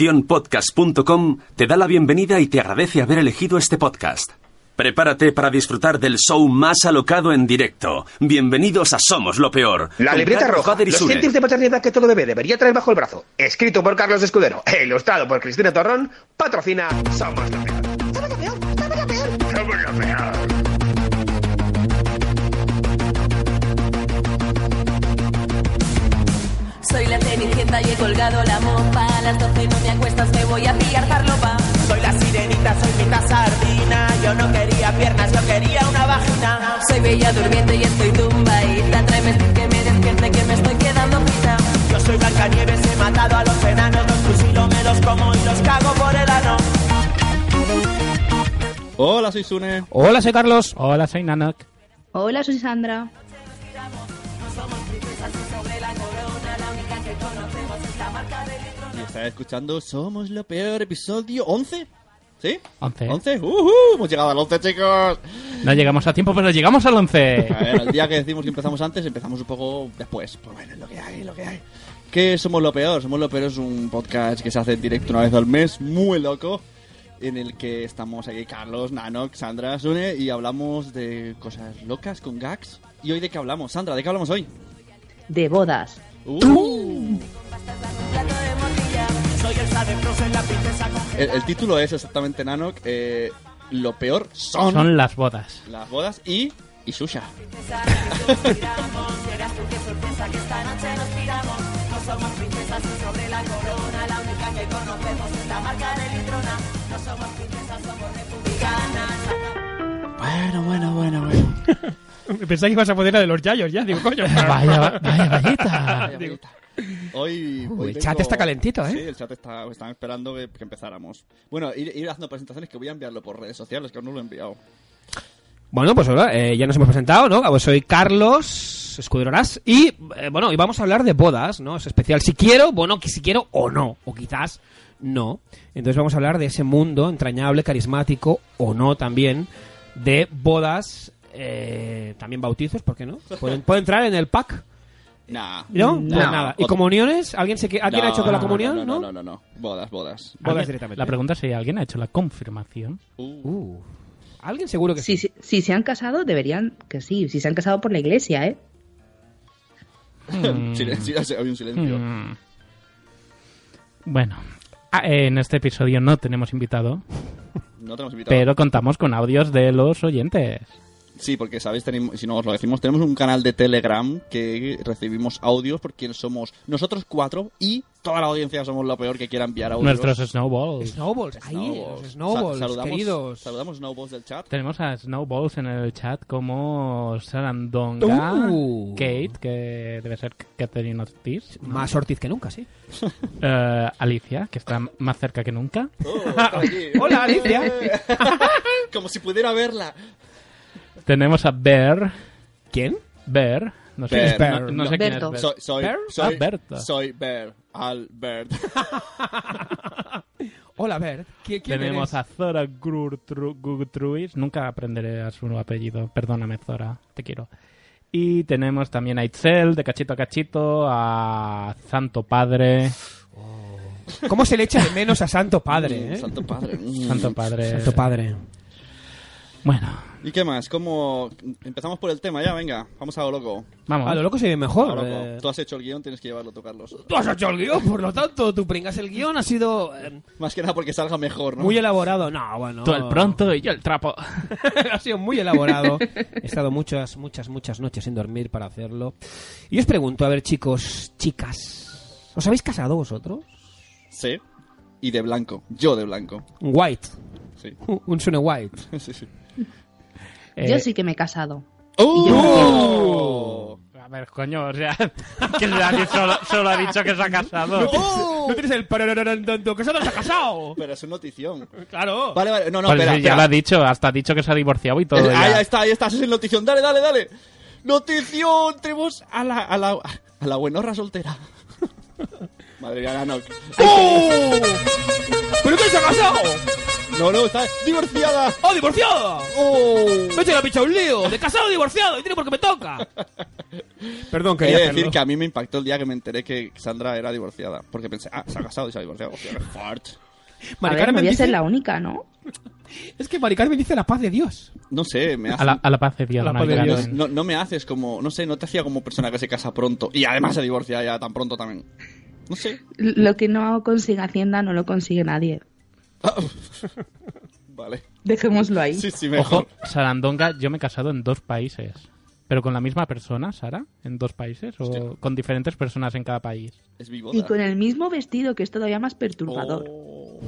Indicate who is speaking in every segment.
Speaker 1: Nacionpodcast.com te da la bienvenida y te agradece haber elegido este podcast. Prepárate para disfrutar del show más alocado en directo. Bienvenidos a Somos lo Peor.
Speaker 2: La
Speaker 1: con
Speaker 2: libreta
Speaker 1: Carlos
Speaker 2: roja,
Speaker 1: Bader y
Speaker 2: los
Speaker 1: Sune.
Speaker 2: cientos de paternidad que todo bebé debería traer bajo el brazo. Escrito por Carlos Escudero e ilustrado por Cristina Torrón, patrocina Somos la Peor.
Speaker 3: ¡Somos la peor! ¡Somos la peor!
Speaker 2: Somos la Peor.
Speaker 4: Soy la cenicienta y he colgado la mopa. A las 12 no me acuestas, me voy a pillar farlopa.
Speaker 5: Soy la sirenita, soy mitad sardina. Yo no quería piernas, yo quería una vagina.
Speaker 4: Soy bella durmiente y estoy tumbadita. Tráeme que me despierte, que me estoy quedando pita.
Speaker 5: Yo soy Blancanieves, he matado a los enanos. Los fusilo, me los como y los cago por el ano.
Speaker 6: Hola, soy Sune.
Speaker 7: Hola, soy Carlos. Hola, soy Nanak.
Speaker 8: Hola, soy Sandra.
Speaker 6: Y estás escuchando Somos lo Peor, episodio 11. ¿Sí?
Speaker 7: 11.
Speaker 6: 11. ¡Uhú! Hemos llegado al 11, chicos.
Speaker 7: No llegamos a tiempo, pero llegamos al 11.
Speaker 6: A ver, el día que decimos que empezamos antes, empezamos un poco después. Pero bueno, es lo que hay, es lo que hay. ¿Qué somos lo peor? Somos lo peor es un podcast que se hace en directo una vez al mes, muy loco, en el que estamos aquí Carlos, Nanok, Sandra, Sune y hablamos de cosas locas con gags. ¿Y hoy de qué hablamos? Sandra, ¿de qué hablamos hoy?
Speaker 8: De bodas.
Speaker 6: ¡Uh!
Speaker 4: Plato de morcilla.
Speaker 5: Soy el Sadefros en la princesa con
Speaker 6: El, el título es exactamente Nanok. eh, lo peor son,
Speaker 7: Son las bodas.
Speaker 6: las bodas y. y Susha.
Speaker 4: Princesa, que nos tiramos. Serás tú qué sorpresa que esta noche nos tiramos. No somos princesas y sobre la corona. La única que conocemos es la marca de Litrona. No somos princesas, somos republicanas.
Speaker 6: Bueno, bueno, bueno, bueno.
Speaker 9: Pensaba que ibas a poner la de los Yayos ya, digo, coño.
Speaker 7: Vaya, vaya valleta.
Speaker 6: Hoy, hoy
Speaker 9: Uy, el
Speaker 6: vengo-
Speaker 9: chat está calentito, ¿eh?
Speaker 6: Sí, el chat está, están esperando que, que empezáramos. Bueno, ir, ir haciendo presentaciones que voy a enviarlo por redes sociales, que aún no lo he enviado.
Speaker 9: Bueno, pues hola, eh, ya nos hemos presentado, ¿no? Pues soy Carlos Escuderolas y, eh, bueno, hoy vamos a hablar de bodas, ¿no? Es especial si quiero, bueno, que si quiero o no, o quizás no. Entonces vamos a hablar de ese mundo entrañable, carismático o no también, de bodas, eh, también bautizos, ¿por qué no? Pueden- ¿Puede entrar en el pack?
Speaker 6: Nah.
Speaker 9: ¿No? Pues
Speaker 6: No.
Speaker 9: nada. ¿Y
Speaker 6: Ot-
Speaker 9: comuniones? ¿Alguien, se, que- ¿alguien
Speaker 6: No,
Speaker 9: ha hecho con la
Speaker 6: no,
Speaker 9: comunión?
Speaker 6: No, no, no, no, no. Bodas, bodas.
Speaker 9: Bodas
Speaker 7: ¿Alguien-
Speaker 9: directamente.
Speaker 7: La pregunta sería, ¿alguien ha hecho la confirmación?
Speaker 6: Uh,
Speaker 9: Uh. ¿Alguien seguro que sí?
Speaker 8: Si, si- si se han casado, deberían que sí. Si se han casado por la iglesia, ¿eh?
Speaker 6: silencio, ya se oye un silencio.
Speaker 7: Mm. Bueno, ah, en este episodio no tenemos invitado,
Speaker 6: No tenemos invitado.
Speaker 7: pero contamos con audios de los oyentes.
Speaker 6: Sí, porque sabéis, tenemos, si no os lo decimos, tenemos un canal de Telegram que recibimos audios por quien somos nosotros cuatro y toda la audiencia somos lo peor que quiera enviar audios.
Speaker 7: Nuestros snowballs.
Speaker 9: Snowballs, ahí,
Speaker 6: Snowballs.
Speaker 9: los snowballs,
Speaker 6: Sa- saludamos,
Speaker 9: queridos.
Speaker 6: Saludamos snowballs del chat.
Speaker 7: Tenemos a Snowballs en el chat como Sarandonga,
Speaker 9: Uh.
Speaker 7: Kate, que debe ser Catherine Ortiz,
Speaker 9: Más Ortiz que nunca, sí.
Speaker 7: eh, Alicia, que está más cerca que nunca,
Speaker 6: Oh, está aquí.
Speaker 9: Ah, Hola, Alicia.
Speaker 6: Como si pudiera verla.
Speaker 7: Tenemos a Bear.
Speaker 9: ¿Quién?
Speaker 7: Bear. No sé,
Speaker 6: Bear.
Speaker 7: no- no sé quién es
Speaker 8: Berto.
Speaker 7: Bear.
Speaker 6: Soy, soy,
Speaker 9: Bear?
Speaker 6: soy,
Speaker 7: Ah, Berta.
Speaker 6: soy Bear. Albert.
Speaker 9: Hola, Bert. ¿Qui- ¿Quién
Speaker 7: Tenemos a
Speaker 9: eres?
Speaker 7: Zora Gurtru- Gurtruis. Nunca aprenderé a su apellido. Perdóname, Zora. Te quiero. Y tenemos también a Itzel, de cachito a cachito, a Santo Padre.
Speaker 9: ¿Cómo se le echa de menos a Santo Padre, eh?
Speaker 6: Santo Padre. Mm.
Speaker 7: Santo Padre.
Speaker 9: Santo Padre.
Speaker 7: Bueno,
Speaker 6: ¿Y qué más? ¿Cómo? Empezamos por el tema ya, venga. Vamos a lo loco.
Speaker 7: vamos.
Speaker 9: A lo loco se ve
Speaker 6: A lo
Speaker 9: mejor. eh.
Speaker 6: loco. Tú has hecho el guión, tienes que llevarlo tú, Carlos.
Speaker 9: Tú has hecho el guión, por lo tanto, tú pringas el guión. Ha sido eh,
Speaker 6: Más que nada porque salga mejor, ¿no?
Speaker 9: muy elaborado. No, bueno.
Speaker 7: Tú el pronto y yo el trapo.
Speaker 9: ha sido muy elaborado. He estado muchas, muchas, muchas noches sin dormir para hacerlo. Y os pregunto, a ver, chicos, chicas, ¿os habéis casado vosotros?
Speaker 6: Sí. Y de blanco. Yo de blanco.
Speaker 9: Un White.
Speaker 6: Sí.
Speaker 9: Un un Sune White.
Speaker 6: sí, sí.
Speaker 7: Eh,
Speaker 8: Yo sí que me he casado.
Speaker 6: ¡Oh!
Speaker 7: A ver, coño, o sea, que le ha dicho- solo, solo ha dicho que se ha casado.
Speaker 9: No tienes el tanto que se ha casado.
Speaker 6: Pero es una notición.
Speaker 9: Claro.
Speaker 6: Vale, vale. No, no,
Speaker 7: Pues
Speaker 6: espera.
Speaker 7: sí, ya lo ha
Speaker 6: espera.
Speaker 7: dicho, hasta ha dicho que se ha divorciado y todo.
Speaker 6: Eh,
Speaker 7: ya.
Speaker 6: ahí, ahí está, ahí está. Esa es la notición. Dale, dale, dale. Notición. Tenemos a la, a la, a la buenorra soltera. Madre mía, no. ¡Oh!
Speaker 7: ¡Oh!
Speaker 9: ¿Pero qué se ha casado?
Speaker 6: No, no, está divorciada.
Speaker 9: ¡Oh, divorciado!
Speaker 6: ¡Oh!
Speaker 9: Me he hecho la picha un lío. De casado divorciado. Y tiene porque me toca.
Speaker 5: Perdón,
Speaker 6: Quería
Speaker 5: quería
Speaker 6: decir
Speaker 5: hacerlo.
Speaker 6: que a mí me impactó el día que me enteré que Sandra era divorciada. Porque pensé, ah, se ha casado y se ha divorciado. Hostia, qué fuerte.
Speaker 5: Mari
Speaker 8: a ver, no
Speaker 5: Carmen
Speaker 8: voy a
Speaker 5: dice-
Speaker 8: ser la única, ¿no?
Speaker 5: Es que Mari Carmen dice la paz de Dios.
Speaker 6: No sé, me hace...
Speaker 7: A la, a la paz de Dios,
Speaker 5: A la
Speaker 7: Mari
Speaker 5: paz de
Speaker 6: no,
Speaker 5: Dios.
Speaker 7: Carmen.
Speaker 6: no- no me haces como, no sé, no te hacía como persona que se casa pronto y además se divorcia ya tan pronto también. No sé.
Speaker 8: Lo que no consiga Hacienda no lo consigue nadie.
Speaker 6: Vale.
Speaker 8: Dejémoslo ahí.
Speaker 6: Sí, sí,
Speaker 7: Ojo,
Speaker 6: mejor.
Speaker 7: Sarandonga, yo me he casado en dos países. ¿Pero con la misma persona, Sara? ¿En dos países? ¿O
Speaker 6: Hostia.
Speaker 7: con diferentes personas en cada país?
Speaker 6: Es mi boda.
Speaker 8: Y con el mismo vestido, que es todavía más perturbador.
Speaker 6: Oh.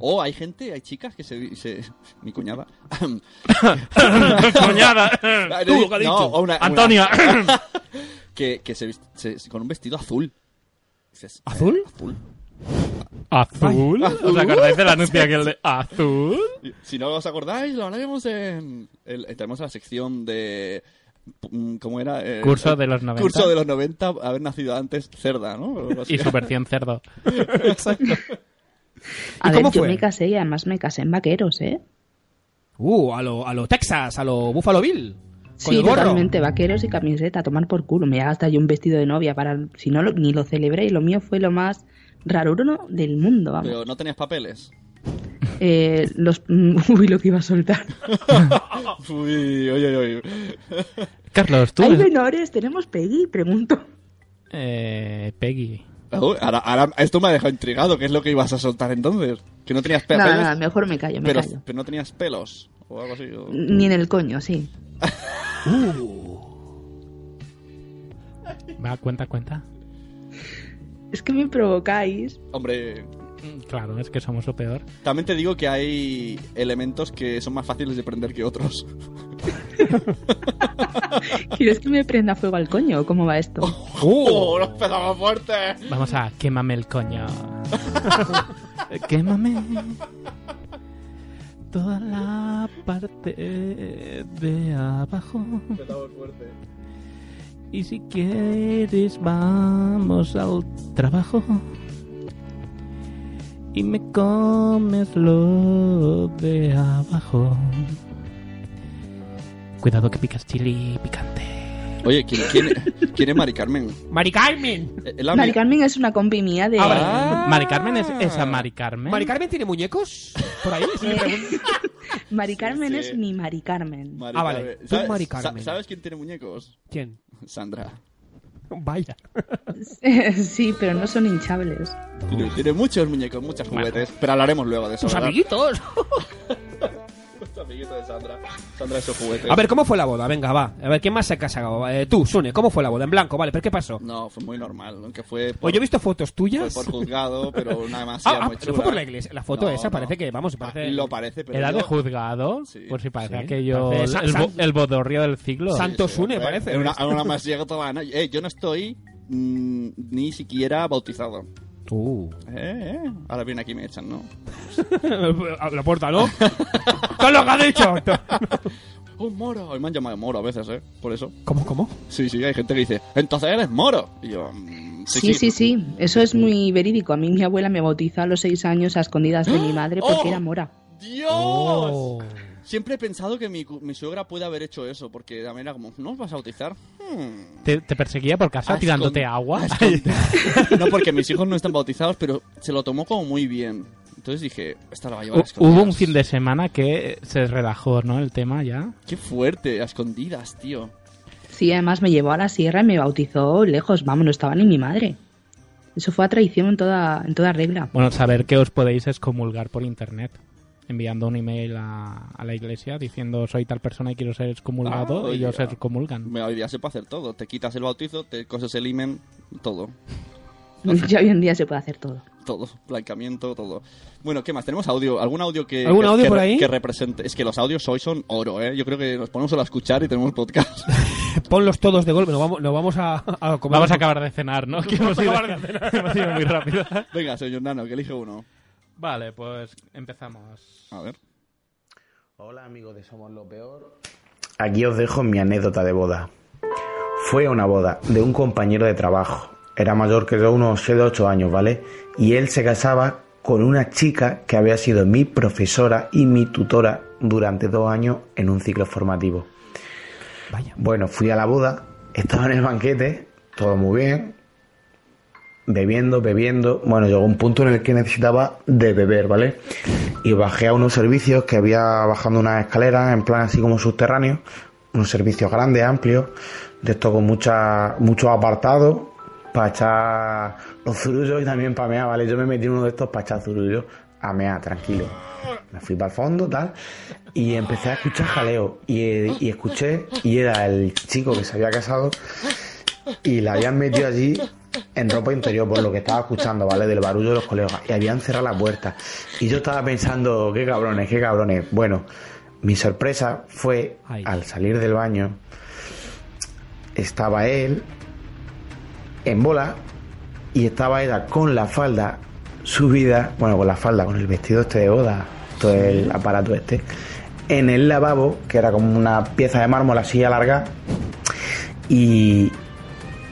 Speaker 6: Oh, hay gente, hay chicas que se... se- mi cuñada.
Speaker 7: ¡Coñada!
Speaker 6: Tú, lo que has No, dicho. una- una- Antonia. que que se, vist- se- con un vestido azul. Dices, "Eh,
Speaker 5: ¿Azul?
Speaker 6: Azul.
Speaker 7: ¿Azul? ¿Os acordáis del anuncio aquel de azul?
Speaker 6: Si no os acordáis, lo hablaremos en... el- entraremos a la sección de... mm, ¿Cómo era? Eh,
Speaker 7: Curso
Speaker 6: el-
Speaker 7: de los 90.
Speaker 6: Curso de los 90, haber nacido antes cerda, ¿no? O algo así.
Speaker 7: Y su versión cerdo.
Speaker 5: Exacto.
Speaker 8: A
Speaker 5: ¿Y
Speaker 8: ver,
Speaker 5: cómo
Speaker 8: yo
Speaker 5: fue?
Speaker 8: me casé y además me casé en vaqueros, ¿eh?
Speaker 5: Uh, a lo, a lo Texas, a lo Buffalo Bill. Con
Speaker 8: Sí,
Speaker 5: el gorro.
Speaker 8: totalmente, vaqueros y camiseta, a tomar por culo. Me iba a gastar yo un vestido de novia para... Si no, lo- ni lo celebré y lo mío fue lo más raro del mundo, vamos.
Speaker 6: Pero no tenías papeles.
Speaker 8: Eh, los... Uy, lo que iba a soltar.
Speaker 6: Uy, uy, uy, uy.
Speaker 7: Carlos, tú.
Speaker 8: ¿Hay menores? ¿Tenemos Peggy? Pregunto.
Speaker 7: Eh, Peggy.
Speaker 6: Uy, ahora- ahora- esto me ha dejado intrigado. ¿Qué es lo que ibas a soltar entonces? Que no tenías papeles,
Speaker 8: Nada, nada, mejor me callo, me
Speaker 6: pero,
Speaker 8: callo.
Speaker 6: pero no tenías pelos. O algo así. o-
Speaker 8: Ni en el coño, sí.
Speaker 7: Va, cuenta, cuenta.
Speaker 8: Es que me provocáis.
Speaker 6: Hombre,
Speaker 7: Mm, Claro, es que somos lo peor.
Speaker 6: también te digo que hay elementos que son más fáciles de prender que otros.
Speaker 8: ¿Quieres que me prenda fuego al coño o cómo va esto?
Speaker 6: ¡Oh, nos empezamos fuerte!
Speaker 7: Vamos a quémame el coño. quémame. Toda la parte eh, de abajo. Y si quieres vamos al trabajo. Y me comes lo de abajo. Cuidado que picas chili picante.
Speaker 6: Oye, ¿quién, quién, quién es Mari Carmen? Eh,
Speaker 5: Mari Carmen.
Speaker 6: ¿Es la
Speaker 8: Mari
Speaker 6: amiga-
Speaker 8: Carmen es una compi mía de...
Speaker 5: Ah, vale.
Speaker 7: Mari Carmen es esa Mari Carmen.
Speaker 5: ¿Mari Carmen tiene muñecos? Por ahí. si me pregunto.
Speaker 8: Eh. Mari Carmen
Speaker 6: sí.
Speaker 8: es mi Mari Carmen.
Speaker 6: Mari
Speaker 5: Ah, vale.
Speaker 6: Carmen.
Speaker 5: Tú,
Speaker 6: ¿Sabes-
Speaker 5: Mari
Speaker 6: sa-
Speaker 5: Carmen.
Speaker 6: ¿Sabes quién tiene muñecos?
Speaker 5: ¿Quién?
Speaker 6: Sandra.
Speaker 5: Vaya.
Speaker 8: sí, pero no son hinchables.
Speaker 6: Tiene, tiene muchos muñecos, muchos juguetes. Pero hablaremos luego de eso.
Speaker 5: Tus
Speaker 6: ¿verdad?
Speaker 5: amiguitos.
Speaker 6: Los amiguitos de Sandra. Sandra y sus juguetes.
Speaker 5: A ver, ¿cómo fue la boda? Venga, va. A ver, ¿quién más se ha casado? Eh, tú, Sune, ¿cómo fue la boda? En blanco, vale, pero ¿qué pasó?
Speaker 6: No, fue muy normal. ¿no? Que fue por,
Speaker 5: Pues yo he visto fotos
Speaker 6: fue
Speaker 5: tuyas.
Speaker 7: pues
Speaker 6: por juzgado, pero una
Speaker 5: Ah,
Speaker 6: demasiado
Speaker 5: ah,
Speaker 6: muy chula.
Speaker 5: no fue por la iglesia. La foto
Speaker 6: No,
Speaker 5: esa
Speaker 6: no.
Speaker 5: parece que, vamos,
Speaker 6: Ah,
Speaker 5: parece...
Speaker 6: Lo parece, pero.
Speaker 7: Era
Speaker 6: yo-
Speaker 7: de juzgado,
Speaker 6: Sí.
Speaker 7: por si parece
Speaker 5: Sí.
Speaker 7: aquello
Speaker 5: Parece Sa-
Speaker 7: el, bo-
Speaker 5: San-
Speaker 7: el bodorrio del siglo.
Speaker 5: San- Santo Sune,
Speaker 6: fue-
Speaker 5: parece.
Speaker 6: Era una, era una más llegada toda la noche. Eh, yo no estoy mm, ni siquiera bautizado.
Speaker 5: Uh.
Speaker 6: Eh, eh. Ahora viene aquí y me echan, ¿no?
Speaker 5: la puerta, ¿no? ¡Todo lo que ha dicho!
Speaker 6: Un Oh, moro. Hoy me han llamado moro a veces, ¿eh? Por eso.
Speaker 5: ¿Cómo, cómo?
Speaker 6: Sí, sí, hay gente que dice, entonces eres moro. Y yo, mm, sí,
Speaker 8: Sí, sí, sí. Eso es muy verídico. A mí mi abuela me bautizó a los seis años a escondidas de mi madre porque
Speaker 6: ¡Oh!
Speaker 8: era mora.
Speaker 6: ¡Dios!
Speaker 5: Oh.
Speaker 6: Siempre he pensado que mi, cu- mi suegra puede haber hecho eso, porque también era como, ¿no os vas a bautizar? Hmm.
Speaker 7: Te, te perseguía por casa
Speaker 6: Ascon-
Speaker 7: tirándote agua.
Speaker 6: no, porque mis hijos no están bautizados, pero se lo tomó como muy bien. Entonces dije, esta la va a llevar a
Speaker 7: Hu-
Speaker 6: escondidas.
Speaker 7: Hubo un fin de semana que se relajó, ¿no? El tema ya.
Speaker 6: ¡Qué fuerte! A escondidas, tío.
Speaker 8: Sí, además me llevó a la sierra y me bautizó lejos. Vamos, no estaba ni mi madre. Eso fue a traición en toda, en toda regla.
Speaker 7: Bueno, saber que os podéis excomulgar por internet. Enviando un email a, a la iglesia diciendo soy tal persona y quiero ser excomulgado
Speaker 6: Ah,
Speaker 7: y os
Speaker 6: ya.
Speaker 7: excomulgan.
Speaker 6: Me- Hoy día se puede hacer todo. Te quitas el bautizo, te coses el imen, todo.
Speaker 8: Ya hoy en día se puede hacer todo.
Speaker 6: Todo, blanqueamiento, todo. Bueno, ¿qué más? ¿Tenemos audio? ¿Algún audio que,
Speaker 5: ¿Algún
Speaker 6: que-
Speaker 5: audio
Speaker 6: que
Speaker 5: por
Speaker 6: re-
Speaker 5: ahí?
Speaker 6: que represente? Es que los audios hoy son oro, ¿eh? Yo creo que nos ponemos solo a escuchar y tenemos podcast.
Speaker 5: Ponlos todos de golpe, nos vamos, nos vamos a, a comer.
Speaker 7: Vamos a acabar de cenar, ¿no? Que hemos ido, hemos ido muy rápido.
Speaker 6: Venga, señor Nano, que elige uno.
Speaker 7: Vale, pues empezamos.
Speaker 6: A ver.
Speaker 10: Hola amigos de Somos lo Peor. Aquí os dejo mi anécdota de boda. Fue una boda de un compañero de trabajo. Era mayor que yo, unos 7 o 8 años, ¿vale? Y él se casaba con una chica que había sido mi profesora y mi tutora durante dos años en un ciclo formativo.
Speaker 5: Vaya.
Speaker 10: Bueno, fui a la boda, Estaba en el banquete, todo muy bien, bebiendo, bebiendo. Bueno, llegó un punto en el que necesitaba de beber, ¿vale? Y bajé a unos servicios que había bajando unas escaleras, en plan así como subterráneo, unos servicios grandes, amplios, de esto con mucha, muchos apartados, para echar los zurullos y también para mear, ¿vale? Yo me metí en uno de estos para echar zurullos a mear, tranquilo. Me fui para el fondo, tal, y empecé a escuchar jaleo. Y, y escuché, y era el chico que se había casado y la habían metido allí en ropa interior, por lo que estaba escuchando, ¿vale? Del barullo de los colegas. Y habían cerrado la puerta. Y yo estaba pensando, qué cabrones, qué cabrones. Bueno, mi sorpresa fue al salir del baño, estaba él en bola y estaba ella con la falda subida, bueno, con la falda, con el vestido este de boda, todo el aparato este, en el lavabo, que era como una pieza de mármol así alargada, y,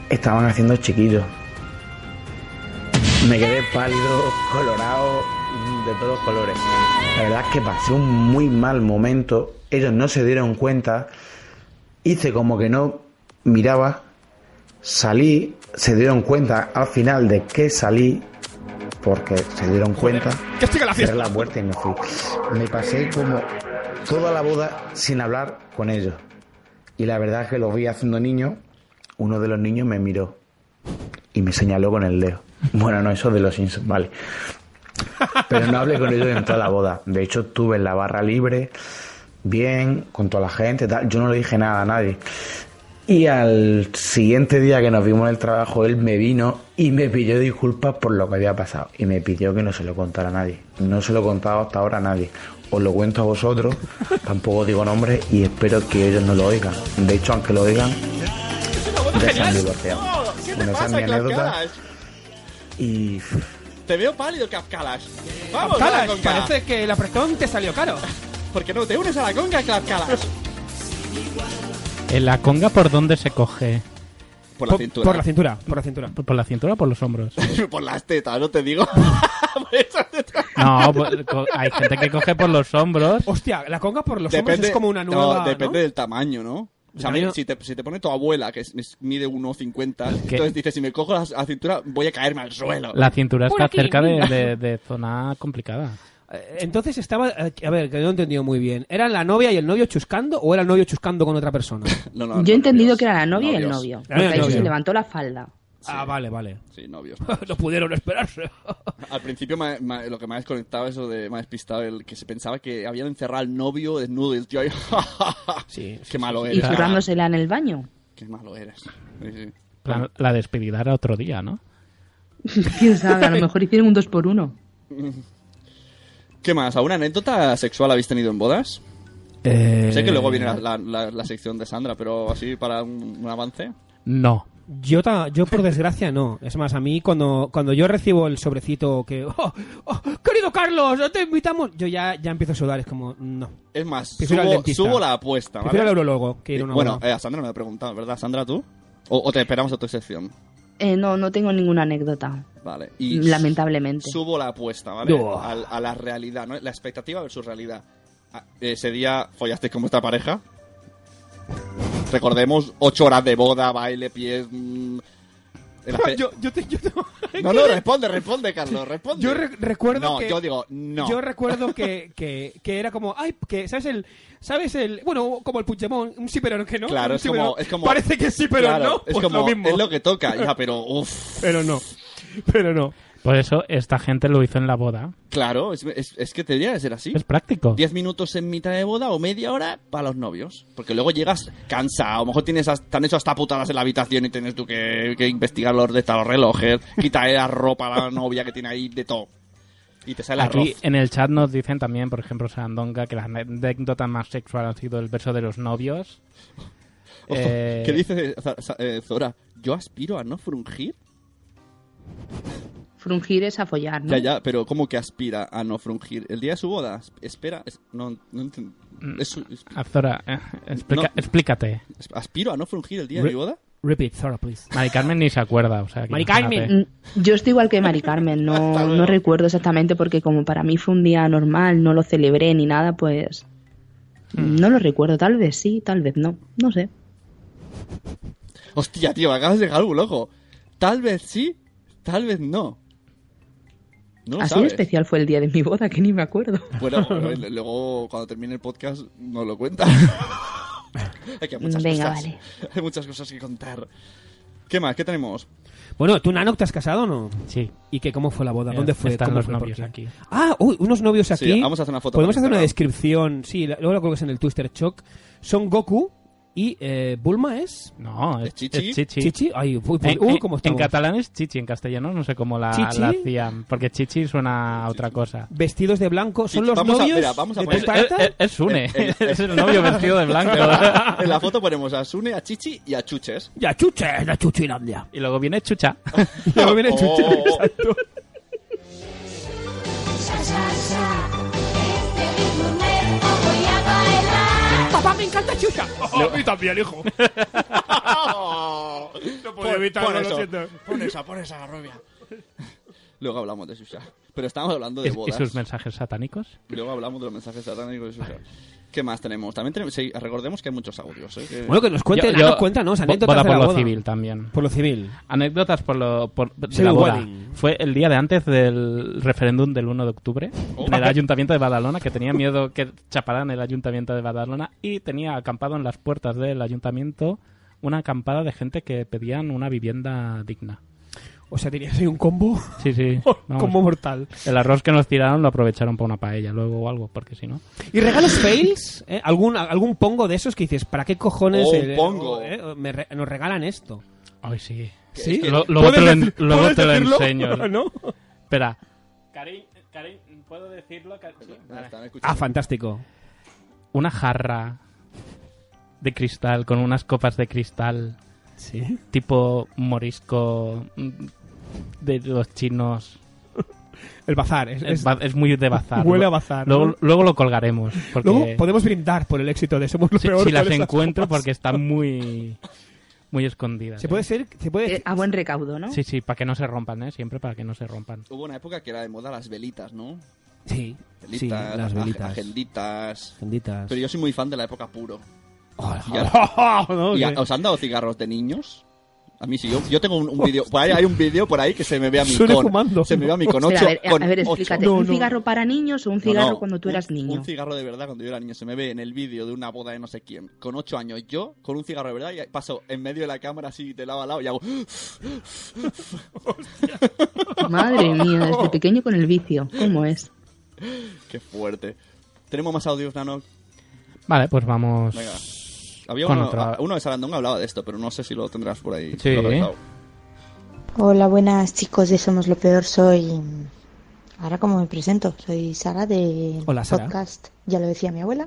Speaker 10: estaban haciendo chiquillos. Me quedé pálido, colorado, de todos los colores. La verdad es que pasé un muy mal momento. Ellos no se dieron cuenta. Hice como que no miraba. Salí, se dieron cuenta al final de que salí, porque se dieron cuenta.
Speaker 5: que estoy a la fiesta.
Speaker 10: Cerré la puerta y me fui. Me pasé como toda la boda sin hablar con ellos. Y la verdad es que los vi haciendo niños uno de los niños me miró y me señaló con el dedo. Bueno, no, eso de los Simpsons, vale. Pero no hablé con ellos en toda la boda. De hecho, estuve en la barra libre, bien, con toda la gente, tal. Yo no le dije nada a nadie. Y al siguiente día que nos vimos en el trabajo, él me vino y me pidió disculpas por lo que había pasado. Y me pidió que no se lo contara a nadie. No se lo he contado hasta ahora a nadie. Os lo cuento a vosotros, tampoco digo nombres y espero que ellos no lo oigan. De hecho, aunque lo oigan, ya se han divorciado.
Speaker 7: Oh,
Speaker 10: Bueno, esa es mi anécdota. Y
Speaker 6: Te veo pálido, Capcalas. Vamos,
Speaker 5: Calas,
Speaker 6: a la conca.
Speaker 5: parece que el apretón te salió caro.
Speaker 6: ¿Por qué no te unes a la conca, Capcalas?
Speaker 7: ¿En la conga por dónde se coge?
Speaker 6: Por la
Speaker 5: Po-
Speaker 6: cintura.
Speaker 5: Por la cintura, por la cintura.
Speaker 7: ¿Por, por la cintura o por los hombros?
Speaker 6: Por las tetas, no te digo. Por esas tetas.
Speaker 7: No, por-
Speaker 5: pues,
Speaker 7: co- hay gente que coge por los hombros.
Speaker 5: Hostia, la conga por los hombros es como una
Speaker 6: no,
Speaker 5: nueva.
Speaker 6: depende del tamaño, ¿no? O sea,
Speaker 5: Yo no-
Speaker 6: si, te, si te pone tu abuela, que es- es- mide 1,50,
Speaker 7: ¿Qué?
Speaker 6: entonces dices, si me cojo la, la cintura, voy a caerme al suelo.
Speaker 7: La cintura
Speaker 5: Por
Speaker 7: está
Speaker 5: aquí.
Speaker 7: cerca de, de- de zona complicada.
Speaker 5: ¿no? Eh, Entonces estaba. eh, A ver, que no he entendido muy bien. ¿Era la novia y el novio chuscando o era el novio chuscando con otra persona?
Speaker 6: No, no,
Speaker 8: Yo he entendido
Speaker 6: novios.
Speaker 8: que era la novia y el
Speaker 6: Novios.
Speaker 8: novio.
Speaker 5: La
Speaker 8: Porque
Speaker 5: novia y el
Speaker 8: ahí se
Speaker 5: novio.
Speaker 8: levantó la falda.
Speaker 5: Ah, vale, vale.
Speaker 6: Sí, novios.
Speaker 5: no pudieron esperarse.
Speaker 6: Al principio me- me- lo que me ha desconectado eso de me ha despistado el que se pensaba que habían encerrado al novio desnudo y el tío ahí, ja, ja, ja.
Speaker 5: Sí, sí,
Speaker 6: qué malo
Speaker 8: Y
Speaker 6: eres. ah,
Speaker 8: zurrándosela en el baño.
Speaker 6: Qué malo eres. Sí, sí.
Speaker 7: La, la despedida era otro día, ¿no?
Speaker 8: Quién sabe, a lo mejor hicieron un dos por uno.
Speaker 6: ¿Qué más? ¿Alguna anécdota sexual habéis tenido en bodas? Sé que luego viene la, la- la- la sección de Sandra, pero así para un, un avance.
Speaker 7: No.
Speaker 5: Yo, ta- yo por desgracia no. Es más, a mí cuando, cuando yo recibo el sobrecito que... "Oh, oh, querido Carlos! ¡No te invitamos! Yo ya, ya empiezo a sudar. Es como... No.
Speaker 6: Es más,
Speaker 5: Prefiero al
Speaker 6: subo,
Speaker 5: dentista.
Speaker 6: subo la apuesta, ¿vale?
Speaker 5: Prefiero al urologo que ir a una
Speaker 6: bueno,
Speaker 5: boda.
Speaker 6: eh, a Sandra me lo he preguntado, ¿verdad? Sandra, tú. O, o te esperamos a tu sección.
Speaker 8: Eh, no, no tengo ninguna anécdota.
Speaker 6: Vale. Y
Speaker 8: Lamentablemente.
Speaker 6: Subo la apuesta, ¿vale?
Speaker 5: Buah.
Speaker 6: Al- a la realidad, ¿no? La expectativa versus realidad. Ah, Ese día follasteis con vuestra pareja. Recordemos, ocho horas de boda, baile, pies. mm, en la fe-
Speaker 5: Yo, yo te- yo te-
Speaker 6: No, no, responde, responde, Carlos, responde.
Speaker 5: Yo re- recuerdo
Speaker 6: No,
Speaker 5: que-
Speaker 6: yo digo, no.
Speaker 5: Yo recuerdo que, que, que era como, ay, que, ¿sabes el, sabes el, bueno, como el Puigdemont, un sí pero no que no?
Speaker 6: Claro,
Speaker 5: un
Speaker 6: es
Speaker 5: sí,
Speaker 6: como,
Speaker 5: pero no.
Speaker 6: es como-
Speaker 5: Parece que sí pero
Speaker 6: Claro,
Speaker 5: no,
Speaker 6: Es
Speaker 5: pues
Speaker 6: como,
Speaker 5: lo mismo.
Speaker 6: es lo que toca, ya, pero uff.
Speaker 5: Pero no, pero no.
Speaker 7: Por eso esta gente lo hizo en la boda.
Speaker 6: Claro, es, es- es que tendría que ser así.
Speaker 7: Es práctico.
Speaker 6: 10 minutos en mitad de boda o media hora para los novios. Porque luego llegas cansado, a lo mejor tienes hasta, te han hecho hasta putadas en la habitación y tienes tú que, que investigar los, de, los relojes, quitarle la ropa a la novia que tiene ahí, de todo. Y te sale el
Speaker 7: Aquí
Speaker 6: arroz.
Speaker 7: en el chat nos dicen también, por ejemplo, Sandonga, que las anécdotas más sexual han sido el beso de los novios.
Speaker 6: Ojo,
Speaker 7: eh,
Speaker 6: Oh, ¿Qué dice Za- Za- eh, Zora? Yo aspiro a no frungir.
Speaker 8: Frungir es a follar, ¿no?
Speaker 6: Ya, ya, pero ¿cómo que aspira a no frungir? El día de su boda, as- espera, es- no, no entiendo.
Speaker 7: Mm.
Speaker 6: Es su- es-
Speaker 7: Azora, eh, explica-
Speaker 6: No.
Speaker 7: explícate.
Speaker 6: es- ¿Aspiro a no frungir el día de
Speaker 5: Re-
Speaker 6: mi boda?
Speaker 5: Repeat, Zora, please.
Speaker 7: Mari Carmen ni se acuerda. O sea, que
Speaker 5: Mari
Speaker 7: imagínate.
Speaker 5: Carmen.
Speaker 8: Mm, Yo estoy igual que Mari Carmen,
Speaker 6: Hasta
Speaker 8: no,
Speaker 6: luego.
Speaker 8: no recuerdo exactamente porque como para mí fue un día normal, no lo celebré ni nada, pues
Speaker 5: Mm.
Speaker 8: no lo recuerdo, tal vez sí, tal vez no, no sé.
Speaker 6: Hostia, tío, me acabas de dejar un loco. Tal vez sí, tal vez no. No lo
Speaker 8: Así de
Speaker 6: sabes.
Speaker 8: especial fue el día de mi boda, que ni me acuerdo.
Speaker 6: Bueno, bueno, luego cuando termine el podcast nos lo cuenta. Hay que muchas
Speaker 8: Venga,
Speaker 6: cosas.
Speaker 8: vale.
Speaker 6: Hay muchas cosas que contar. ¿Qué más? ¿Qué tenemos?
Speaker 5: Bueno, ¿tú, Nano, te has casado o no?
Speaker 7: Sí.
Speaker 5: ¿Y qué, cómo fue la boda?
Speaker 7: Eh,
Speaker 5: ¿Dónde fue?
Speaker 7: están
Speaker 5: ¿Cómo
Speaker 7: los
Speaker 5: fue? ¿Por
Speaker 7: novios
Speaker 5: qué?
Speaker 7: aquí.
Speaker 5: Ah, uy, unos novios
Speaker 6: Sí,
Speaker 5: aquí.
Speaker 6: vamos a hacer una foto
Speaker 5: Podemos
Speaker 6: para
Speaker 5: hacer una
Speaker 6: Instagram.
Speaker 5: descripción. Sí, la- luego la colocas en el Twister Shock. Son Goku y eh, Bulma es.
Speaker 7: No, es,
Speaker 6: ¿Es chichi?
Speaker 7: es Eh, chichi.
Speaker 5: Chichi. Ay, uy, pues,
Speaker 7: En,
Speaker 5: uy,
Speaker 7: en-
Speaker 5: cómo
Speaker 7: en
Speaker 5: estamos.
Speaker 7: catalán es chichi, en castellano no sé cómo la,
Speaker 5: ¿Chichi?
Speaker 7: la hacían, porque chichi suena a otra cosa.
Speaker 5: Vestidos de blanco. Son
Speaker 6: Chichi,
Speaker 5: los
Speaker 6: vamos a-
Speaker 5: novios.
Speaker 6: mira, vamos a
Speaker 5: de
Speaker 6: poner- Eh,
Speaker 5: tu
Speaker 7: Es,
Speaker 5: pareja?
Speaker 7: es- es Sune,
Speaker 6: El- el-
Speaker 7: es el novio vestido de blanco.
Speaker 6: En la foto ponemos a Sune, a Chichi y a Chuches.
Speaker 5: Ya, chuche, la chuchilandia.
Speaker 7: y luego viene Chucha.
Speaker 5: Luego viene
Speaker 6: Oh.
Speaker 5: chuche, exacto.
Speaker 11: Sha, sha, sha. Este ritmo me lo voy a bailar.
Speaker 5: Papá, me encanta chucha.
Speaker 12: a mí también,
Speaker 6: Oh.
Speaker 12: hijo. No puedo evitarlo, lo siento.
Speaker 6: pon esa, pon esa, la rubia. Luego hablamos de Susha. Pero estábamos hablando de
Speaker 7: ¿Y, y
Speaker 6: bodas.
Speaker 7: sus mensajes satánicos?
Speaker 6: Luego hablamos de los mensajes satánicos de Susha. ¿Qué más tenemos? También tenemos, sí, recordemos que hay muchos audios. ¿eh? Que-
Speaker 5: Bueno, que nos cuente,
Speaker 7: Yo- yo-
Speaker 5: Nano, cuéntanos.
Speaker 7: bo-
Speaker 5: Anécdotas
Speaker 7: boda
Speaker 5: de la
Speaker 7: por lo
Speaker 5: boda.
Speaker 7: civil también.
Speaker 5: Por lo civil.
Speaker 7: Anécdotas por lo por, de
Speaker 5: Civil
Speaker 7: la boda.
Speaker 5: wedding.
Speaker 7: Fue el día de antes del referéndum del 1 de octubre
Speaker 6: Oh.
Speaker 7: en el ayuntamiento de Badalona, que tenía miedo que chaparan el ayuntamiento de Badalona y tenía acampado en las puertas del ayuntamiento una acampada de gente que pedían una vivienda digna.
Speaker 5: O sea, diría, soy un combo.
Speaker 7: Sí, sí. vamos.
Speaker 5: combo mortal.
Speaker 7: El arroz que nos tiraron lo aprovecharon para una paella luego o algo, porque si no.
Speaker 5: ¿Y regalos fails? ¿Eh? ¿Algún, ¿Algún pongo de esos que dices, ¿para qué cojones
Speaker 6: Oh, un
Speaker 5: eh,
Speaker 6: pongo.
Speaker 5: eh, me re- nos regalan esto?
Speaker 7: Ay, sí.
Speaker 5: ¿Sí?
Speaker 7: Lo- luego te lo, en-
Speaker 5: decir-
Speaker 7: luego
Speaker 5: puedes
Speaker 7: te lo
Speaker 5: decirlo?
Speaker 7: enseño.
Speaker 5: ¿No?
Speaker 7: Espera. Karin, ¿puedo decirlo?
Speaker 6: Ah, están escuchando.
Speaker 5: Ah, fantástico.
Speaker 7: Una jarra de cristal con unas copas de cristal
Speaker 5: Sí.
Speaker 7: tipo morisco mm, de los chinos.
Speaker 5: El bazar. Es,
Speaker 7: Es,
Speaker 5: es-
Speaker 7: ba- es muy de bazar.
Speaker 5: Huele a bazar,
Speaker 7: Luego,
Speaker 5: ¿no?
Speaker 7: luego lo colgaremos. Porque
Speaker 5: Luego podemos brindar por el éxito de Somos lo
Speaker 7: si,
Speaker 5: peor.
Speaker 7: si las
Speaker 5: con esas
Speaker 7: encuentro
Speaker 5: copas.
Speaker 7: porque están muy, muy escondidas.
Speaker 5: ¿Se
Speaker 7: ¿eh?
Speaker 5: puede ser? ¿Se puede
Speaker 8: Eh, a buen recaudo, ¿no?
Speaker 7: Sí, sí, para que no se rompan, ¿eh? Siempre para que no se rompan.
Speaker 6: Hubo una época que era de moda las velitas, ¿no?
Speaker 5: Sí.
Speaker 6: Velitas,
Speaker 5: sí, las
Speaker 6: ag-
Speaker 5: velitas.
Speaker 6: agenditas.
Speaker 5: Agenditas.
Speaker 6: Pero yo soy muy fan de la época puro.
Speaker 5: Oh,
Speaker 6: Y ahora-
Speaker 5: no,
Speaker 6: ¿Y a-
Speaker 5: que-
Speaker 6: ¿Os han dado cigarros de niños? A mí sí, yo, yo tengo un, un vídeo. Por ahí hay un vídeo por ahí que se me ve a mí
Speaker 5: Sune
Speaker 6: con.
Speaker 5: fumando.
Speaker 6: Se me ve a mí con
Speaker 8: Espera,
Speaker 6: ocho.
Speaker 8: a ver, a-
Speaker 6: con
Speaker 8: a ver,
Speaker 6: ocho.
Speaker 8: explícate.
Speaker 5: No,
Speaker 8: ¿Un
Speaker 5: no.
Speaker 8: cigarro para niños o un
Speaker 6: No, no,
Speaker 8: cigarro cuando tú
Speaker 6: un-
Speaker 8: eras niño?
Speaker 6: Un cigarro de verdad cuando yo era niño. Se me ve en el vídeo de una boda de no sé quién. Con ocho años yo, con un cigarro de verdad, y paso en medio de la cámara así de lado a lado y hago.
Speaker 8: Madre mía, este desde pequeño con el vicio. ¿Cómo es?
Speaker 6: ¡Qué fuerte! Tenemos más audios, Nano.
Speaker 7: Vale, pues vamos.
Speaker 6: Venga. Había
Speaker 7: Con
Speaker 6: uno,
Speaker 7: otra-
Speaker 6: a- uno de Sarandón hablaba de esto, pero no sé si lo tendrás por ahí.
Speaker 7: Sí.
Speaker 6: localizado.
Speaker 11: Hola, buenas chicos de Somos lo Peor. Soy. Ahora, como me presento? Soy Sara de
Speaker 5: Hola, Sara.
Speaker 11: podcast. Ya lo decía mi abuela.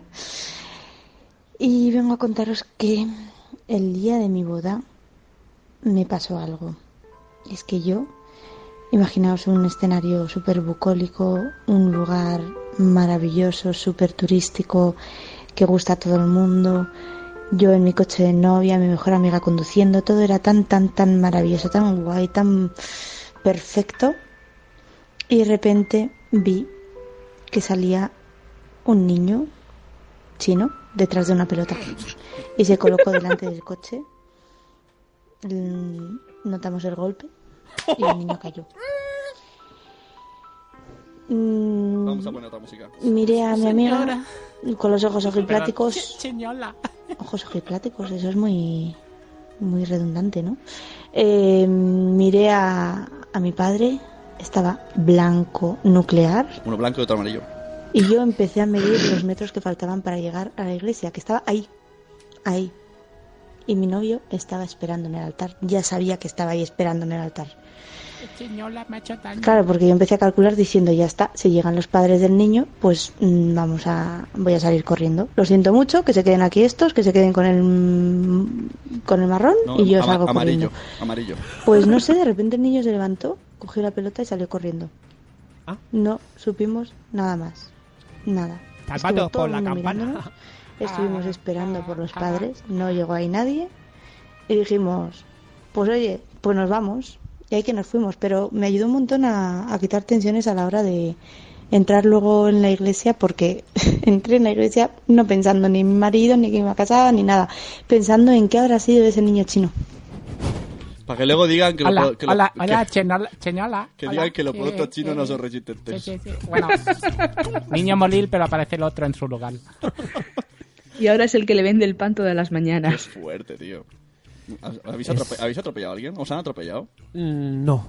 Speaker 11: Y vengo a contaros que el día de mi boda me pasó algo. Y es que yo, imaginaos un escenario súper bucólico, un lugar maravilloso, súper turístico, que gusta a todo el mundo. Yo en mi coche de novia, mi mejor amiga conduciendo, todo era tan, tan, tan maravilloso, tan guay, tan perfecto. Y de repente vi que salía un niño chino detrás de una pelota y se colocó delante del coche. Mm, Notamos el golpe y el niño cayó. Mm,
Speaker 6: Vamos a poner otra música.
Speaker 11: Miré a mi amiga con los ojos ojipláticos. Ojos ojipláticos, eso es muy, muy redundante, ¿no? Eh, miré a, a mi padre, estaba blanco nuclear,
Speaker 6: Uno blanco y otro amarillo.
Speaker 11: y yo empecé a medir los metros que faltaban para llegar a la iglesia, que estaba ahí, ahí. Y mi novio estaba esperando en el altar, ya sabía que estaba ahí esperando en el altar. Claro, porque yo empecé a calcular diciendo, ya está, si llegan los padres del niño, pues mm, vamos a, voy a salir corriendo. Lo siento mucho, que se queden aquí estos, que se queden con el, mm, con el marrón
Speaker 6: No,
Speaker 11: y yo
Speaker 6: ama-
Speaker 11: salgo
Speaker 6: amarillo.
Speaker 11: corriendo.
Speaker 6: Amarillo.
Speaker 11: Pues no sé, de repente el niño se levantó, cogió la pelota y salió corriendo.
Speaker 5: Ah.
Speaker 11: No supimos nada más. Nada.
Speaker 5: Zapato
Speaker 11: Estuvo todo
Speaker 5: por
Speaker 11: el
Speaker 5: la
Speaker 11: mundo
Speaker 5: campana. Ah.
Speaker 11: mirándonos, Estuvimos esperando por los padres, no llegó ahí nadie. Y dijimos, pues oye, pues nos vamos. Y ahí que nos fuimos. Pero me ayudó un montón a, a quitar tensiones a la hora de entrar luego en la iglesia, porque entré en la iglesia no pensando ni en mi marido, ni que me iba a casar, ni nada. Pensando en qué habrá sido de ese niño chino.
Speaker 6: Para que luego digan que
Speaker 5: Hola,
Speaker 6: lo, que lo-
Speaker 5: hola,
Speaker 6: que-
Speaker 5: hola, chenola, chenola.
Speaker 6: que
Speaker 5: hola,
Speaker 6: digan que los
Speaker 5: eh,
Speaker 6: productos
Speaker 5: eh,
Speaker 6: chinos
Speaker 5: eh,
Speaker 6: no son resistentes.
Speaker 5: sí, sí, sí. Bueno, niño morir, pero aparece el otro en su lugar.
Speaker 8: Y ahora es el que le vende el pan todas las
Speaker 6: Es
Speaker 8: mañanas.
Speaker 6: fuerte, tío. ¿Habéis,
Speaker 8: Es-
Speaker 6: atrope- habéis atropellado a alguien? ¿Os han atropellado?
Speaker 9: Mm, No.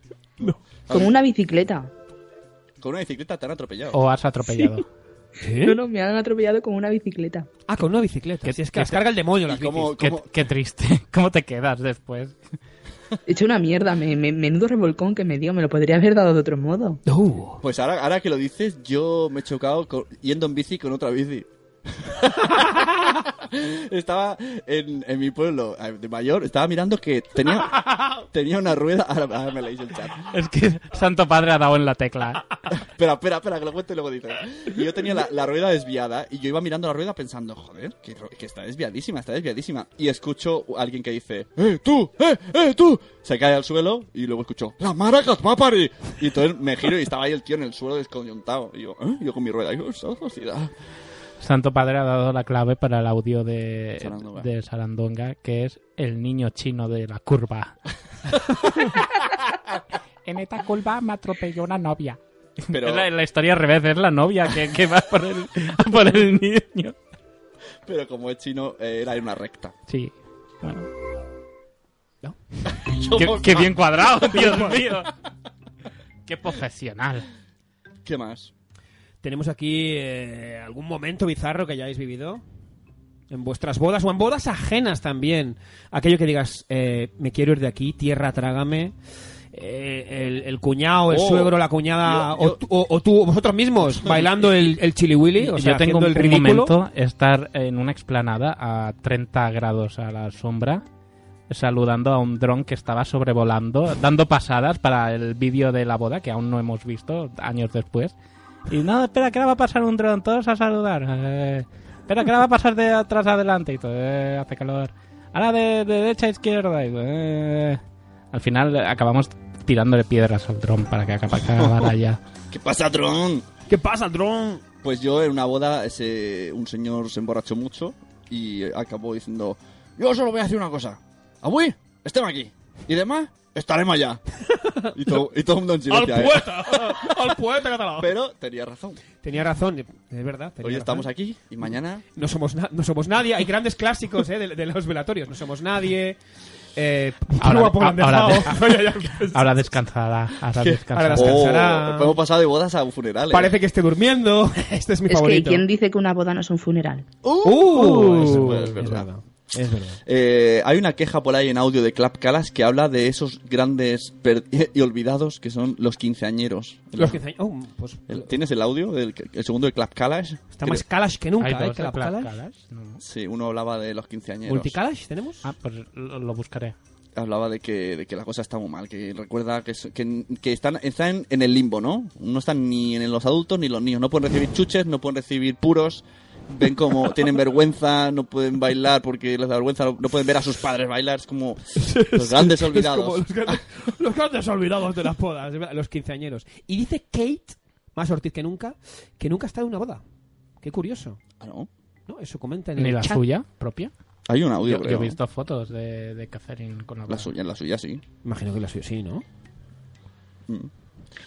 Speaker 8: Con una bicicleta.
Speaker 6: Con una bicicleta te han atropellado.
Speaker 7: O has atropellado.
Speaker 9: ¿Eh?
Speaker 8: No, no, me han atropellado con una bicicleta.
Speaker 9: Ah, con una bicicleta. Que, es que las carga el demonio las bicis.
Speaker 7: Qué, qué triste. ¿Cómo te quedas después?
Speaker 8: He hecho una mierda, me, me- menudo revolcón que me dio, me lo podría haber dado de otro modo.
Speaker 6: Pues ahora, ahora que lo dices, yo me he chocado co- yendo en bici con otra bici. estaba en, en mi pueblo eh, de mayor, estaba mirando que tenía, tenía una rueda. Ahora, ahora me leéis el chat.
Speaker 7: Es que Santo Padre ha dado en la tecla.
Speaker 6: Espera, espera, espera, que lo cuento y luego dices. Y yo tenía la, la rueda desviada y yo iba mirando la rueda pensando, joder, que, ro- que está desviadísima, está desviadísima. Y escucho a alguien que dice, ¡Eh, tú! ¡Eh, eh, tú! Se cae al suelo y luego escucho, ¡La maracas, papari! Y entonces me giro y estaba ahí el tío en el suelo descoyuntado. Y yo, ¿eh? Yo con mi rueda, y yo, "Esa sociedad".
Speaker 7: Santo Padre ha dado la clave para el audio de
Speaker 6: Sarandonga.
Speaker 7: de Sarandonga, que es el niño chino de la curva.
Speaker 5: En esta curva me atropelló una novia.
Speaker 6: Pero-
Speaker 7: Es la, la historia al revés, es la novia que, que va por el, a por el niño.
Speaker 6: Pero como es chino, eh, era en una recta.
Speaker 7: Sí, bueno.
Speaker 6: Yo
Speaker 7: Qué,
Speaker 6: por-
Speaker 7: qué bien cuadrado, Dios mío. Qué profesional.
Speaker 6: ¿Qué más?
Speaker 9: ¿Tenemos aquí eh, algún momento bizarro que hayáis vivido? En vuestras bodas o en bodas ajenas también. Aquello que digas, eh, me quiero ir de aquí, tierra, trágame. Eh, el, el cuñado, el
Speaker 6: Oh,
Speaker 9: suegro, la cuñada,
Speaker 6: yo- yo-
Speaker 9: o, tú- o- o tú, o vosotros mismos, bailando el, el chili willy, o sea,
Speaker 7: Yo
Speaker 9: haciendo
Speaker 7: tengo un,
Speaker 9: el
Speaker 7: un
Speaker 9: ridículo.
Speaker 7: momento estar en una explanada a 30 grados a la sombra saludando a un dron que estaba sobrevolando, dando pasadas para el vídeo de la boda que aún no hemos visto años después. Y no, espera, que ahora va a pasar un dron, todos a saludar. Eh, espera, que ahora va a pasar de atrás adelante y todo, eh, hace calor. Ahora de, de derecha a izquierda. y, eh. Al final eh, acabamos tirándole piedras al dron para que acaba- acabara ya.
Speaker 6: ¿Qué pasa, dron?
Speaker 9: ¿Qué pasa, dron?
Speaker 6: Pues yo en una boda, ese, un señor se emborrachó mucho y eh, acabó diciendo: Yo solo voy a decir una cosa. Avui, estemos aquí. Y demás, estaremos allá. Y todo, y todo el mundo en silencio. ¿eh?
Speaker 9: ¡Al poeta catalán!
Speaker 6: Pero tenía razón.
Speaker 9: Tenía razón, es verdad. tenía
Speaker 6: Hoy estamos
Speaker 9: razón.
Speaker 6: aquí y mañana.
Speaker 9: No somos, na- no somos nadie. Hay grandes clásicos eh, de, de los velatorios. No somos nadie. Eh,
Speaker 7: Ahora-
Speaker 9: no va por
Speaker 7: ahora-
Speaker 9: Landezao.
Speaker 7: ahora- Ahora descansará, ahora descansará.
Speaker 9: Ahora descansará.
Speaker 6: Oh, hemos pasado de bodas a funerales.
Speaker 9: Parece que esté durmiendo. Este es mi
Speaker 8: es
Speaker 9: favorito.
Speaker 8: que, ¿quién dice que una boda no es un funeral?
Speaker 9: Uh,
Speaker 6: es
Speaker 9: es,
Speaker 6: verdad, es verdad.
Speaker 9: verdad. Es verdad.
Speaker 6: Eh, hay una queja por ahí en audio de Clap Calas que habla de esos grandes per- y olvidados que son los quinceañeros.
Speaker 9: Los 15 años- oh, pues,
Speaker 6: El- ¿Tienes el audio del el segundo de Clap Calas?
Speaker 9: está
Speaker 6: Creo-
Speaker 9: más Kalash que nunca.
Speaker 7: ¿Hay
Speaker 9: ¿eh?
Speaker 7: dos de
Speaker 9: Kalash, Kalash.
Speaker 7: Tlaxcalas? No.
Speaker 6: Sí, uno hablaba de los quinceañeros.
Speaker 9: ¿Multicalash tenemos?
Speaker 7: Ah, pues lo, lo buscaré.
Speaker 6: hablaba de que, de que la cosa está muy mal, que recuerda que, so- que, que están, están en el limbo, ¿no? No están ni en los adultos ni los niños, no pueden recibir chuches, no pueden recibir puros, ven como tienen vergüenza, no pueden bailar porque les da vergüenza, no, no pueden ver a sus padres bailar, es como los
Speaker 9: Es
Speaker 6: grandes
Speaker 9: como
Speaker 6: olvidados.
Speaker 9: los, grandes, los grandes olvidados de las bodas, es verdad, los quinceañeros. Y dice Kate, más Ortiz que nunca, que nunca ha estado en una boda. Qué curioso.
Speaker 6: Ah, ¿no?
Speaker 9: ¿no? Eso comenta en el
Speaker 7: ¿Ni la
Speaker 9: chat.
Speaker 7: suya propia?
Speaker 6: Hay un
Speaker 7: Yo,
Speaker 6: audio,
Speaker 7: yo
Speaker 6: creo.
Speaker 7: he visto fotos de, de Catherine con la
Speaker 6: La
Speaker 7: boda.
Speaker 6: suya, la suya sí.
Speaker 9: Imagino que la suya sí, ¿no?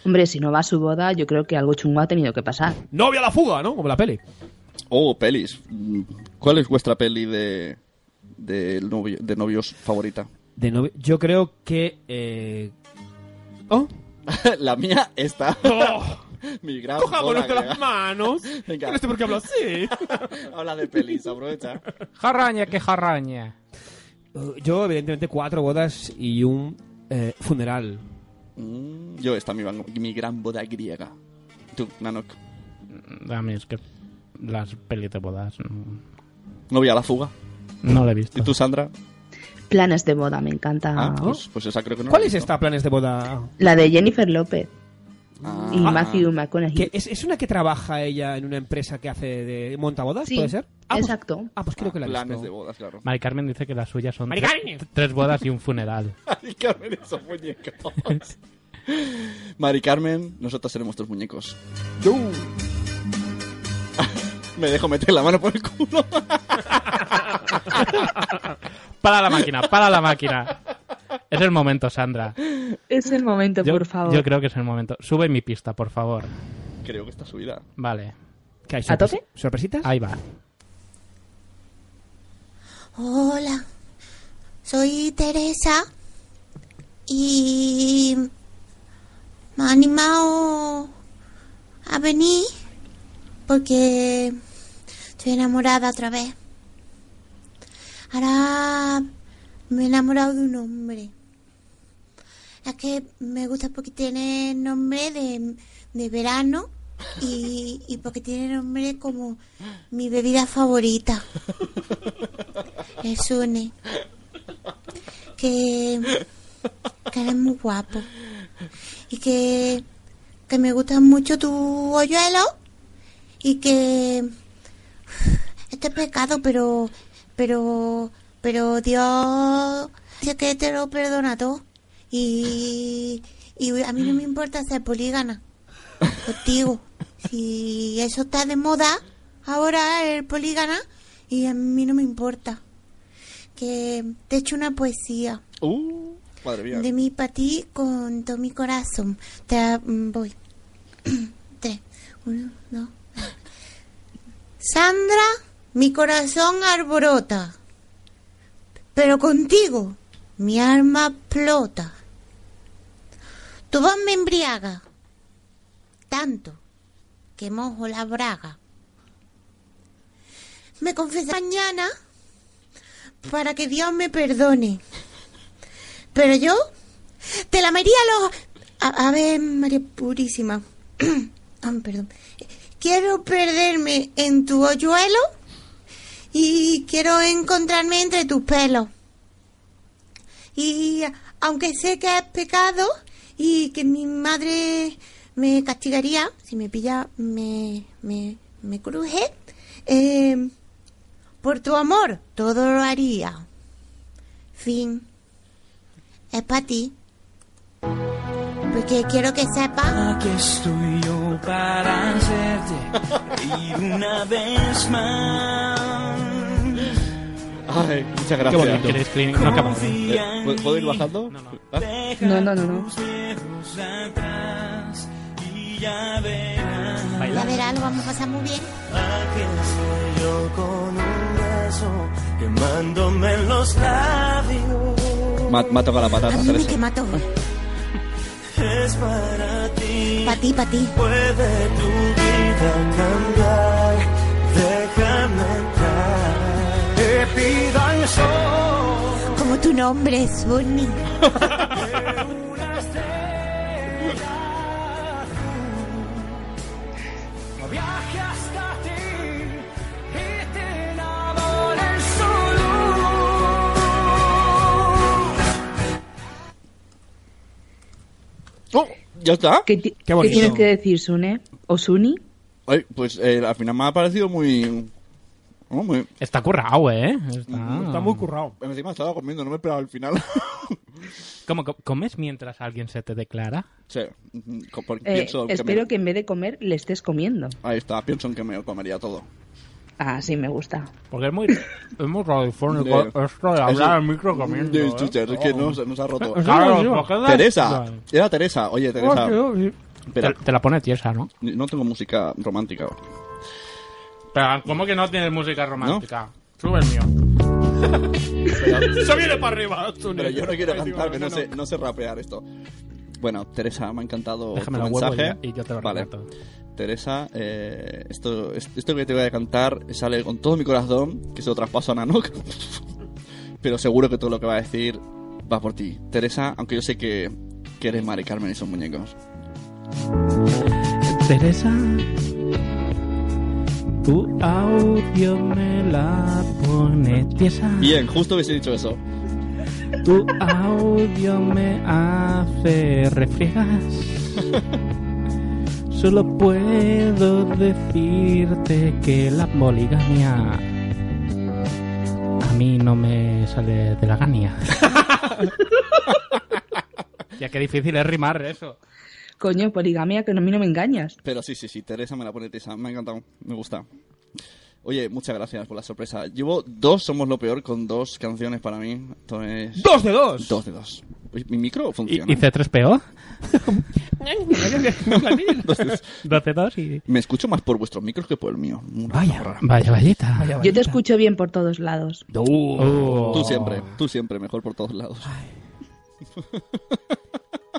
Speaker 8: Hombre, si no va a su boda, yo creo que algo chungo ha tenido que pasar.
Speaker 9: Novia a la fuga, ¿no? Como la peli.
Speaker 6: Oh, pelis. Mm, ¿Cuál es vuestra peli de, de, novio- de novios favorita?
Speaker 9: De novio- Yo creo que. eh, ¡Oh!
Speaker 6: la mía está...
Speaker 9: ¡Oh!
Speaker 6: Mi gran
Speaker 9: ¡Cojamos
Speaker 6: bola
Speaker 9: nuestras
Speaker 6: griega.
Speaker 9: manos!
Speaker 6: Venga.
Speaker 9: Yo
Speaker 5: este
Speaker 9: No sé por qué hablo así.
Speaker 6: Habla de pelis, aprovecha.
Speaker 7: ¡Jarraña, que jarraña!
Speaker 9: Eh, Yo, evidentemente, cuatro bodas y un eh, funeral.
Speaker 6: Mm, Yo, esta mi, van- mi gran boda griega. Tú, Nanok.
Speaker 7: A mí es que las pelis de bodas no,
Speaker 6: Novia a la fuga.
Speaker 7: no la he visto.
Speaker 6: ¿Y tú, Sandra?
Speaker 8: Planes de boda, me encanta.
Speaker 6: Ah, pues, pues esa creo que no.
Speaker 9: ¿Cuál
Speaker 6: la he
Speaker 9: es
Speaker 6: visto.
Speaker 9: esta planes de boda?
Speaker 8: La de Jennifer López
Speaker 6: Ah.
Speaker 8: y Matthew McConaughey.
Speaker 9: ¿Que es, es una que trabaja ella en una empresa que hace de montabodas?
Speaker 8: Sí,
Speaker 9: ¿Puede ser? Ah, pues-
Speaker 8: exacto.
Speaker 9: ah, pues creo que la he visto.
Speaker 6: Planes de bodas, claro.
Speaker 7: Mari Carmen dice que las suyas son
Speaker 9: Mari
Speaker 7: tre-
Speaker 9: Carmen.
Speaker 7: tres bodas y un funeral.
Speaker 6: Mari Carmen, esos muñecos. Mari Carmen, nosotros seremos tus muñecos. Yo. Me dejo meter la mano por el culo.
Speaker 7: ¡Para la máquina, para la máquina! Es el momento, Sandra.
Speaker 8: Es el momento, por favor.
Speaker 7: Yo creo que es el momento. Sube mi pista, por favor.
Speaker 6: Creo que está subida.
Speaker 7: Vale.
Speaker 5: ¿Qué hay?
Speaker 7: ¿A
Speaker 5: sorpres-
Speaker 7: tope?
Speaker 5: ¿Sorpresitas?
Speaker 7: Ahí va.
Speaker 13: Hola, soy Teresa y me ha animado a venir porque estoy enamorada otra vez. Ahora me he enamorado de un hombre. Es que me gusta porque tiene nombre de, de verano y, y porque tiene nombre como mi bebida favorita. Es une. Que, que eres muy guapo. Y que, que me gustan mucho tu hoyuelo. Y que este es pecado, pero, pero, pero Dios dice que te lo perdona todo. Y, y a mí no me importa ser polígana contigo. Si eso está de moda, ahora el polígana, y a mí no me importa. Que te echo una poesía
Speaker 6: Uh, madre mía.
Speaker 13: de mí para ti con todo mi corazón. Te mm, voy. Tres, uno, dos. Sandra, mi corazón arborota, pero contigo mi alma plota. Tu voz me embriaga, tanto que mojo la braga. Me confesé mañana para que Dios me perdone. Pero yo te lamería los... A, a ver, María Purísima. Ah, perdón. Quiero perderme en tu hoyuelo y quiero encontrarme entre tus pelos. Y aunque sé que es pecado y que mi madre me castigaría, si me pilla me, me, me cruje, eh, por tu amor todo lo haría. Fin. Es para ti. Porque quiero que sepas...
Speaker 4: Aquí estoy yo para hacerte y una vez más.
Speaker 6: Ay, muchas
Speaker 7: Qué
Speaker 6: gracias.
Speaker 7: bonito. ¿Queréis cleaning? No acabamos.
Speaker 6: Eh, ¿puedo- ¿Puedo ir bajando? ¿Ah? No,
Speaker 8: No, no,
Speaker 6: no.
Speaker 8: no, no.
Speaker 13: Ya verás, lo vamos a pasar muy bien.
Speaker 4: Aquí estoy yo con un beso quemándome en los labios.
Speaker 6: Me ha me ha tocado la
Speaker 13: A
Speaker 6: patata,
Speaker 13: mí me
Speaker 6: Teresa.
Speaker 13: quemató.
Speaker 4: Es para ti.
Speaker 13: Pa' ti, pa' ti.
Speaker 4: Puede tu vida cambiar. Déjame entrar. Te pido al sol.
Speaker 13: Como tu nombre es bonito.
Speaker 4: Viaje hasta ti y te enamores solo.
Speaker 7: Oh,
Speaker 6: ¿Ya está?
Speaker 8: ¿Qué, ti-
Speaker 6: bonito.
Speaker 8: qué tienes que decir, Sune? ¿O Suni?
Speaker 6: Ay, pues eh, al final me ha parecido muy... oh, muy...
Speaker 7: Está currado, ¿eh? Está,
Speaker 6: Está muy currado. Encima estaba comiendo, no me esperaba al final.
Speaker 7: ¿Cómo co- comes mientras alguien se te declara?
Speaker 6: sí. mm, co- por-
Speaker 8: Eh,
Speaker 6: pienso que
Speaker 8: espero
Speaker 6: me-
Speaker 8: que en vez de comer le estés comiendo.
Speaker 6: Ahí está, pienso en que me comería todo.
Speaker 8: Ah, sí, me gusta.
Speaker 7: Porque es muy, es muy radiofónico
Speaker 6: Eh,
Speaker 7: esto de hablar
Speaker 6: eso-
Speaker 7: al micro comiendo.
Speaker 6: Sí,
Speaker 7: ¿eh?
Speaker 6: sí, sí, es que nos, nos ha roto.
Speaker 7: Eso Claro, digo yo. ¿por qué das?
Speaker 6: Teresa.
Speaker 7: Vale.
Speaker 6: Era Teresa. Oye, Teresa. Espera,
Speaker 7: Te la pone tiesa, ¿no?
Speaker 6: no tengo música romántica.
Speaker 7: Pero, ¿cómo que no tienes música romántica? Sube el mío.
Speaker 12: Se viene para arriba. Tony.
Speaker 6: Pero yo no quiero
Speaker 12: Ay, digo,
Speaker 6: cantar, que no,
Speaker 12: no,
Speaker 6: sé, no sé rapear esto. Bueno, Teresa, me ha encantado
Speaker 7: Déjame
Speaker 6: tu
Speaker 7: la huevo
Speaker 6: mensaje.
Speaker 7: y- y yo te lo
Speaker 6: vale.
Speaker 7: reparto.
Speaker 6: Teresa, eh, esto, esto que te voy a cantar sale con todo mi corazón, que se lo traspaso a Nanook. Pero seguro que todo lo que va a decir va por ti. Teresa, aunque yo sé que, que eres Mari Carmen y son muñecos.
Speaker 7: Teresa, tu audio me la pone tiesa.
Speaker 6: Bien, justo hubiese dicho eso.
Speaker 7: Tu audio me hace refriegas. Solo puedo decirte que la poligamia a mí no me sale de la gania. ya que difícil es rimar eso.
Speaker 8: Coño, poligamia, que a mí no me engañas.
Speaker 6: Pero sí, sí, sí, Teresa me la pone Teresa. Me ha encantado, me gusta. Oye, muchas gracias por la sorpresa. Llevo dos Somos lo Peor con dos canciones para mí. Entonces...
Speaker 5: ¡Dos de dos!
Speaker 6: Dos de dos. Uy, ¿Mi micro funciona?
Speaker 7: ¿Y C3PO?
Speaker 6: Entonces,
Speaker 7: 12-2 y...
Speaker 6: me escucho más por vuestros micros que por el mío. Una cosa rara.
Speaker 7: Vaya, vallita.
Speaker 8: Yo te escucho bien por todos lados.
Speaker 9: Oh.
Speaker 6: Tú siempre, tú siempre, mejor por todos lados.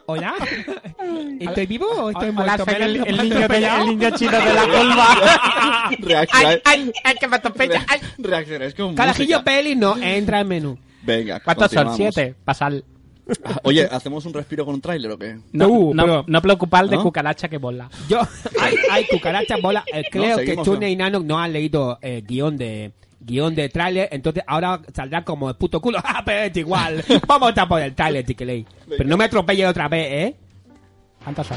Speaker 9: Hola. ¿Estoy vivo o estoy
Speaker 14: Hola,
Speaker 9: muerto?
Speaker 14: soy
Speaker 9: ¿Me han
Speaker 14: el- el niño
Speaker 9: atropellado?
Speaker 14: de- el niño chino de la vulva.
Speaker 6: Reacciona-
Speaker 14: Ay, ay, ay, que me atropella. Ay.
Speaker 6: Reacciones con
Speaker 9: Carajillo
Speaker 6: música.
Speaker 9: Peli no, entra al menú.
Speaker 6: Venga,
Speaker 7: ¿Cuántos son?
Speaker 6: continuamos.
Speaker 7: ¿Siete? Pasal.
Speaker 6: Ah, Oye, ¿hacemos un respiro con un tráiler o qué?
Speaker 7: No,
Speaker 9: Uh,
Speaker 7: no,
Speaker 9: pero-
Speaker 7: no preocupar de
Speaker 6: ¿No?
Speaker 7: cucaracha que bola.
Speaker 9: Yo, hay, hay cucaracha, bola. eh, creo que
Speaker 6: seguimos,
Speaker 9: Chune
Speaker 6: ¿no?
Speaker 9: y Nano no han leído eh, guión de guión de tráiler, entonces ahora saldrá como el puto culo. ¡Ah, pero es igual! Vamos a por el tráiler, Tiqueley. Pero no me atropelle otra vez, ¿eh?
Speaker 7: ¿Cuántos son?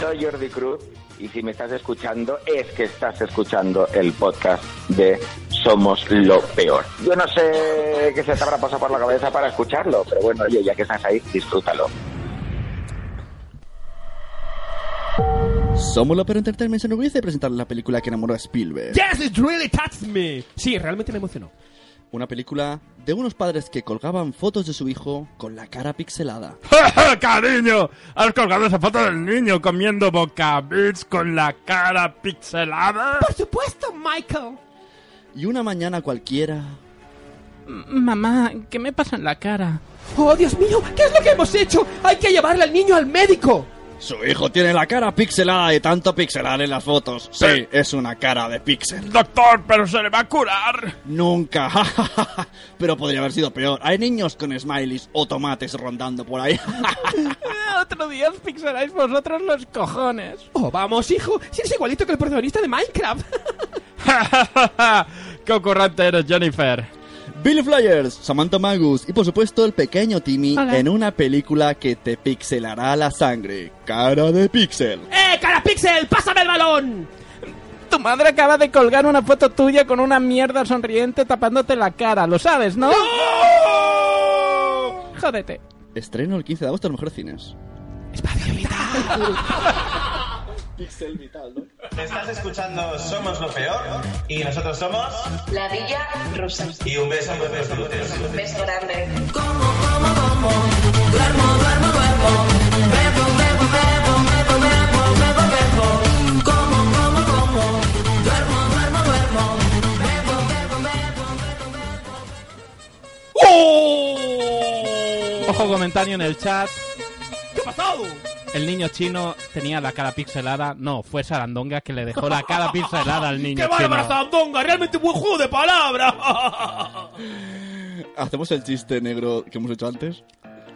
Speaker 10: Soy Jordi Cruz y si me estás escuchando es que estás escuchando el podcast de Somos lo Peor. Yo no sé qué se te habrá pasado por la cabeza para escucharlo, pero bueno, oye, ya que estás ahí, disfrútalo.
Speaker 6: Somos la Pero Entertainment se nos olvide presentar la película que enamoró a Spielberg.
Speaker 9: Yes, it really touched me. Sí, realmente me emocionó.
Speaker 6: Una película de unos padres que colgaban fotos de su hijo con la cara pixelada.
Speaker 5: ¡Cariño! ¿Has colgado esa foto del niño comiendo bocabits con la cara pixelada?
Speaker 9: Por supuesto, Michael.
Speaker 6: Y una mañana cualquiera...
Speaker 7: Mamá, ¿qué me pasa en la cara?
Speaker 9: ¡Oh, Dios mío! ¿Qué es lo que hemos hecho? ¡Hay que llevarle al niño al médico!
Speaker 6: Su hijo tiene la cara pixelada de tanto pixelar en las fotos. Sí, es una cara de pixel.
Speaker 5: Doctor, pero se le va a curar.
Speaker 6: Nunca. Pero podría haber sido peor. Hay niños con smileys o tomates rondando por ahí.
Speaker 9: Eh, Otro día os pixeláis vosotros los cojones. Oh, vamos, hijo. Si eres igualito que el protagonista de Minecraft.
Speaker 5: ¡Qué ocurrente eres, Jennifer!
Speaker 6: Bill Flyers, Samantha Magus y por supuesto el pequeño Timmy
Speaker 9: Hola.
Speaker 6: en una película que te pixelará la sangre. Cara de pixel.
Speaker 9: ¡Eh, cara pixel! ¡Pásame el balón!
Speaker 7: Tu madre acaba de colgar una foto tuya con una mierda sonriente tapándote la cara, lo sabes, ¿no?
Speaker 9: ¡Oh!
Speaker 7: Jódete.
Speaker 6: Estreno el 15 de agosto en los mejores cines.
Speaker 15: Pixel vital, ¿no? Estás escuchando Somos lo Peor y nosotros somos...
Speaker 4: La Villa Rosa.
Speaker 15: Y un beso muy beso.
Speaker 4: Beso grande.
Speaker 7: Ojo comentario en el chat.
Speaker 9: ¿Qué ha pasado?
Speaker 7: El niño chino tenía la cara pixelada. No, fue Sarandonga que le dejó la cara pixelada al niño
Speaker 16: ¡Qué bárbara
Speaker 7: chino.
Speaker 16: Zandonga! ¡Realmente un buen juego de palabras!
Speaker 6: ¿Hacemos el chiste negro que hemos hecho antes?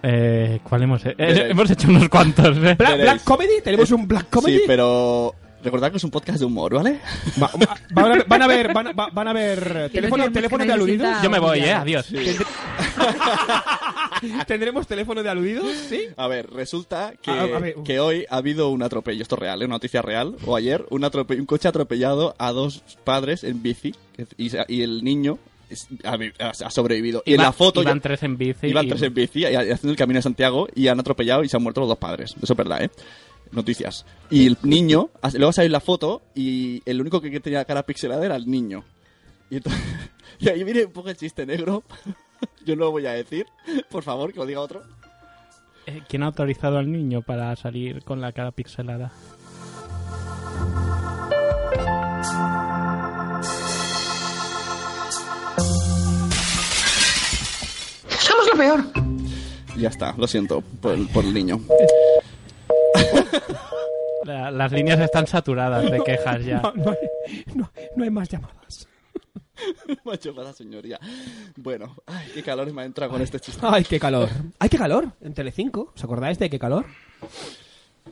Speaker 7: Eh, ¿Cuál hemos hecho?
Speaker 6: Veréis.
Speaker 7: hemos hecho unos cuantos, ¿eh?
Speaker 6: Veréis. Eh, Sí,
Speaker 7: Sí,
Speaker 6: pero recordad que es un podcast de humor, ¿vale?
Speaker 9: Van a, van a ver, van a, va- van a ver eh, teléfono,
Speaker 6: decíamos que
Speaker 9: teléfono de
Speaker 6: nadie
Speaker 9: aludidos.
Speaker 6: visita Yo me voy, eh, adiós.
Speaker 9: Tendr- ¿Tendremos teléfono de aludidos? Sí.
Speaker 6: A ver, resulta que,
Speaker 7: Ah,
Speaker 9: A- a ver, uh.
Speaker 6: que hoy ha habido un atropello, esto es real, es una noticia real, o ayer, un, atrope- un coche atropellado a dos padres en bici y, se- y el niño es- ha, vi- ha- ha sobrevivido. Y en
Speaker 7: Iba-
Speaker 6: la foto...
Speaker 7: iban tres en bici
Speaker 6: Iban
Speaker 7: y-
Speaker 6: tres en bici y- y haciendo el camino de Santiago y han atropellado y se han muerto los dos padres. Eso es verdad, ¿eh? Noticias. Y el niño, ha- luego ha salido la foto y el único que tenía la cara pixelada era el niño. Y, ento- y ahí viene un poco el chiste negro. Yo no lo voy a decir. Por favor, que lo diga otro.
Speaker 7: ¿Quién ha autorizado al niño para salir con la cara pixelada?
Speaker 6: Somos lo peor. Ya está, lo siento por el, por el niño.
Speaker 7: La- las líneas están saturadas de quejas ya.
Speaker 9: No, no hay, no- no hay más llamadas.
Speaker 6: Macho para señoría. Bueno, ay, qué calores me ha entrado con este chiste.
Speaker 9: Ay, qué calor. Ay, qué calor. En Telecinco. ¿Os acordáis de qué calor?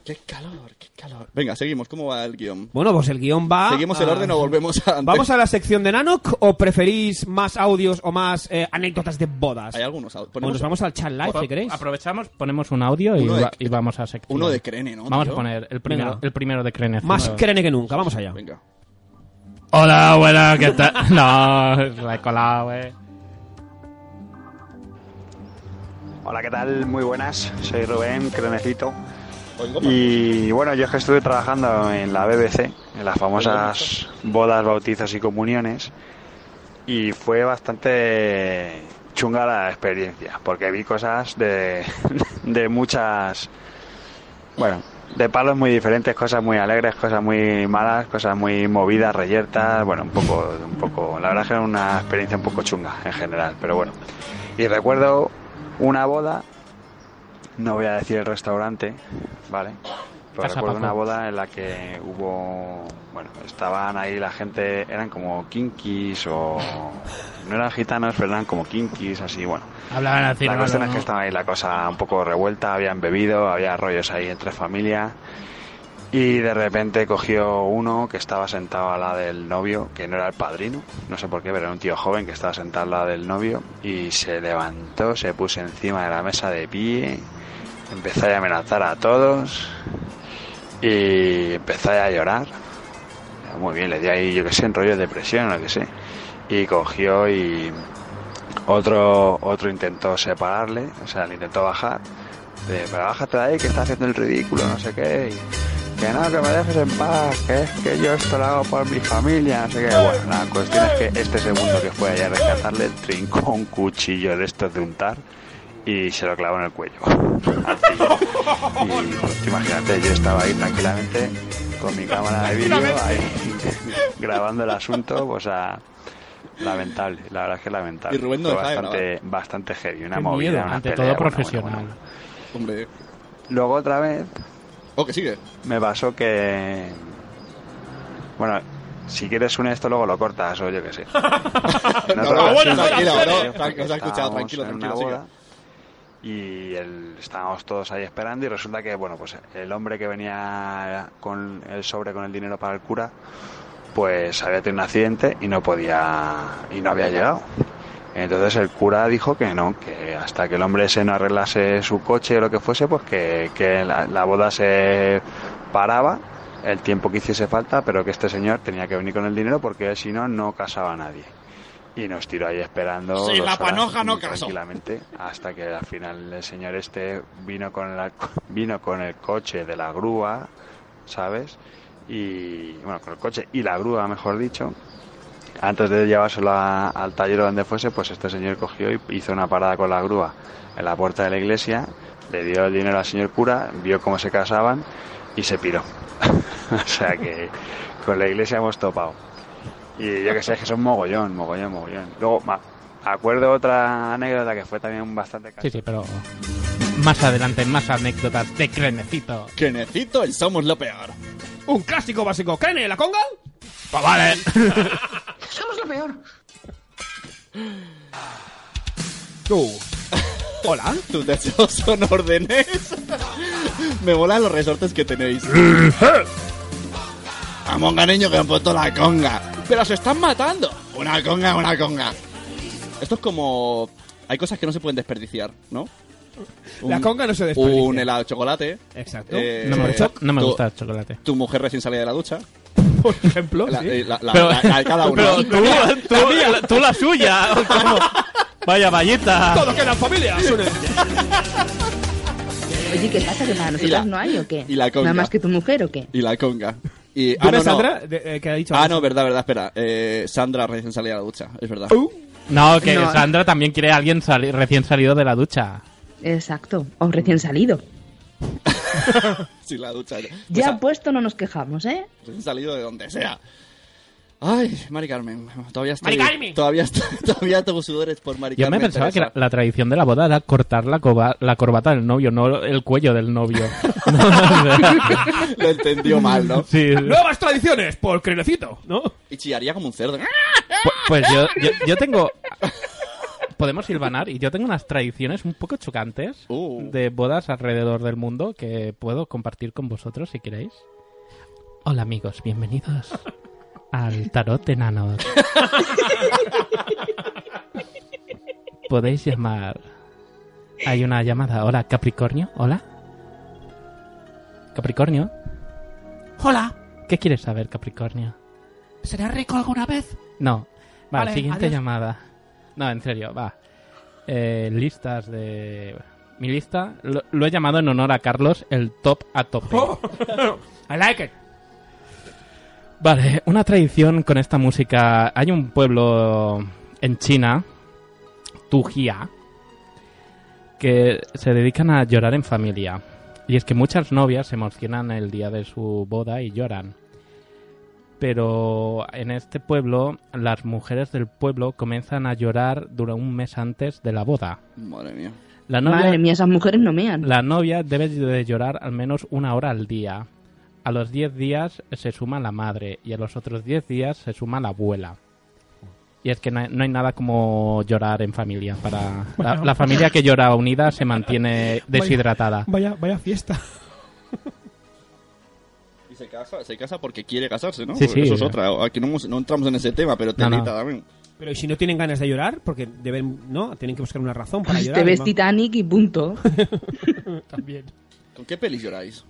Speaker 6: Qué calor, qué calor. Venga, seguimos. ¿Cómo va el guión?
Speaker 9: Bueno, pues el guión va.
Speaker 6: ¿Seguimos el
Speaker 9: a-
Speaker 6: orden o volvemos a antes?
Speaker 9: ¿Vamos a la sección de Nanoc o preferís más audios o más eh, anécdotas de bodas?
Speaker 6: Hay algunos. au-
Speaker 9: Bueno,
Speaker 6: ponemos-
Speaker 9: nos vamos al chat live,
Speaker 7: Apro-
Speaker 9: si queréis.
Speaker 7: Aprovechamos, ponemos un audio y,
Speaker 9: Uno de-
Speaker 7: va- y vamos a sección.
Speaker 6: uno de Crene, ¿no,
Speaker 7: Vamos
Speaker 6: tío?
Speaker 7: a poner el primero,
Speaker 9: Venga.
Speaker 7: el primero de Crene.
Speaker 9: Más
Speaker 7: Crene.
Speaker 9: crene que nunca, vamos allá.
Speaker 6: Venga.
Speaker 7: Hola, buena, ¿qué tal? No, la he colado, eh.
Speaker 17: Hola, ¿qué tal? Muy buenas. Soy Rubén Crenecito. Y bueno, yo es que estuve trabajando en la BBC, en las famosas bodas, bautizos y comuniones. Y fue bastante chunga la experiencia, porque vi cosas de, de muchas, bueno, de palos muy diferentes, cosas muy alegres, cosas muy malas, cosas muy movidas, reyertas, bueno, un poco, un poco, la verdad es que era una experiencia un poco chunga en general, pero bueno. Y recuerdo una boda, no voy a decir el restaurante, ¿vale? Pero
Speaker 9: Casa
Speaker 17: recuerdo
Speaker 9: Paco.
Speaker 17: una boda en la que hubo, bueno, estaban ahí la gente, eran como kinkis o... No eran gitanos, pero eran como kinkis, así, bueno.
Speaker 5: Hablaban así,
Speaker 17: La
Speaker 5: ¿no?
Speaker 17: cuestión
Speaker 5: ¿no?
Speaker 17: es que estaba ahí la cosa un poco revuelta, habían bebido, había rollos ahí entre familia. Y de repente cogió uno que estaba sentado a la del novio, que no era el padrino, no sé por qué, pero era un tío joven que estaba sentado a la del novio, y se levantó, se puso encima de la mesa de pie, empezó a amenazar a todos y empezó a llorar. Muy bien, le di ahí, yo que sé, en rollo de depresión o lo que sé. Y cogió y otro, otro intentó separarle, o sea, le intentó bajar. De, pero bájate de ahí que está haciendo el ridículo, no sé qué. y que no, que me dejes en paz, que es que yo esto lo hago por mi familia, no sé qué. Bueno, la cuestión es que este segundo que fue allá a rescatarle trincó un cuchillo de estos de untar y se lo clavó en el cuello. Al tío. Y pues, imagínate, yo estaba ahí tranquilamente con mi cámara de vídeo, ahí grabando el asunto, o sea, lamentable, la verdad es que lamentable.
Speaker 6: Y Rubén no
Speaker 17: Fue
Speaker 6: dejaba de
Speaker 17: bastante, bastante heavy, una
Speaker 7: Qué
Speaker 17: movida.
Speaker 7: miedo,
Speaker 17: una
Speaker 7: ante
Speaker 17: pelea,
Speaker 7: todo
Speaker 17: bueno,
Speaker 7: profesional.
Speaker 6: Hombre.
Speaker 17: Luego otra vez.
Speaker 6: ¿O que sigue?
Speaker 17: Me pasó que. Bueno, si quieres un esto, luego lo cortas o yo qué sé.
Speaker 6: No,
Speaker 17: otra
Speaker 6: no,
Speaker 17: ocasión,
Speaker 6: bueno, tranquilo,
Speaker 17: porque
Speaker 6: no, tranquilo, se ha escuchado,
Speaker 17: estábamos
Speaker 6: tranquilo,
Speaker 17: en
Speaker 6: tranquilo,
Speaker 17: una
Speaker 6: siga.
Speaker 17: boda Y el- estábamos todos ahí esperando y resulta que, bueno, pues el hombre que venía con el sobre con el dinero para el cura, pues había tenido un accidente y no podía, y no había llegado. Entonces el cura dijo que no, que hasta que el hombre se no arreglase su coche o lo que fuese, pues que, que la, la boda se paraba el tiempo que hiciese falta, pero que este señor tenía que venir con el dinero porque él, si no, no casaba a nadie. Y nos tiró ahí esperando dos
Speaker 6: Si la
Speaker 17: horas
Speaker 6: panoja no
Speaker 17: muy
Speaker 6: casó.
Speaker 17: tranquilamente hasta que al final el señor este vino con, la, vino con el coche de la grúa, ¿sabes? Y bueno, con el coche y la grúa, mejor dicho, antes de llevárselo a- al taller o donde fuese, pues este señor cogió y hizo una parada con la grúa en la puerta de la iglesia, le dio el dinero al señor cura, vio cómo se casaban y se piró. o sea que con la iglesia hemos topado. Y yo que sé, es que son mogollón, mogollón, mogollón. Luego, me acuerdo otra anécdota que fue también bastante...
Speaker 7: Sí, sí, pero más adelante, más anécdotas de Crenecito.
Speaker 6: Crenecito, el somos lo peor.
Speaker 5: Un clásico básico. ¿Kene, la conga?
Speaker 9: Ah,
Speaker 7: Pues vale.
Speaker 4: Somos lo peor.
Speaker 6: Tú. Hola. Tus deseos son órdenes. Me molan los resortes que tenéis. Vamos, niño, que han puesto la conga. Pero se están matando. Una conga, una conga. Esto es como... Hay cosas que no se pueden desperdiciar, ¿no?
Speaker 5: La
Speaker 6: Un-
Speaker 5: conga no se desperdicia.
Speaker 6: Un helado de chocolate. Eh,
Speaker 5: Exacto.
Speaker 7: no, me gusta, no me
Speaker 6: tu-
Speaker 7: gusta el chocolate.
Speaker 6: Tu mujer recién salida de la ducha.
Speaker 5: Por ejemplo.
Speaker 6: La, eh, la- la-
Speaker 7: Pero-
Speaker 6: la- la de cada uno.
Speaker 7: pero tú-
Speaker 5: tú- tú la suya,
Speaker 7: Vaya valleta.
Speaker 5: Todo que la familia.
Speaker 8: Oye, ¿qué pasa? ¿Que para nosotras no hay o qué?
Speaker 6: y la conga.
Speaker 8: ¿Nada más que tu mujer o qué?
Speaker 6: Y la conga. Y, ah,
Speaker 5: ¿Dónde
Speaker 6: no, no.
Speaker 5: Sandra? De- eh, que ha dicho
Speaker 6: Ah,
Speaker 5: antes.
Speaker 6: no, verdad, verdad, espera. Eh, Sandra recién salida de la ducha, es verdad.
Speaker 5: Uh.
Speaker 7: No, que
Speaker 6: No.
Speaker 7: Sandra también quiere a alguien sali- recién salido de la ducha.
Speaker 8: Exacto. O recién salido.
Speaker 7: Pues
Speaker 6: Sí, la ducha. Pues
Speaker 8: Ya
Speaker 6: ha-
Speaker 8: puesto no nos quejamos, ¿eh?
Speaker 6: recién salido de donde sea. Ay, Mari Carmen, todavía estoy...
Speaker 5: Mari Carmen.
Speaker 6: Todavía, estoy- todavía tengo sudores por Mari
Speaker 7: Yo me
Speaker 6: Carmen.
Speaker 7: pensaba que
Speaker 6: Teresa.
Speaker 7: la, la tradición de la boda era cortar la, coba- la corbata del novio, no el cuello del novio.
Speaker 6: Lo entendió mal, ¿no?
Speaker 7: Sí.
Speaker 5: Nuevas tradiciones por Crenecito, ¿no?
Speaker 6: Y chillaría como un cerdo.
Speaker 7: Pues yo, yo, yo tengo... Podemos silvanar y yo tengo unas tradiciones un poco chocantes de bodas alrededor del mundo que puedo compartir con vosotros si queréis. Hola amigos, bienvenidos al tarot de nanos. Podéis llamar. Hay una llamada. Hola, Capricornio. Hola. Capricornio.
Speaker 18: Hola,
Speaker 7: ¿Qué quieres saber, Capricornio?
Speaker 18: ¿será rico alguna vez?
Speaker 7: No. Vale,
Speaker 18: Vale,
Speaker 7: siguiente
Speaker 18: adiós.
Speaker 7: llamada. No, en serio, va. Eh, listas de... Mi lista lo, lo he llamado en honor a Carlos el top a tope.
Speaker 18: I like it.
Speaker 7: Vale, una tradición con esta música. Hay un pueblo en China Tujía que se dedican a llorar en familia. Y es que muchas novias se emocionan el día de su boda y lloran. Pero en este pueblo, las mujeres del pueblo comienzan a llorar durante un mes antes de la boda.
Speaker 6: Madre mía.
Speaker 7: La novia-
Speaker 8: Madre mía, esas mujeres no mean.
Speaker 7: la novia debe de llorar al menos una hora al día. A los 10 días se suma la madre y a los otros 10 días se suma la abuela. Y es que no hay, no hay nada como llorar en familia. Para la,
Speaker 5: Bueno.
Speaker 7: la familia que llora unida se mantiene
Speaker 5: Vaya-
Speaker 7: deshidratada.
Speaker 5: Vaya, vaya fiesta.
Speaker 6: Y se casa, se casa porque quiere casarse, ¿no?
Speaker 7: Sí, sí.
Speaker 6: Eso es otra. Aquí no, hemos- no entramos en ese tema, pero te
Speaker 7: No, no.
Speaker 6: también.
Speaker 5: Pero ¿y si no tienen ganas de llorar? Porque deben, ¿no? Tienen que buscar una razón para llorar.
Speaker 8: Te ves
Speaker 5: ¿no?
Speaker 8: Titanic y punto.
Speaker 5: También.
Speaker 6: ¿Con qué pelis lloráis?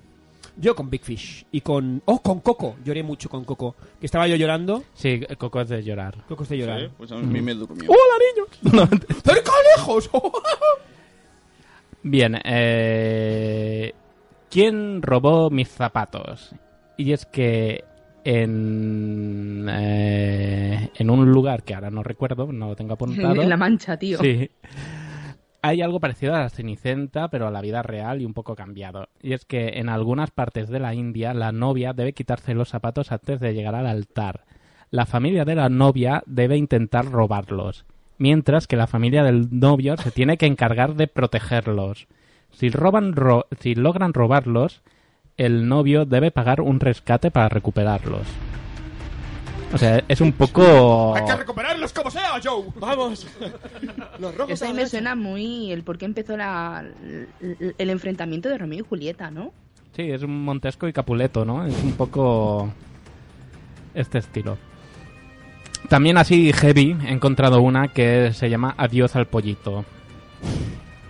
Speaker 5: Yo con Big Fish y con... Oh, con Coco. Lloré mucho con Coco. Que estaba yo llorando.
Speaker 7: Sí, Coco es de llorar.
Speaker 5: Coco es de llorar. Mm.
Speaker 6: Sí, pues a mí me durmió.
Speaker 5: ¡Hola, niños! ¡Cerca lejos!
Speaker 7: Bien, eh, ¿quién robó mis zapatos? Y es que en, eh, en un lugar que ahora no recuerdo, no lo tengo apuntado.
Speaker 8: En La Mancha, tío.
Speaker 7: Sí. Hay algo parecido a la Cenicienta, pero a la vida real y un poco cambiado. Y es que en algunas partes de la India, la novia debe quitarse los zapatos antes de llegar al altar. La familia de la novia debe intentar robarlos, mientras que la familia del novio se tiene que encargar de protegerlos. Si, roban ro- si logran robarlos, el novio debe pagar un rescate para recuperarlos. O sea, es un poco...
Speaker 12: Hay que recuperarlos como sea, Joe. Vamos. Los
Speaker 8: Eso ahí me suena muy el por qué empezó la, el, el enfrentamiento de Romeo y Julieta, ¿no?
Speaker 7: Sí, es un Montesco y Capuleto, ¿no? Es un poco este estilo. También así heavy he encontrado una que se llama Adiós al pollito.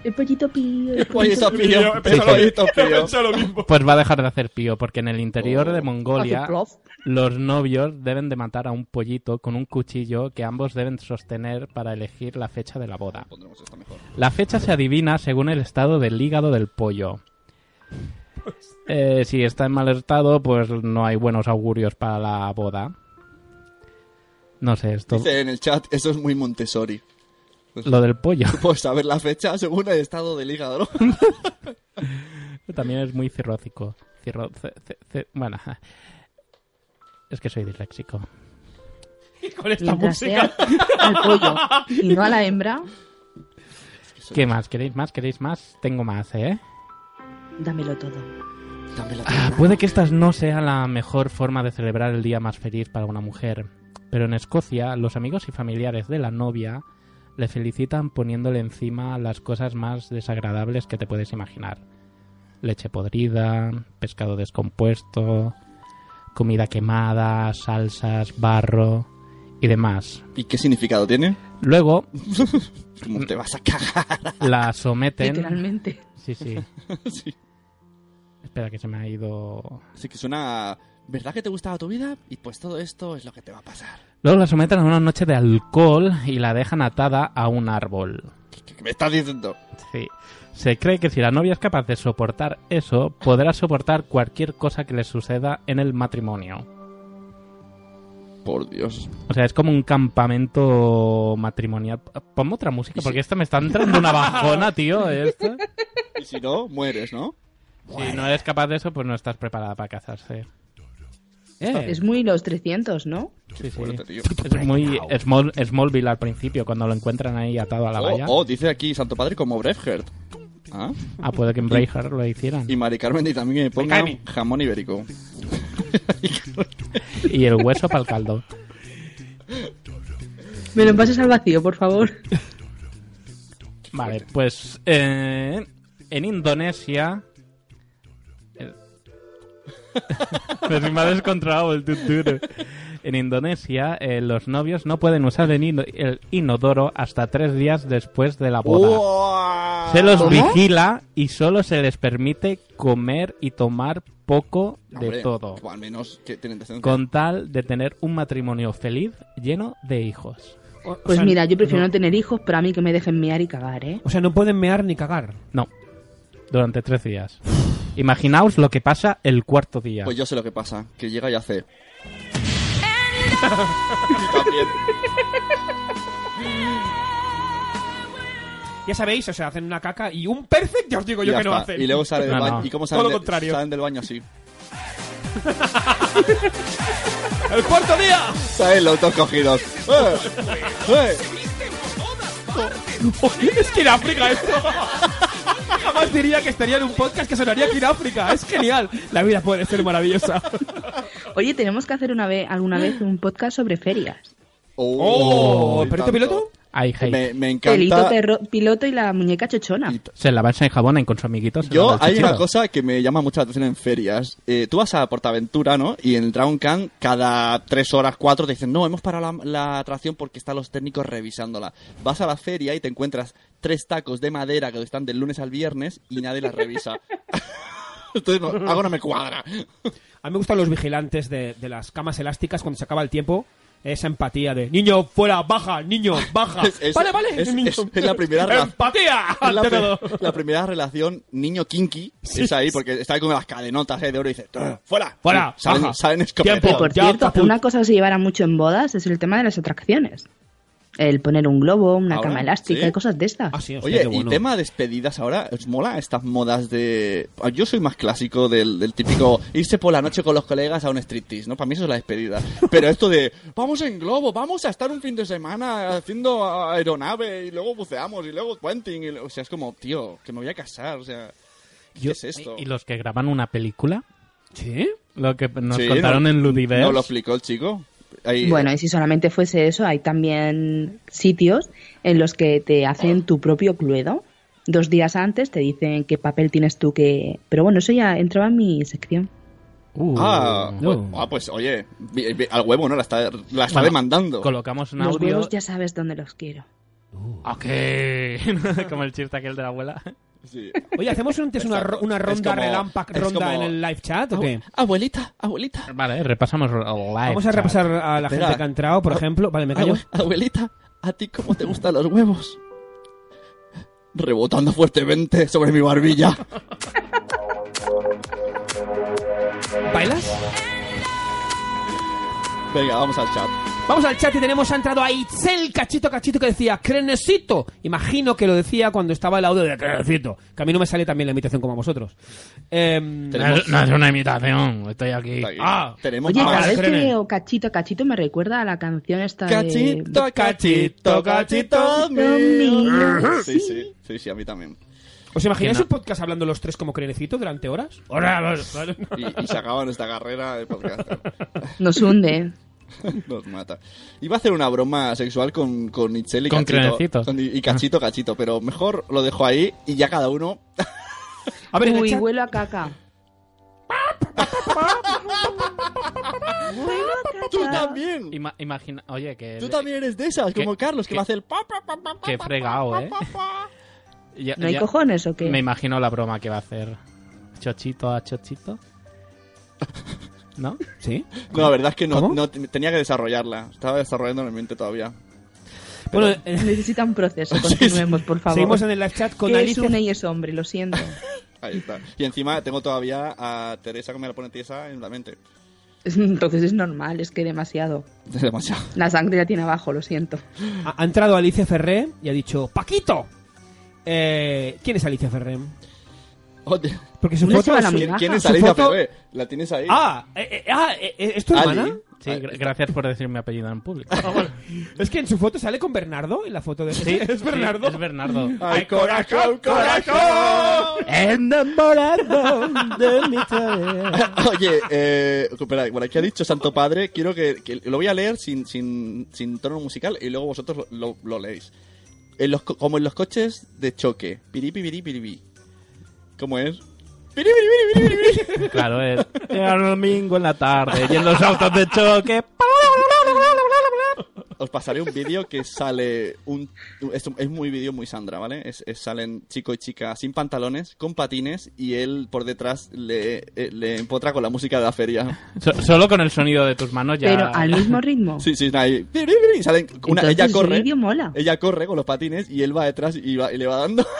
Speaker 8: El pollito pío. El
Speaker 6: pollito pío, el
Speaker 7: Sí,
Speaker 6: pollito
Speaker 7: sí.
Speaker 6: pío. Pensé lo mismo.
Speaker 7: Pues va a dejar de hacer pío, porque en el interior de
Speaker 8: Hace
Speaker 7: Mongolia
Speaker 8: plof.
Speaker 7: los novios deben de matar a un pollito con un cuchillo que ambos deben sostener para elegir la fecha de la boda. La fecha se adivina según el estado del hígado del pollo. Eh, si está en mal estado, pues no hay buenos augurios para la boda. No sé, esto.
Speaker 6: Dice en el chat, eso es muy Montessori.
Speaker 7: Lo del pollo
Speaker 6: Pues saber la fecha según el estado del hígado. ¿no?
Speaker 7: también es muy cirrótico. Cirro- ce- ce- ce- bueno, es que soy disléxico.
Speaker 5: con esta
Speaker 8: Mientras
Speaker 5: música.
Speaker 8: sea al pollo y no a la hembra,
Speaker 7: ¿Qué más? ¿Queréis más? ¿Queréis más? Tengo más, ¿eh?
Speaker 8: dámelo todo.
Speaker 6: Dámelo
Speaker 7: Ah, Puede que esta no sea la mejor forma de celebrar el día más feliz para una mujer, pero en Escocia los amigos y familiares de la novia le felicitan poniéndole encima las cosas más desagradables que te puedes imaginar. Leche podrida, pescado descompuesto, comida quemada, salsas, barro y demás.
Speaker 6: ¿Y qué significado tiene?
Speaker 7: Luego
Speaker 6: ¿Cómo te vas a cagar?
Speaker 7: la someten...
Speaker 8: Literalmente.
Speaker 7: Sí, sí.
Speaker 6: Sí.
Speaker 7: Espera que se me ha ido...
Speaker 6: Así que suena... ¿Verdad que te gustaba tu vida? Y pues todo esto es lo que te va a pasar.
Speaker 7: Luego la someten a una noche de alcohol y la dejan atada a un árbol.
Speaker 6: ¿Qué me estás diciendo?
Speaker 7: Sí. Se cree que si la novia es capaz de soportar eso, podrá soportar cualquier cosa que le suceda en el matrimonio.
Speaker 6: Por Dios.
Speaker 7: O sea, es como un campamento matrimonial. Ponme otra música, porque esta me está entrando una bajona, tío. Esto.
Speaker 6: Y si no, mueres, ¿no?
Speaker 7: Si no eres capaz de eso, pues no estás preparada para casarse. Eh,
Speaker 8: Es muy los 300, ¿no?
Speaker 7: sí, sí.
Speaker 6: fuerte, tío.
Speaker 7: Es muy small, Smallville al principio, cuando lo encuentran ahí atado a la
Speaker 6: Oh,
Speaker 7: valla.
Speaker 6: oh, dice aquí Santo Padre como Braveheart. Ah,
Speaker 7: Ah, puede que en Braveheart lo hicieran.
Speaker 6: Y Mari Carmen y también que ponga
Speaker 7: Carmen.
Speaker 6: jamón ibérico.
Speaker 7: Y el hueso para el caldo.
Speaker 8: Me lo pases al vacío, por favor.
Speaker 7: Vale, pues eh, en Indonesia... Pero si me ha descontrolado el tuturo. En Indonesia, eh, los novios no pueden usar el, ino- el inodoro hasta tres días después de la boda. Se los
Speaker 6: ¿Cómo?
Speaker 7: vigila y solo se les permite comer y tomar poco de
Speaker 6: Hombre,
Speaker 7: todo,
Speaker 6: o al menos que tienen descendencia.
Speaker 7: con tal de tener un matrimonio feliz lleno de hijos.
Speaker 8: Pues
Speaker 5: sea,
Speaker 8: mira, yo prefiero
Speaker 5: no.
Speaker 8: no. tener hijos, pero a mí que me dejen mear y cagar, ¿eh?
Speaker 5: O sea, no pueden mear ni cagar.
Speaker 7: No, durante tres días. Imaginaos lo que pasa el cuarto día.
Speaker 6: Pues yo sé lo que pasa, que llega y hace. Y también.
Speaker 5: ya sabéis, o sea, hacen una caca y un perfect, ya os digo yo
Speaker 6: ya
Speaker 5: que no
Speaker 6: está.
Speaker 5: hacen.
Speaker 6: Y luego sale del baño. ¿Y cómo salen,
Speaker 5: Todo lo
Speaker 6: de-
Speaker 5: contrario.
Speaker 6: salen del baño así?
Speaker 5: ¡El cuarto día!
Speaker 6: Salen los dos cogidos. ¡Eh! ¡Eh!
Speaker 5: es que en África esto. Jamás diría que estaría en un podcast que sonaría aquí en África. Es genial. La vida puede ser maravillosa.
Speaker 8: Oye, tenemos que hacer una vez, alguna vez un podcast sobre ferias.
Speaker 5: Oh,
Speaker 6: ¿Perito
Speaker 5: piloto?
Speaker 7: Ay, hey.
Speaker 6: Me, me
Speaker 8: Pelito
Speaker 6: encanta.
Speaker 8: perro- piloto y la muñeca chochona.
Speaker 7: Se la en jabón con sus amiguitos. se
Speaker 6: Yo,
Speaker 7: lava el
Speaker 6: hay una
Speaker 7: chichiro.
Speaker 6: cosa que me llama mucho la atención en ferias. Eh, tú vas a Portaventura, ¿no? Y en el Dragon Can, cada tres horas, cuatro, te dicen, no, hemos parado la, la atracción porque están los técnicos revisándola. Vas a la feria y te encuentras tres tacos de madera que están del lunes al viernes y nadie las revisa. Entonces, no, algo no me cuadra.
Speaker 9: A mí me gustan los vigilantes de, de las camas elásticas cuando se acaba el tiempo. Esa empatía de niño, fuera, baja, niño, baja.
Speaker 6: Es-
Speaker 9: vale, vale.
Speaker 6: Es,
Speaker 9: niño.
Speaker 6: es- es la primera rela-
Speaker 9: ¡Empatía!
Speaker 6: es la,
Speaker 9: ante
Speaker 6: pri-
Speaker 9: todo.
Speaker 6: la primera relación niño kinky es ahí porque está ahí con las cadenotas eh, de oro y dice "Tah, fuera
Speaker 9: Fuera,
Speaker 6: salen,
Speaker 9: baja.
Speaker 6: salen
Speaker 8: Que, por
Speaker 6: escopetados.
Speaker 8: cierto, una cosa que se llevará mucho en bodas es el tema de las atracciones. El poner un globo, una
Speaker 6: Ahora,
Speaker 8: cama elástica
Speaker 6: ¿sí?
Speaker 8: y cosas de estas.
Speaker 7: Ah,
Speaker 6: Oye, y tema despedidas ahora, ¿os mola estas modas de...? ah, Yo soy más clásico del, del típico irse por la noche con los colegas a un striptease, ¿no? Para mí eso es la despedida. Pero esto de, vamos en globo, vamos a estar un fin de semana haciendo aeronave y luego buceamos y luego puenting. y lo- o sea, es como, tío, que me voy a casar, o sea, ¿qué es esto?
Speaker 7: ¿Y los que graban una película?
Speaker 9: ¿Sí?
Speaker 7: Lo que nos
Speaker 6: Sí,
Speaker 7: contaron
Speaker 6: no-
Speaker 7: en Ludiverse.
Speaker 6: No lo explicó el chico. Ahí- eh,
Speaker 8: Bueno, y si solamente fuese eso, hay también sitios en los que te hacen tu propio cluedo. Dos días antes te dicen qué papel tienes tú que... Pero bueno, eso ya entraba en mi sección.
Speaker 7: Uh,
Speaker 6: ah, bueno, ah, pues oye, vi- vi- al huevo, ¿no? La está, la está
Speaker 7: Bueno,
Speaker 6: demandando.
Speaker 7: Colocamos Pues un
Speaker 8: Los
Speaker 7: audio. Ah,
Speaker 8: huevos ya sabes dónde los quiero.
Speaker 7: Ok. Como el chiste aquel de la abuela.
Speaker 9: Oye, ¿hacemos antes una, ro- una
Speaker 7: Es
Speaker 9: ronda
Speaker 7: como-
Speaker 9: relámpag-
Speaker 7: es
Speaker 9: ronda
Speaker 7: como-
Speaker 9: en el live chat o qué?
Speaker 6: Abuelita, abuelita.
Speaker 7: Vale, repasamos el live.
Speaker 9: Vamos a
Speaker 7: chat.
Speaker 9: repasar a la
Speaker 7: Espera.
Speaker 9: gente que ha entrado, por ejemplo. Vale, me callo.
Speaker 6: Abue- Abuelita, ¿a ti cómo te gustan los huevos? Rebotando fuertemente sobre mi barbilla.
Speaker 9: ¿Bailas?
Speaker 6: Venga, vamos al chat.
Speaker 9: Vamos al chat y tenemos, ha entrado a Itzel Cachito Cachito que decía Crenecito. Imagino que lo decía cuando estaba el audio de Crenecito. Que a mí no me sale también la imitación como a vosotros. Em,
Speaker 7: Tenemos- No, no es una imitación, estoy aquí.
Speaker 9: Ah,
Speaker 6: tenemos
Speaker 8: Oye, cada
Speaker 9: Vale,
Speaker 8: vez que
Speaker 9: Crene.
Speaker 8: veo cachito, cachito me recuerda a la canción esta
Speaker 6: Cachito,
Speaker 8: de...
Speaker 6: cachito, cachito mío.
Speaker 8: mío.
Speaker 6: Sí, sí, sí, sí, a mí también.
Speaker 9: ¿Os imagináis
Speaker 6: Que no.
Speaker 9: un podcast hablando los tres como Crenecito durante horas?
Speaker 6: Y, y se acaba nuestra carrera de podcast.
Speaker 8: Nos hunde.
Speaker 6: Nos mata. Iba a hacer una broma sexual con, con Itzel y
Speaker 7: Con
Speaker 6: Cachito.
Speaker 7: Crenecito.
Speaker 6: Con- y Cachito, Cachito, pero mejor lo dejo ahí y ya cada uno...
Speaker 9: A ver, en el
Speaker 8: Uy,
Speaker 9: chat-
Speaker 8: huelo a caca.
Speaker 6: ¡Tú también!
Speaker 7: Ima- imagina, oye, que.
Speaker 6: Tú también eres de esas,
Speaker 7: ¿Qué-
Speaker 6: como Carlos, que
Speaker 7: qué-
Speaker 6: va a hacer el pa, pa, pa, pa,
Speaker 7: Qué fregado, eh. Ya-
Speaker 8: ¿No hay
Speaker 7: ya-
Speaker 8: cojones o qué?
Speaker 7: Me imagino la broma que va a hacer. Chochito a chochito. ¿No?
Speaker 9: ¿Sí?
Speaker 6: No, la verdad es que no, no te- tenía que desarrollarla. Estaba desarrollando en mi mente todavía.
Speaker 9: Bueno, eh,
Speaker 8: Necesita un proceso. Continuemos, por favor.
Speaker 9: Seguimos en el live chat con
Speaker 8: Que
Speaker 9: Alicia.
Speaker 8: Es una y es hombre, lo siento.
Speaker 6: Ahí está. Y encima tengo todavía a Teresa que me la pone tiesa en la mente.
Speaker 8: Entonces es normal, es que demasiado.
Speaker 6: Demasiado.
Speaker 8: La sangre la tiene abajo, lo siento.
Speaker 9: Ha, ha entrado Alicia Ferré y ha dicho ¡Paquito! Eh, ¿Quién es Alicia Ferré? Porque su
Speaker 6: ¿Dónde
Speaker 9: foto
Speaker 6: se va la
Speaker 9: su-
Speaker 6: migaja? ¿Quién es
Speaker 9: su
Speaker 6: Alicia
Speaker 9: foto-
Speaker 6: Ferré? La tienes ahí.
Speaker 9: Ah, eh, eh, ah, eh, eh, ¿es tu
Speaker 6: Ali.
Speaker 9: hermana?
Speaker 7: Sí, gra- gracias por decir mi apellido en público.
Speaker 9: Es que en su foto sale con Bernardo, en la foto de...
Speaker 7: Sí,
Speaker 9: es Bernardo.
Speaker 7: sí, es Bernardo.
Speaker 9: ¡Ay, corazón, corazón!
Speaker 6: Enamorado de mi Oye, eh, espera, bueno, aquí ha dicho Santo Padre. Quiero que, que lo voy a leer sin, sin, sin tono musical y luego vosotros lo, lo- lo leéis. En los co- como en los coches de choque. Piripi, piripi, piripi. ¿Cómo es? Piripi, piripi, piripi, piripi.
Speaker 7: Claro, es. Llega el domingo en la tarde y en los autos de choque.
Speaker 6: Os pasaré un vídeo que sale un... Es, un- es muy vídeo muy Sandra, ¿vale? Es, es- salen chico y chica sin pantalones, con patines, y él por detrás le, eh, le empotra con la música de la feria.
Speaker 7: So- solo con el sonido de tus manos ya.
Speaker 8: Pero al mismo ritmo.
Speaker 6: Sí, sí, está ahí. Piri, piri, y salen una-
Speaker 8: Entonces,
Speaker 6: ella
Speaker 8: el
Speaker 6: corre.
Speaker 8: vídeo mola.
Speaker 6: Ella corre con los patines y él va detrás y, va- y le va dando.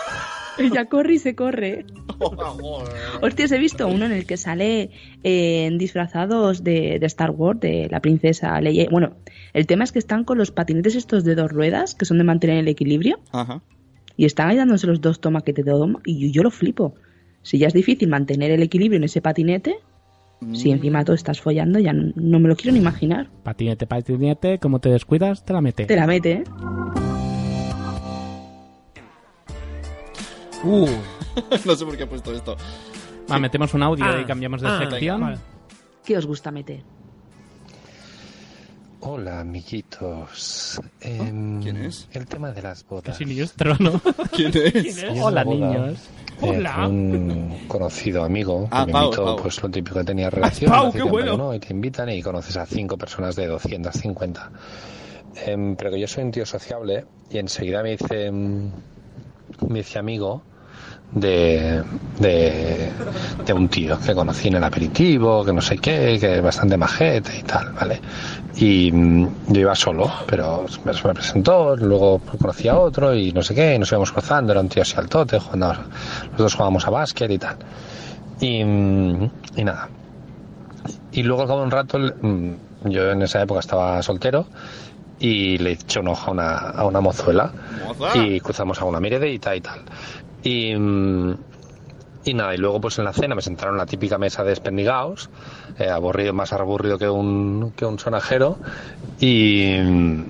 Speaker 8: Ella corre y se corre. Hostias, he visto uno en el que sale eh, en disfrazados de, de Star Wars, de la princesa Leia. Bueno, el tema es que están con los patinetes estos de dos ruedas, que son de mantener el equilibrio,
Speaker 6: Ajá.
Speaker 8: y están ahí dándose los dos tomas que te doy y yo, yo lo flipo. Si ya es difícil mantener el equilibrio en ese patinete, si encima tú estás follando, ya no, no me lo quiero ni imaginar.
Speaker 7: Patinete, patinete, como te descuidas, te la mete.
Speaker 8: Te la mete, ¿eh?
Speaker 6: Uh. no sé por qué he puesto esto.
Speaker 7: Va, metemos un audio
Speaker 8: Ah,
Speaker 7: y cambiamos de
Speaker 8: ah,
Speaker 7: sección.
Speaker 8: venga, vale. ¿Qué os gusta meter?
Speaker 19: Hola, amiguitos.
Speaker 6: ¿Oh?
Speaker 19: Em,
Speaker 6: ¿Quién es?
Speaker 19: El tema de las bodas.
Speaker 7: Casi niños trono.
Speaker 6: ¿Quién es? ¿Quién es?
Speaker 19: Yo en una
Speaker 7: Hola,
Speaker 19: boda,
Speaker 7: niños.
Speaker 19: eh, con un conocido amigo
Speaker 6: Ah,
Speaker 19: que me
Speaker 6: Pau,
Speaker 19: invitó,
Speaker 6: Pau.
Speaker 19: pues lo típico que tenía relación.
Speaker 6: Pau,
Speaker 19: hace
Speaker 6: qué
Speaker 19: tiempo
Speaker 6: bueno.
Speaker 19: que no, y te invitan y conoces a cinco personas de 250. Em, pero que yo soy un tío sociable y enseguida me dice, em, me dice amigo de, de, de un tío que conocí en el aperitivo, que no sé qué, que es bastante majete y tal, ¿vale? Y mm, yo iba solo, pero se me se me presentó, luego conocí a otro y no sé qué, y nos íbamos cruzando, era un tío así altote, jugando, los dos jugábamos a básquet y tal. Y, mm, y nada. Y luego al cabo de un rato, el- mm, yo en esa época estaba soltero y le eché un ojo a una, a una mozuela
Speaker 6: Moza.
Speaker 19: y cruzamos a una miredita y tal. Y, mm, y nada, y luego pues en la cena me sentaron en la típica mesa de espendigaos, eh, aburrido, más aburrido que un, que un sonajero. Y, mm,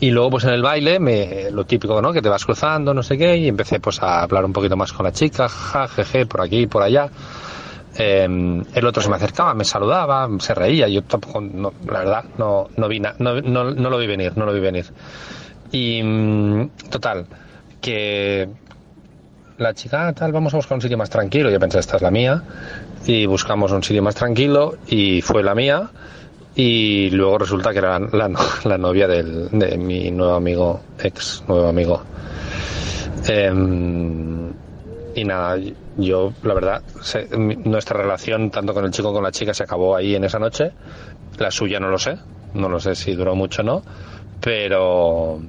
Speaker 19: y luego pues en el baile, me, lo típico, ¿no? Que te vas cruzando, no sé qué, y empecé pues a hablar un poquito más con la chica, ja, jeje, por aquí, por allá. Eh, el otro se me acercaba, me saludaba, se reía. Yo tampoco, no, la verdad, no, no, vi na- no, no, no lo vi venir, no lo vi venir. Y mm, total, que la chica, "Ah, tal, vamos a buscar un sitio más tranquilo. Yo pensé, esta es la mía. Y buscamos un sitio más tranquilo y fue la mía. Y luego resulta que era la, la no- la novia del- de mi nuevo amigo, ex nuevo amigo. Em, y nada, yo la verdad, se- mi- nuestra relación tanto con el chico como con la chica se acabó ahí en esa noche. La suya no lo sé, no lo sé si duró mucho o no, pero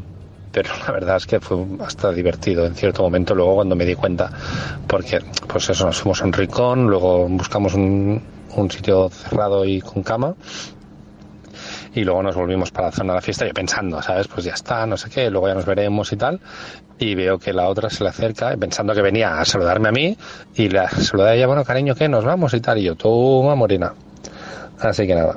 Speaker 19: pero la verdad es que fue hasta divertido en cierto momento luego cuando me di cuenta porque pues eso nos fuimos a un rincón luego buscamos un, un sitio cerrado y con cama y luego nos volvimos para la zona de la fiesta yo pensando sabes pues ya está no sé qué luego ya nos veremos y tal y veo que la otra se le acerca pensando que venía a saludarme a mí y la saluda a ella bueno cariño que nos vamos y tal y yo toma morina así que nada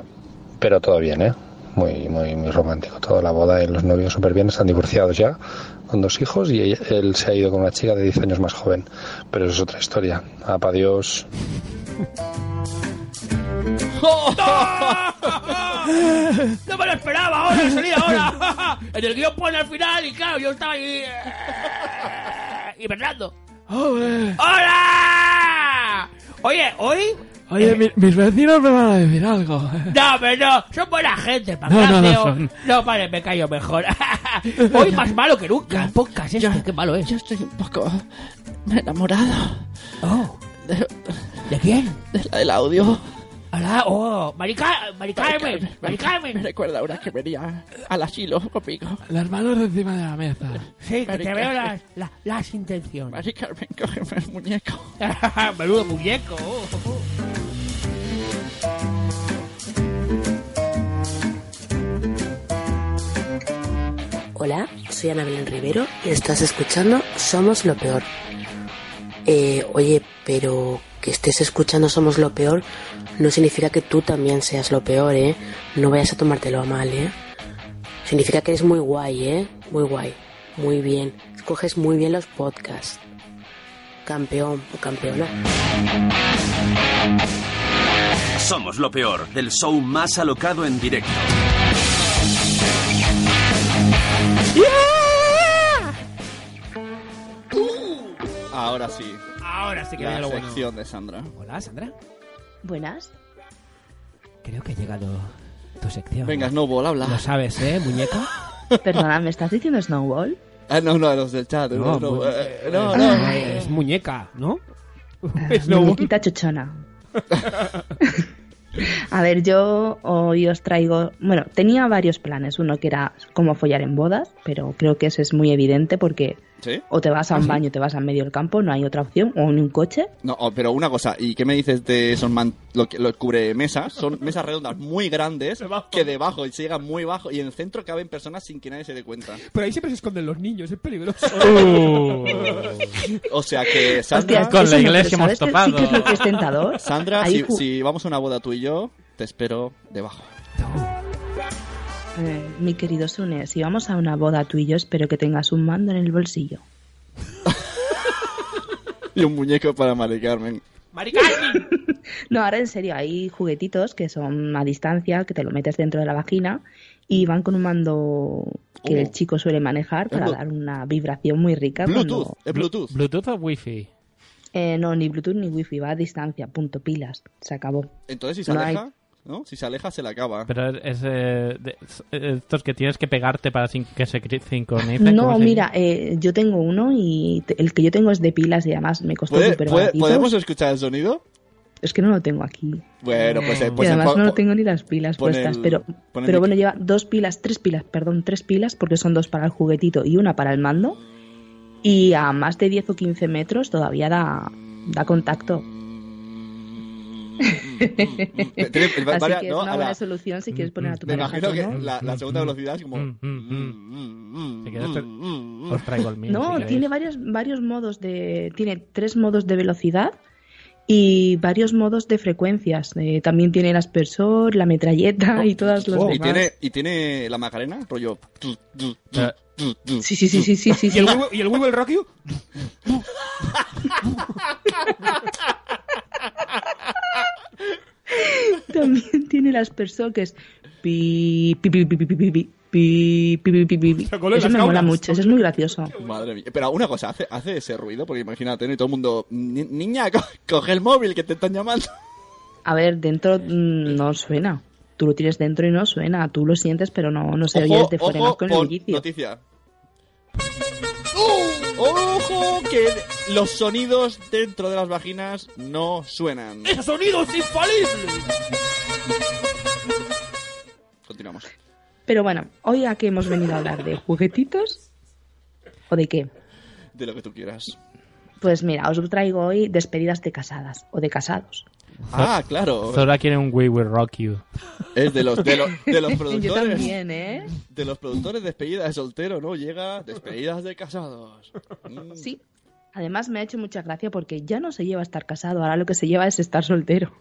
Speaker 19: pero todo bien eh muy, muy, muy romántico. Toda la boda y los novios súper bien, están divorciados ya, con dos hijos, y ella- él se ha ido con una chica de 10 años más joven. Pero eso es otra historia. Apa, Dios.
Speaker 9: ¡No me lo esperaba ahora! ¡Salí ahora! En el guión pone al final y claro, yo estaba ahí... eh, Y Fernando. ¡Hola! Oye, hoy... Eh,
Speaker 12: Oye, mi- mis vecinos me van a decir algo.
Speaker 9: No, pero no, son buena gente,
Speaker 12: No, no, no
Speaker 9: Pancracio.
Speaker 12: son.
Speaker 9: No, vale, me callo mejor. Hoy más malo que nunca. El podcast este, qué malo es.
Speaker 20: Yo estoy un poco enamorado.
Speaker 9: Oh.
Speaker 20: ¿De,
Speaker 9: quién?
Speaker 20: De la del audio.
Speaker 9: Hola, oh, Marica, Maricarmen,
Speaker 20: Me recuerda una que venía al asilo conmigo.
Speaker 12: Las manos de encima de la mesa.
Speaker 9: Sí, que te
Speaker 20: Maricarmen.
Speaker 9: veo las, la- las intenciones.
Speaker 20: Mari Carmen, cógeme el muñeco.
Speaker 9: Menudo muñeco.
Speaker 21: Hola, soy Ana Belén Rivero y estás escuchando Somos lo Peor. Eh, oye, pero que estés escuchando Somos lo Peor no significa que tú también seas lo peor, ¿eh? No vayas a tomártelo a mal, ¿eh? Significa que eres muy guay, ¿eh? Muy guay. Muy bien. Escoges muy bien los podcasts. Campeón o campeona.
Speaker 1: Somos lo peor del show más alocado en directo.
Speaker 6: Ahora sí.
Speaker 9: Ahora sí que
Speaker 6: La
Speaker 9: viene lo bueno.
Speaker 6: sección de Sandra.
Speaker 9: Hola, Sandra.
Speaker 8: Buenas.
Speaker 9: Creo que ha llegado tu sección.
Speaker 6: Venga, Snowball, habla.
Speaker 9: Lo sabes, ¿eh, muñeco?
Speaker 8: Perdona, ¿me estás diciendo Snowball?
Speaker 6: Ah, no, no, a los del chat. No, no,
Speaker 8: mu-
Speaker 6: eh, no,
Speaker 8: Ah,
Speaker 6: no.
Speaker 8: es
Speaker 9: muñeca, ¿no?
Speaker 8: Mi muñequita chochona. A ver, yo hoy os traigo. Bueno, tenía varios planes. Uno que era cómo follar en bodas, pero creo que ese es muy evidente porque
Speaker 6: ¿Sí?
Speaker 8: O te vas a un
Speaker 6: Ah, sí.
Speaker 8: baño, te vas a medio del campo, no hay otra opción, o en un coche.
Speaker 6: No, oh, pero una cosa, ¿y qué me dices de son man- lo que lo cubre mesas? Son mesas redondas muy grandes que debajo y se llegan muy bajo y en el centro caben personas sin que nadie se dé cuenta.
Speaker 9: Pero ahí siempre se esconden los niños, es peligroso.
Speaker 6: Uh. o sea que Sandra
Speaker 8: Uh. Hostia, Con eso la no, pero iglesia hemos ¿sabes que sí topado. que es lo que es tentador?
Speaker 6: Sandra,
Speaker 8: Ahí
Speaker 6: si,
Speaker 8: ju-
Speaker 6: si vamos a una boda tú y yo, te espero debajo.
Speaker 8: Eh, mi querido Sune, si vamos a una boda tú y yo, espero que tengas un mando en el bolsillo.
Speaker 6: Y un muñeco para Mari Carmen.
Speaker 8: No, ahora en serio, hay juguetitos que son a distancia, que te lo metes dentro de la vagina y van con un mando que
Speaker 7: Oh.
Speaker 8: el chico suele manejar para
Speaker 7: Blu-
Speaker 8: dar una vibración muy rica. cuando-
Speaker 7: Bluetooth. Bluetooth o Wi-Fi.
Speaker 8: Eh, no, ni Bluetooth ni Wi-Fi, va a distancia, punto, pilas, se acabó.
Speaker 6: Entonces si se
Speaker 8: No hay-
Speaker 6: aleja, ¿no? Si se aleja se la acaba.
Speaker 7: Pero es eh, de- es- eh, estos que tienes que pegarte para sin- que se cri- sincronice. ¿cómo
Speaker 8: No,
Speaker 7: se-
Speaker 8: mira, eh, yo tengo uno y te- el que yo tengo es de pilas y además me costó
Speaker 6: ¿Puede-
Speaker 8: súper
Speaker 6: puede-
Speaker 8: baratitos.
Speaker 6: ¿Podemos escuchar el sonido?
Speaker 8: Es que no lo tengo aquí.
Speaker 6: Bueno, pues, eh,
Speaker 8: Y
Speaker 6: pues
Speaker 8: además
Speaker 6: po-
Speaker 8: no lo
Speaker 6: po-
Speaker 8: tengo ni las pilas
Speaker 6: pon
Speaker 8: puestas,
Speaker 6: el-
Speaker 8: pero,
Speaker 6: pon el
Speaker 8: pero
Speaker 6: mic-
Speaker 8: bueno, lleva dos pilas, tres pilas, perdón, tres pilas, porque son dos para el juguetito y una para el mando. Y a más de 10 o 15 metros todavía da, da contacto.
Speaker 6: Eh, tiene-
Speaker 8: Así
Speaker 6: va- varia-
Speaker 8: que es
Speaker 6: ¿no?
Speaker 8: una
Speaker 6: A la-
Speaker 8: buena solución si quieres poner a tu
Speaker 6: Mm, Me
Speaker 8: pareja
Speaker 6: imagino
Speaker 8: tú,
Speaker 6: que
Speaker 8: ¿no? Mm,
Speaker 6: la, la segunda velocidad es como... mm,
Speaker 7: Si quieres, te- os traigo el mío. si
Speaker 8: No,
Speaker 7: queréis.
Speaker 8: tiene varios, varios modos de. Tiene tres modos de velocidad y varios modos de frecuencias. Eh, también tiene el aspersor, la metralleta y todas las
Speaker 6: Oh, y,
Speaker 8: demás.
Speaker 6: tiene, y tiene la Macarena, rollo...
Speaker 8: Sí, sí, sí, sí, sí, sí.
Speaker 9: ¿Y el Wibble- y el Wibble Rock You?
Speaker 8: También tiene el aspersor que es. Pi, pi, pi, pi, pi, pi, pi, pi, pi, pi, pi, pi, pi.
Speaker 6: con las
Speaker 8: Eso me mola
Speaker 6: jaulas.
Speaker 8: mucho, eso es muy gracioso.
Speaker 6: Madre mía. Pero una cosa, hace, hace ese ruido, porque imagínate, ¿no? Y todo el mundo... "Ni- Niña, co- coge el móvil que te están llamando.
Speaker 8: A ver, dentro mm, no suena. Tú lo tienes dentro y no suena. Tú lo sientes, pero no, no se oye desde fuera. no es con el
Speaker 6: pon
Speaker 8: bullicio.
Speaker 6: noticia. ¡Uh! ¡Ojo! Que los sonidos dentro de las vaginas no suenan.
Speaker 9: ¡Ese sonido es infalible!
Speaker 6: Continuamos.
Speaker 8: Pero bueno, hoy a qué hemos venido a hablar de juguetitos o de qué.
Speaker 6: De lo que tú quieras.
Speaker 8: Pues mira, os traigo hoy despedidas de casadas o de casados.
Speaker 6: Ah, claro.
Speaker 7: Zora quiere un We Will Rock You.
Speaker 6: Es de los, de los, de los productores.
Speaker 8: Yo también, ¿eh?
Speaker 6: De los productores despedidas de soltero, ¿no? Llega despedidas de casados. Mm.
Speaker 8: Sí. Además me ha hecho mucha gracia porque ya no se lleva estar casado, ahora lo que se lleva es estar soltero.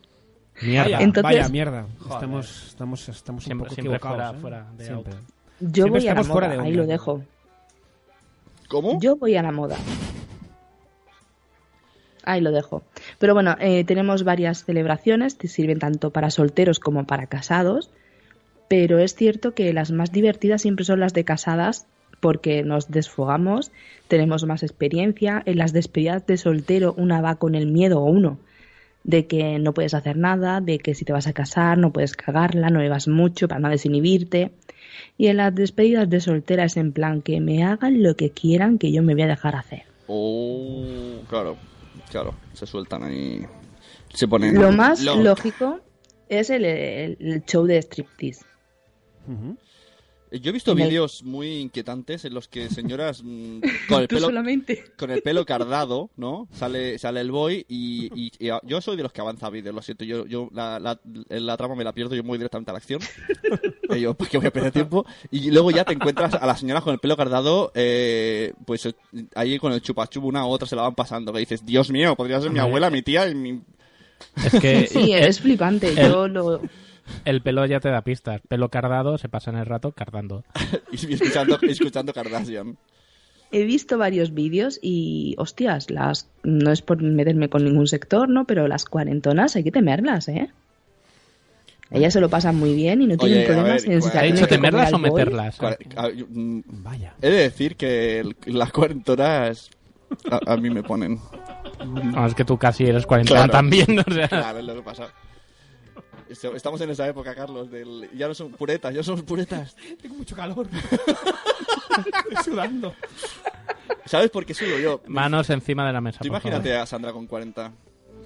Speaker 9: Mierda,
Speaker 8: Entonces-
Speaker 9: vaya mierda.
Speaker 8: Joder.
Speaker 9: Estamos, estamos, estamos un
Speaker 7: Siempre-
Speaker 9: poco
Speaker 7: siempre
Speaker 9: equivocados.
Speaker 7: fuera- fuera de
Speaker 9: ¿eh? Siempre.
Speaker 8: Yo
Speaker 9: Siempre
Speaker 8: voy a la
Speaker 9: estamos fuera
Speaker 8: moda,
Speaker 9: de
Speaker 8: ahí
Speaker 9: onda.
Speaker 8: lo dejo.
Speaker 6: ¿Cómo?
Speaker 8: Yo voy a la moda. Ahí lo dejo. Pero bueno, eh, tenemos varias celebraciones que sirven tanto para solteros como para casados. Pero es cierto que las más divertidas siempre son las de casadas porque nos desfogamos, tenemos más experiencia. En las despedidas de soltero una va con el miedo o uno de que no puedes hacer nada, de que si te vas a casar no puedes cagarla, no bebas mucho para no desinhibirte. Y en las despedidas de soltera es en plan que me hagan lo que quieran que yo me voy a dejar hacer.
Speaker 6: Oh, claro, claro. Se sueltan ahí. Se ponen.
Speaker 8: Lo más
Speaker 6: Mm. lo-
Speaker 8: lógico es el, el- el show de striptease.
Speaker 6: Eh, Yo he visto
Speaker 8: Me-
Speaker 6: vídeos muy inquietantes en los que señoras mm, con el
Speaker 8: Tú
Speaker 6: pelo
Speaker 8: solamente.
Speaker 6: con el pelo cardado, ¿no? Sale sale el boy y, y- y a- yo soy de los que avanza vídeos, lo siento, yo yo la, la, la trama me la pierdo, yo me voy directamente a la acción. Y yo, ¿para qué voy a perder tiempo? Y luego ya te encuentras a las señoras con el pelo cardado, eh, pues eh, ahí con el chupachup una u otra se la van pasando, que dices, Dios mío, podría ser mi
Speaker 7: Hombre.
Speaker 6: abuela, mi tía y mi...
Speaker 7: Es que.
Speaker 8: Sí,
Speaker 7: el-
Speaker 8: es flipante.
Speaker 7: el-
Speaker 8: Yo lo...
Speaker 7: El pelo ya te da pistas. Pelo cardado, se pasan el rato cardando.
Speaker 6: Ah. y escuchando, y escuchando Kardashian.
Speaker 8: He visto varios vídeos y, hostias, las no es por meterme con ningún sector, ¿no? Pero las cuarentonas hay que temerlas, ¿eh? Ellas se lo pasan muy bien y no tienen
Speaker 6: Oye, a
Speaker 8: problemas
Speaker 6: ver,
Speaker 8: en
Speaker 6: ¿cuál-
Speaker 8: si tienen que comer alcohol.
Speaker 6: Cuál- ah, yo, mm, He de decir que el- las cuarentonas a, a mí me ponen.
Speaker 7: No, Ah, es que tú casi eres 40
Speaker 6: Claro.
Speaker 7: también, o sea.
Speaker 6: Claro, es lo que pasa. Esto- Estamos en esa época, Carlos, del... Ya no son puretas, ya somos puretas.
Speaker 9: Tengo mucho calor. Estoy sudando.
Speaker 6: ¿Sabes por qué sudo yo?
Speaker 7: Manos encima de la mesa.
Speaker 6: Tú
Speaker 7: por
Speaker 6: imagínate
Speaker 7: favor.
Speaker 6: a Sandra con 40.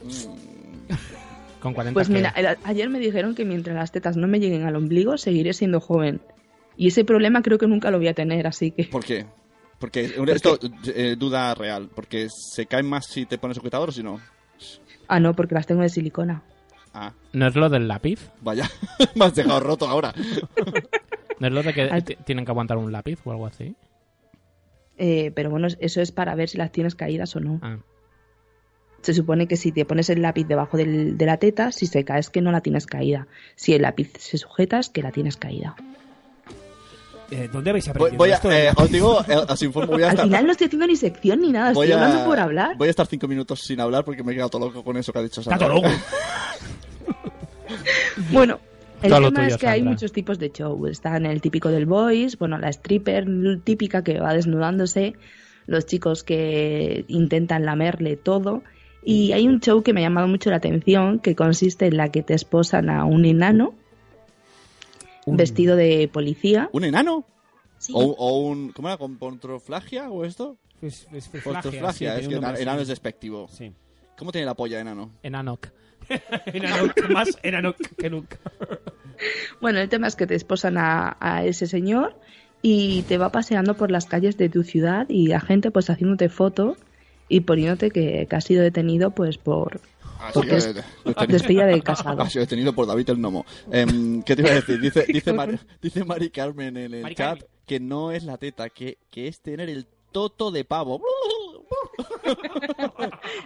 Speaker 8: Mm.
Speaker 6: eh.
Speaker 7: Con 40
Speaker 8: Pues
Speaker 7: que-
Speaker 8: mira, el- ayer me dijeron que mientras las tetas no me lleguen al ombligo, seguiré siendo joven. Y ese problema creo que nunca lo voy a tener, así que...
Speaker 6: ¿Por qué? Porque esto eh, duda real, porque se caen más si te pones sujetador o si no.
Speaker 8: Ah, no, porque las tengo de silicona.
Speaker 6: Ah,
Speaker 7: ¿No es lo del lápiz?
Speaker 6: Vaya, me has dejado roto ahora.
Speaker 7: ¿No es lo de que t- tienen que aguantar un lápiz o algo así?
Speaker 8: Eh, pero bueno, eso es para ver si las tienes caídas o no.
Speaker 7: Ah.
Speaker 8: Se supone que si te pones el lápiz debajo del- de la teta, si se cae es que no la tienes caída. Si el lápiz se sujeta es que la tienes caída.
Speaker 9: Eh, ¿Dónde habéis
Speaker 6: Voy,
Speaker 9: aprendido
Speaker 6: voy a,
Speaker 9: esto?
Speaker 6: eh, os digo, eh, os informo, voy a
Speaker 8: Al
Speaker 6: estar,
Speaker 8: final no estoy haciendo ni sección ni nada,
Speaker 6: Voy
Speaker 8: estoy
Speaker 6: a-
Speaker 8: hablando por hablar.
Speaker 6: voy a estar cinco minutos sin hablar porque me he quedado todo loco con eso que ha dicho
Speaker 8: Está todo loco. Bueno, el
Speaker 6: Todo lo
Speaker 8: tema
Speaker 6: tuyo,
Speaker 8: es que hay
Speaker 6: Sandra.
Speaker 8: muchos tipos de show. Están el típico del boys, bueno, la stripper típica que va desnudándose, los chicos que intentan lamerle todo. Y hay un show que me ha llamado mucho la atención, que consiste en la que te esposan a un enano vestido de policía.
Speaker 6: ¿Un enano?
Speaker 8: Sí.
Speaker 6: ¿O, o un. ¿Cómo era? ¿Con pontroflagia o esto? Pontroflagia, es que enano, enano es despectivo. ¿Cómo tiene la polla de enano?
Speaker 7: Enanoc.
Speaker 9: Enanoc, más enanoc que nunca.
Speaker 8: Bueno, el tema es que te esposan a, a ese señor y te va paseando por las calles de tu ciudad y la gente pues haciéndote foto y poniéndote que, que has sido detenido pues por...
Speaker 6: Ha
Speaker 8: porque
Speaker 6: sido
Speaker 8: es
Speaker 6: de- Ah, eh, detenido.
Speaker 8: despedida del casado.
Speaker 6: Ha sido detenido por David el Nomo. Em, ¿Qué te iba a decir? Dice, dice, Mar- dice Mari Carmen en el
Speaker 9: Mari
Speaker 6: chat que no es la teta, que, que es tener el toto de pavo.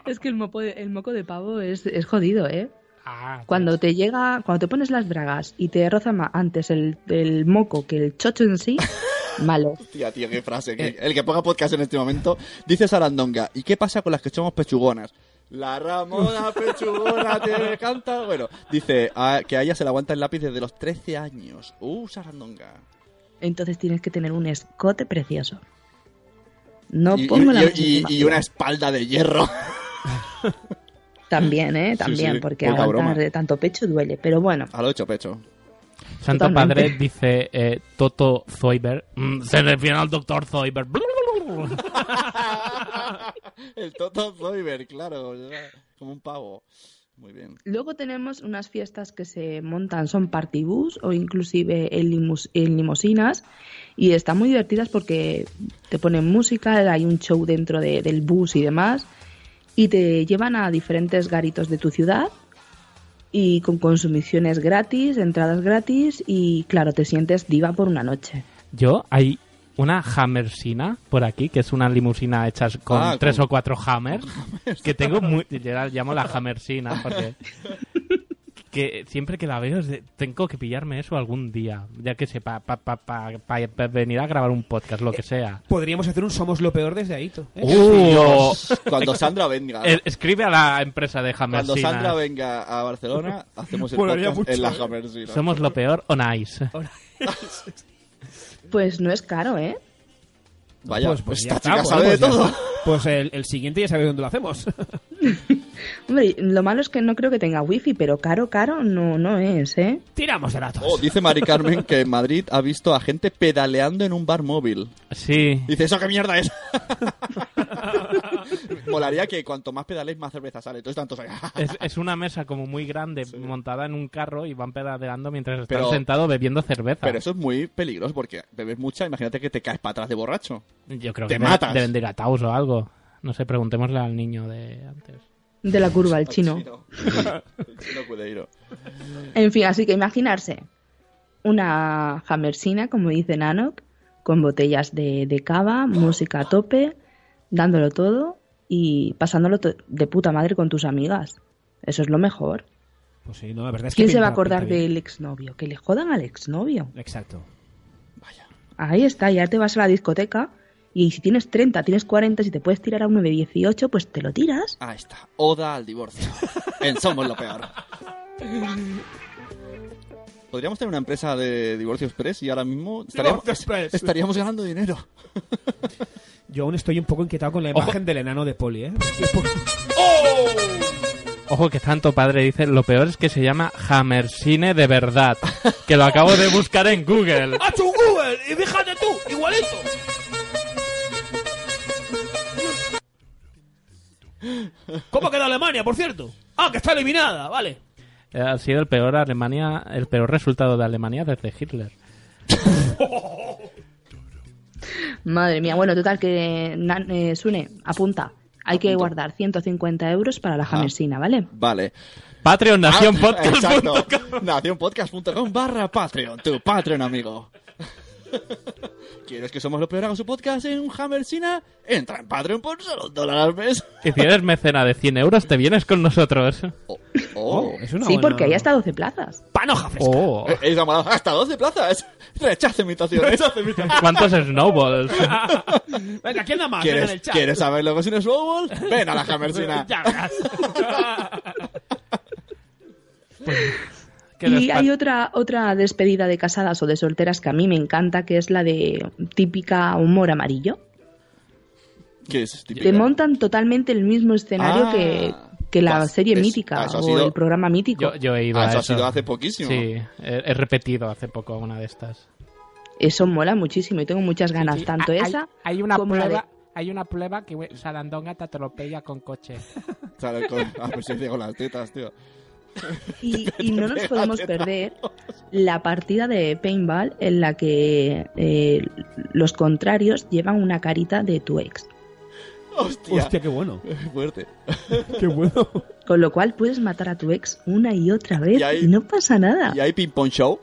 Speaker 8: Es que el moco de, el moco de pavo es, es jodido, ¿eh?
Speaker 9: Ah.
Speaker 8: Cuando te llega, cuando te pones las bragas y te roza ma- antes el, el moco que el chocho en sí, malo.
Speaker 6: Tía, tío, qué frase.
Speaker 9: Eh.
Speaker 6: que- el que ponga podcast en este momento dice Sarandonga. ¿Y qué pasa con las que somos pechugonas? La Ramona pechugona te canta. Bueno, dice ah, que a ella se le aguanta el lápiz desde los 13 años. Uh, Sarandonga.
Speaker 8: Entonces tienes que tener un escote precioso. No
Speaker 6: y,
Speaker 8: pongo
Speaker 6: y-
Speaker 8: la
Speaker 6: y-
Speaker 8: mano
Speaker 6: y-
Speaker 8: encima.
Speaker 6: y una espalda de hierro.
Speaker 8: También, ¿eh?
Speaker 6: Sí,
Speaker 8: También,
Speaker 6: sí,
Speaker 8: porque
Speaker 6: poca
Speaker 8: aguantar
Speaker 6: broma.
Speaker 8: de tanto pecho duele. Pero bueno,
Speaker 6: A lo hecho pecho.
Speaker 7: Santo
Speaker 8: Totalmente.
Speaker 7: Padre dice eh, Toto Zoiber. Mm, se refiere al doctor Zoiber.
Speaker 6: El Toto Zoiber, claro. o sea, Como un pavo. Muy bien.
Speaker 8: luego tenemos unas fiestas que se montan, son partibus o inclusive en, limus- en limusinas. Y están muy divertidas porque te ponen música, hay un show dentro de- del bus y demás. Y te llevan a diferentes garitos de tu ciudad y con consumiciones gratis, entradas gratis y claro, te sientes diva por una noche.
Speaker 7: Yo, hay una Hammersina por aquí, que es una limusina hecha con
Speaker 8: Ah,
Speaker 7: tres
Speaker 8: con-
Speaker 7: o cuatro Hammers, que tengo muy... Yo la llamo la Hammersina porque... Que siempre que la veo es de, tengo que pillarme eso algún día, ya que sepa, para venir a grabar un podcast, lo que sea.
Speaker 9: Podríamos hacer un Somos lo peor desde ahí. tú, ¿eh?
Speaker 6: Cuando Sandra venga.
Speaker 7: Eh, Escribe a la empresa de Hammersina.
Speaker 6: Cuando Sandra venga a Barcelona, hacemos el
Speaker 7: Molaría
Speaker 6: podcast
Speaker 7: mucho,
Speaker 6: en la
Speaker 7: ¿eh?
Speaker 6: Hammersina.
Speaker 7: Somos lo peor on ice.
Speaker 8: Pues no es caro, ¿eh?
Speaker 6: Vaya,
Speaker 9: Pues-
Speaker 6: pues,
Speaker 9: pues ya
Speaker 6: esta
Speaker 9: está,
Speaker 6: chica
Speaker 9: bueno,
Speaker 6: sabe de
Speaker 9: pues ya
Speaker 6: todo.
Speaker 9: está. Pues el, el siguiente ya sabéis dónde lo hacemos.
Speaker 8: Hombre, lo malo es que no creo que tenga wifi, pero caro, caro no, no es, ¿eh?
Speaker 9: Tiramos de datos.
Speaker 6: Oh, dice Mari Carmen que en Madrid ha visto a gente pedaleando en un bar móvil.
Speaker 7: Sí.
Speaker 6: Dice, ¿eso qué mierda es? Molaría que cuanto más pedales, más cerveza sale. Entonces tantos hay.
Speaker 7: Es, es una mesa como muy grande montada en un carro y van pedaleando mientras están
Speaker 6: Pero-
Speaker 7: sentados bebiendo cerveza.
Speaker 6: Pero eso es muy peligroso porque bebes mucha, imagínate que te caes para atrás de borracho.
Speaker 7: Yo creo
Speaker 6: te
Speaker 7: que
Speaker 6: matas.
Speaker 7: deben de ir ataos o algo. No sé, preguntémosle al niño de antes.
Speaker 8: De la curva, el chino.
Speaker 6: El chino cudeiro.
Speaker 21: Eh,
Speaker 8: En fin, así que imaginarse una hammersina, como dice Nanok, con botellas de, de cava, música a tope, dándolo todo y pasándolo to- de puta madre con tus amigas. Eso es lo mejor.
Speaker 9: Pues sí, no, la verdad es que
Speaker 8: ¿Quién se va a
Speaker 9: pinta-
Speaker 8: acordar
Speaker 9: pinta bien.
Speaker 8: del exnovio? Que le jodan al exnovio.
Speaker 9: Exacto.
Speaker 8: Ahí está, ya te vas a la discoteca y si tienes 30, tienes 40, si te puedes tirar a uno de 18, pues te lo tiras.
Speaker 6: Ahí está. Oda al divorcio. En Somos lo peor. Podríamos tener una empresa de divorcio express y ahora mismo estaríamos, estaríamos ganando dinero.
Speaker 9: Yo aún estoy un poco inquietado con la
Speaker 7: Ojo.
Speaker 9: imagen del enano de Poli, ¿eh?
Speaker 7: Ojo que Santo Padre dice, lo peor es que se llama Hammersine de verdad, que lo acabo de buscar en Google.
Speaker 9: ¡Hacho Google! Y fíjate tú, igualito. ¿Cómo queda Alemania, por cierto? Ah, que está eliminada, vale.
Speaker 7: Eh, Ha sido el peor Alemania, el peor resultado de Alemania desde Hitler.
Speaker 8: Madre mía, bueno, total, que Nan- eh, Sune, apunta. Hay que guardar 150 euros para la jamersina, ¿vale?
Speaker 6: Vale. Ah,
Speaker 7: Patreon
Speaker 6: Exacto. Nacionpodcast.com barra Patreon. Tu Patreon, amigo. ¿Quieres que somos lo peor haga su podcast en Hammersina? Entra en Patreon por solo un dólar al mes.
Speaker 7: Y si eres mecena de 100 euros, te vienes con nosotros.
Speaker 6: Oh, es
Speaker 8: sí, porque hay hasta 12 plazas.
Speaker 9: ¡Panoja
Speaker 7: Oh.
Speaker 6: Eh, Es llamado hasta 12 plazas. Rechaza invitación. Rechaza invitación.
Speaker 7: ¿Cuántos snowballs?
Speaker 9: Venga, ¿quién da más? Venga, en
Speaker 6: ¿Quieres,
Speaker 9: el chat.
Speaker 6: ¿Quieres saber lo que es un snowball? Ven a la Hammersina.
Speaker 9: Ya verás.
Speaker 7: Que
Speaker 8: y
Speaker 7: despa-
Speaker 8: hay otra, otra despedida de casadas o de solteras que a mí me encanta, que es la de típica humor amarillo.
Speaker 6: ¿Qué es? este
Speaker 8: Te montan totalmente el mismo escenario
Speaker 6: Ah,
Speaker 8: que, que la
Speaker 6: pues,
Speaker 8: serie
Speaker 6: es- ah,
Speaker 8: mítica
Speaker 6: eso ha
Speaker 8: o
Speaker 6: sido-
Speaker 8: el programa mítico.
Speaker 7: Yo, yo he ido
Speaker 6: Ah,
Speaker 7: a
Speaker 6: eso ha
Speaker 7: eso.
Speaker 6: sido hace poquísimo.
Speaker 7: Sí, he, he repetido hace poco una de estas.
Speaker 8: Eso mola muchísimo y tengo muchas ganas, tanto
Speaker 18: hay,
Speaker 8: esa
Speaker 18: hay una
Speaker 8: como la de-
Speaker 18: prueba, hay una prueba que we- Sarandonga te atropella con coche.
Speaker 6: Sale con la presencia con las tetas, tío.
Speaker 8: Y, y no nos podemos perder la partida de paintball en la que eh, los contrarios llevan una carita de tu ex.
Speaker 6: Hostia.
Speaker 9: Hostia, qué bueno.
Speaker 6: Fuerte.
Speaker 9: Qué bueno.
Speaker 8: Con lo cual puedes matar a tu ex una y otra vez
Speaker 6: Y
Speaker 8: y,
Speaker 6: hay-
Speaker 8: no pasa nada.
Speaker 6: ¿Y hay ping-pong show?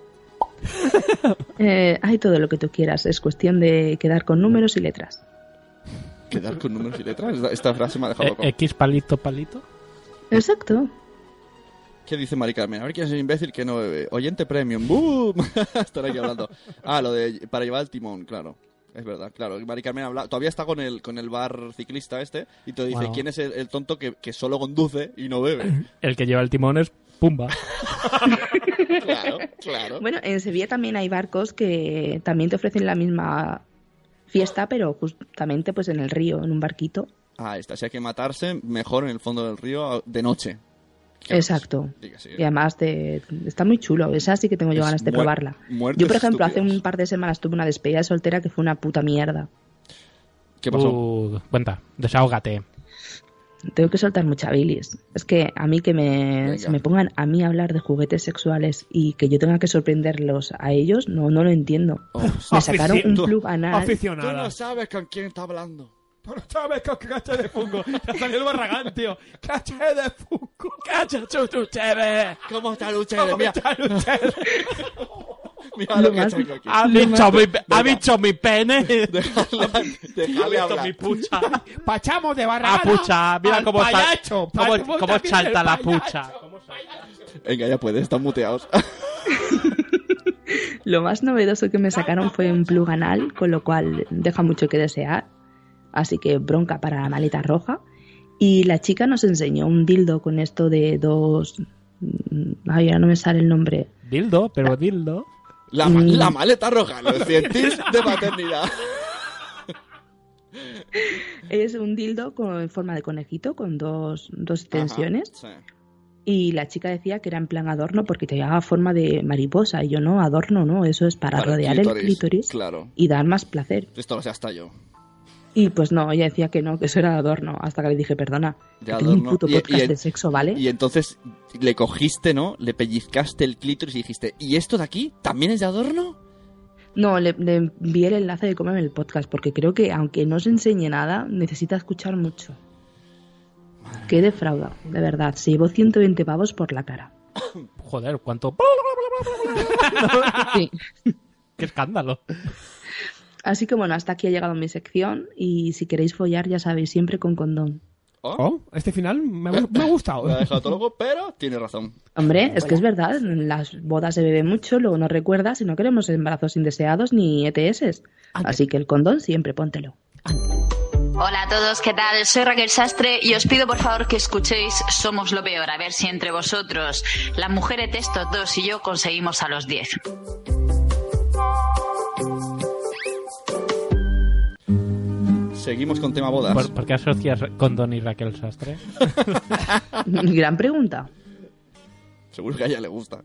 Speaker 8: Eh, hay todo lo que tú quieras, es cuestión de quedar con números y letras.
Speaker 6: Quedar con números y letras. Esta- Esta frase me ha dejado
Speaker 7: Eh,
Speaker 6: loco.
Speaker 7: X palito palito.
Speaker 8: Exacto.
Speaker 6: ¿Qué dice Mari Carmen? A ver quién es el imbécil que no bebe. Oyente premium. ¡Boom! Estar aquí hablando. Ah, lo de para llevar el timón, claro. Es verdad, claro. Mari Carmen habla, todavía está con el, con el bar ciclista este y te dice
Speaker 7: Bueno.
Speaker 6: quién es el, el tonto que, que solo conduce y no bebe.
Speaker 7: El que lleva el timón es Pumba.
Speaker 6: claro, claro.
Speaker 8: Bueno, en Sevilla también hay barcos que también te ofrecen la misma fiesta, pero justamente pues en el río, en un barquito.
Speaker 6: Ah, está. Si hay que matarse, mejor en el fondo del río de noche.
Speaker 8: Exacto.
Speaker 6: Diga, sí.
Speaker 8: Y además te- está muy chulo. Esa sí que tengo yo
Speaker 6: Es
Speaker 8: ganas de
Speaker 6: muer-
Speaker 8: probarla.
Speaker 6: muertes
Speaker 8: Yo, por ejemplo, hace
Speaker 6: estúpidas.
Speaker 8: un par de semanas tuve una despedida de soltera que fue una puta mierda.
Speaker 6: ¿Qué pasó?
Speaker 7: Uh, cuenta, desahógate.
Speaker 8: Tengo que soltar mucha bilis. Es que a mí que me, se me pongan a mí a hablar de juguetes sexuales y que yo tenga que sorprenderlos a ellos, no, no lo entiendo.
Speaker 6: Oh.
Speaker 8: me sacaron un
Speaker 9: Aficio-
Speaker 8: plug anal.
Speaker 9: Aficionada.
Speaker 6: sabes con quién está hablando.
Speaker 9: Pero sabes con qué caché de fungo. Te salió el barragán, tío. Caché de fungo. Caché chuchuchere.
Speaker 6: ¿Cómo está
Speaker 9: ¿Cómo está Luchere?
Speaker 6: Mira
Speaker 9: Lo
Speaker 6: lo que
Speaker 9: más-
Speaker 6: tengo aquí.
Speaker 9: Ha dicho mi-
Speaker 6: Venga,
Speaker 9: ha dicho mi pene.
Speaker 6: Déjale
Speaker 9: Ha visto
Speaker 6: hablar.
Speaker 9: mi pucha.
Speaker 18: Pachamos de
Speaker 9: Ah,
Speaker 18: barra.
Speaker 9: pucha. Mira
Speaker 18: Al
Speaker 9: cómo sal-
Speaker 18: payacho,
Speaker 9: cómo-
Speaker 18: pa-
Speaker 9: cómo
Speaker 18: también
Speaker 9: salta
Speaker 18: el
Speaker 9: la
Speaker 18: payacho.
Speaker 9: pucha.
Speaker 6: Venga, ya puede, están muteados.
Speaker 8: Lo más novedoso que me sacaron fue un plug anal, con lo cual deja mucho que desear. Así que bronca para la maleta roja. Y la chica nos enseñó un dildo con esto de dos. mm, Ay, ahora no me sale el nombre. Mm.
Speaker 7: Dildo, pero dildo.
Speaker 6: La,
Speaker 9: Mm.
Speaker 6: ma- la maleta roja, los cientis de maternidad.
Speaker 8: Es un dildo con, en forma de conejito con dos, dos tensiones.
Speaker 6: Ajá, sí.
Speaker 8: Y la chica decía que era en plan adorno porque te llevaba forma de mariposa. Y yo no, adorno no, eso es para,
Speaker 6: Para el
Speaker 8: rodear el clítoris
Speaker 6: Claro.
Speaker 8: y dar más placer.
Speaker 6: Esto lo sé hasta yo.
Speaker 8: Y pues no, ella decía que no, que eso era de adorno, hasta que le dije, perdona, que
Speaker 6: De
Speaker 8: tengo un
Speaker 6: adorno.
Speaker 8: puto
Speaker 6: Y- y
Speaker 8: podcast
Speaker 6: en-
Speaker 8: de sexo, ¿vale?
Speaker 6: Y entonces le cogiste, ¿no? Le pellizcaste el clítoris y dijiste, ¿y esto de aquí también es de adorno?
Speaker 8: No, le, le envié el enlace de cómeme el podcast, porque creo que aunque no se enseñe nada, necesita escuchar mucho. Qué defrauda, de verdad, se llevó 120 pavos por la cara.
Speaker 7: Joder, cuánto.
Speaker 8: Sí.
Speaker 7: Qué escándalo.
Speaker 8: Así que bueno, hasta aquí ha llegado mi sección y si queréis follar ya sabéis, siempre con condón.
Speaker 9: Oh, este final me ha, me ha gustado.
Speaker 6: Lo ha dejado todo loco, pero tiene razón.
Speaker 8: Hombre, es que es verdad, en las bodas se bebe mucho, luego no recuerdas y no queremos embarazos indeseados ni ETS. Así que el condón siempre póntelo.
Speaker 2: Hola a todos, ¿qué tal? Soy Raquel Sastre y os pido por favor que escuchéis Somos lo Peor, a ver si entre vosotros, las mujeres de estos dos y yo conseguimos a los 10.
Speaker 6: Seguimos con tema bodas.
Speaker 7: ¿Por, por qué asocias con Don y Raquel Sastre?
Speaker 8: Gran pregunta.
Speaker 6: Seguro que a ella le gusta.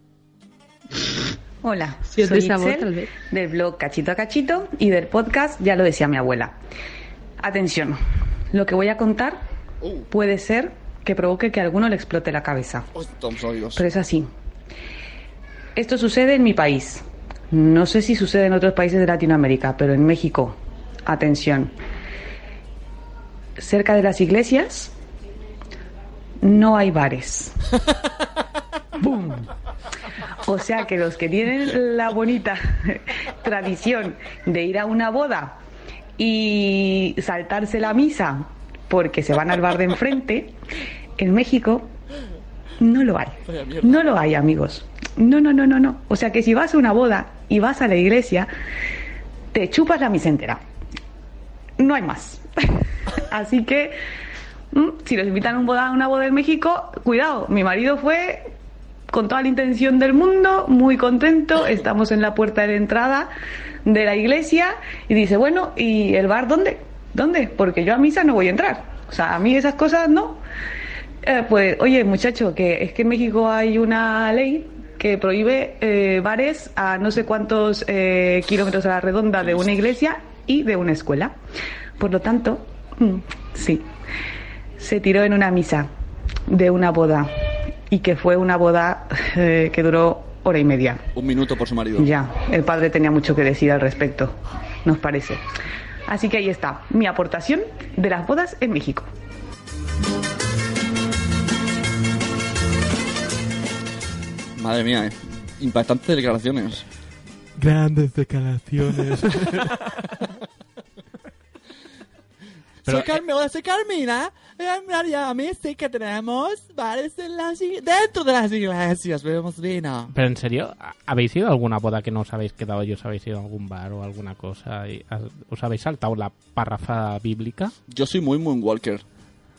Speaker 22: Hola,
Speaker 8: Si os
Speaker 22: soy
Speaker 8: deis a vos,
Speaker 22: Itzel,
Speaker 8: tal vez.
Speaker 22: del blog Cachito a Cachito y del podcast Ya lo decía mi abuela. Atención, lo que voy a contar puede ser que provoque que a alguno le explote la cabeza.
Speaker 6: Tom oídos.
Speaker 22: Pero es así. Esto sucede en mi país. No sé si sucede en otros países de Latinoamérica, pero en México atención. Cerca de las iglesias no hay bares. ¡Bum! O sea que los que tienen la bonita tradición de ir a una boda y saltarse la misa porque se van al bar de enfrente, en México no lo hay. No lo hay, amigos. No, no, no, no, no. O sea que si vas a una boda y vas a la iglesia, te chupas la misa entera. No hay más. Así que mm, si los invitan a un boda- a una boda en México, cuidado. Mi marido fue con toda la intención del mundo, muy contento. Estamos en la puerta de la entrada de la iglesia y dice, bueno, ¿y el bar dónde? ¿Dónde? Porque yo a misa no voy a entrar. O sea, a mí esas cosas no. Eh, pues, oye, muchacho, que es que en México hay una ley que prohíbe eh, bares a no sé cuántos eh, kilómetros a la redonda de una iglesia y de una escuela. Por lo tanto, mm, sí, se tiró en una misa de una boda y que fue una boda eh, que duró hora y media.
Speaker 6: Un minuto por su marido.
Speaker 22: Ya, el padre tenía mucho que decir al respecto, nos parece. Así que ahí está, mi aportación de las bodas en México.
Speaker 6: Madre mía, eh. impactantes declaraciones.
Speaker 7: Grandes declaraciones.
Speaker 20: soy Carmen, hola, soy Carmina. Eh, María, a mí sí que tenemos bares en las ig- dentro de las iglesias. Bebemos vino.
Speaker 7: Pero en serio, ¿habéis ido a alguna boda que no os habéis quedado y os habéis ido a algún bar o alguna cosa? y has- ¿Os habéis saltado la párrafa bíblica?
Speaker 6: Yo soy muy muy walker.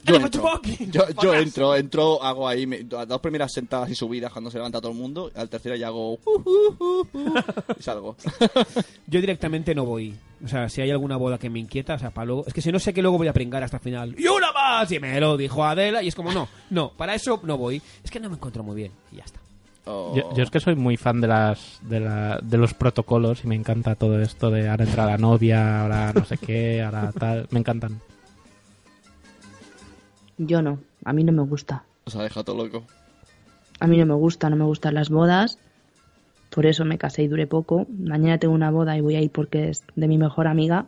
Speaker 6: Yo entro, yo, yo entro, entro, hago ahí me- las dos primeras sentadas y subidas cuando se levanta todo el mundo, al tercero ya hago uh, uh, uh, uh, y salgo.
Speaker 9: Yo directamente no voy. O sea, si hay alguna boda que me inquieta, o sea, para luego. Es que si no sé que luego voy a pringar hasta el final. ¡Y una más! Y me lo dijo Adela, y es como, no, no, para eso no voy. Es que no me encuentro muy bien, y ya está.
Speaker 6: Oh.
Speaker 7: Yo, yo es que soy muy fan de las de, la- de los protocolos y me encanta todo esto de ahora entra la novia, ahora no sé qué, ahora tal. Me encantan.
Speaker 8: Yo no, a mí no me gusta.
Speaker 6: Os ha dejado todo loco.
Speaker 8: A mí no me gusta, no me gustan las bodas. Por eso me casé y duré poco. Mañana tengo una boda y voy a ir porque es de mi mejor amiga.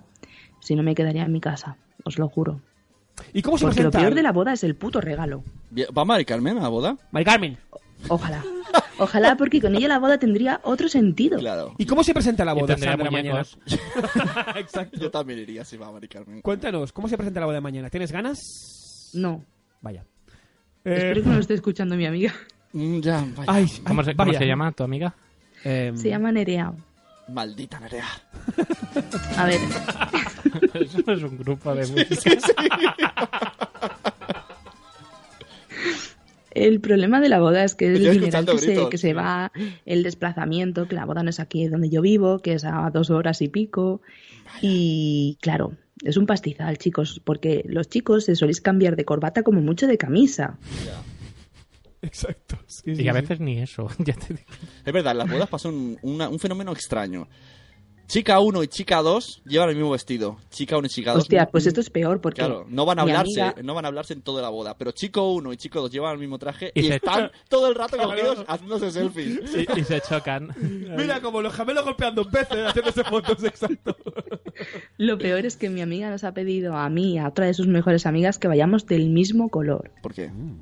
Speaker 8: Si no, me quedaría en mi casa, os lo juro.
Speaker 9: ¿Y cómo
Speaker 6: se
Speaker 8: Porque lo
Speaker 6: presentan?
Speaker 8: peor de la boda es el puto regalo.
Speaker 6: Bien, ¿Va Mari Carmen a la boda?
Speaker 9: Mari Carmen.
Speaker 8: Ojalá. Ojalá, porque con ella la boda tendría otro sentido.
Speaker 6: Claro.
Speaker 9: ¿Y cómo se presenta la
Speaker 6: Y
Speaker 9: boda,
Speaker 6: tendría
Speaker 9: Sandra, mañana?
Speaker 6: muñecos.
Speaker 9: Exacto.
Speaker 6: Yo también iría si va a Mari Carmen.
Speaker 9: Cuéntanos, ¿cómo se presenta la boda de mañana? ¿Tienes ganas?
Speaker 8: No.
Speaker 9: Vaya. Eh,
Speaker 8: Espero que no lo esté escuchando mi amiga.
Speaker 6: Mm, Ya,
Speaker 9: Ay,
Speaker 7: ¿Cómo,
Speaker 9: ay,
Speaker 7: se, cómo
Speaker 9: vaya. Eh,
Speaker 7: se llama tu amiga?
Speaker 8: Se llama Nerea.
Speaker 6: Maldita Nerea.
Speaker 8: A ver.
Speaker 7: Eso no es un grupo de
Speaker 8: Sí,
Speaker 7: música.
Speaker 8: sí, El problema de la boda es que es
Speaker 7: Estoy
Speaker 8: el dineral
Speaker 7: escuchando
Speaker 8: que se,
Speaker 7: gritos.
Speaker 8: que se va, el desplazamiento, que la boda no es aquí donde yo vivo, que es a dos horas y pico. Y claro, es un pastizal, chicos, porque los chicos se soléis cambiar de corbata como mucho de camisa.
Speaker 9: Exacto.
Speaker 7: y a veces ni eso, ya te digo.
Speaker 6: Es verdad, en las bodas pasa un, una- un fenómeno extraño. Chica 1 y chica 2 llevan el mismo vestido. Chica 1 y chica 2.
Speaker 8: Hostia, pues esto es peor porque
Speaker 6: Claro, no van a
Speaker 8: mi
Speaker 6: hablarse,
Speaker 8: amiga-
Speaker 6: no van a hablarse en toda la boda, pero chico 1 y chico 2 llevan el mismo traje
Speaker 7: Y
Speaker 6: y,
Speaker 7: se-
Speaker 6: están todo el rato cogidos haciéndose selfies.
Speaker 7: Y, y se chocan.
Speaker 9: Mira como los gemelos golpeando veces haciéndose fotos, exacto.
Speaker 8: Lo peor es que mi amiga nos ha pedido a mí y a otra de sus mejores amigas que vayamos del mismo color.
Speaker 6: ¿Por qué?
Speaker 9: Mm.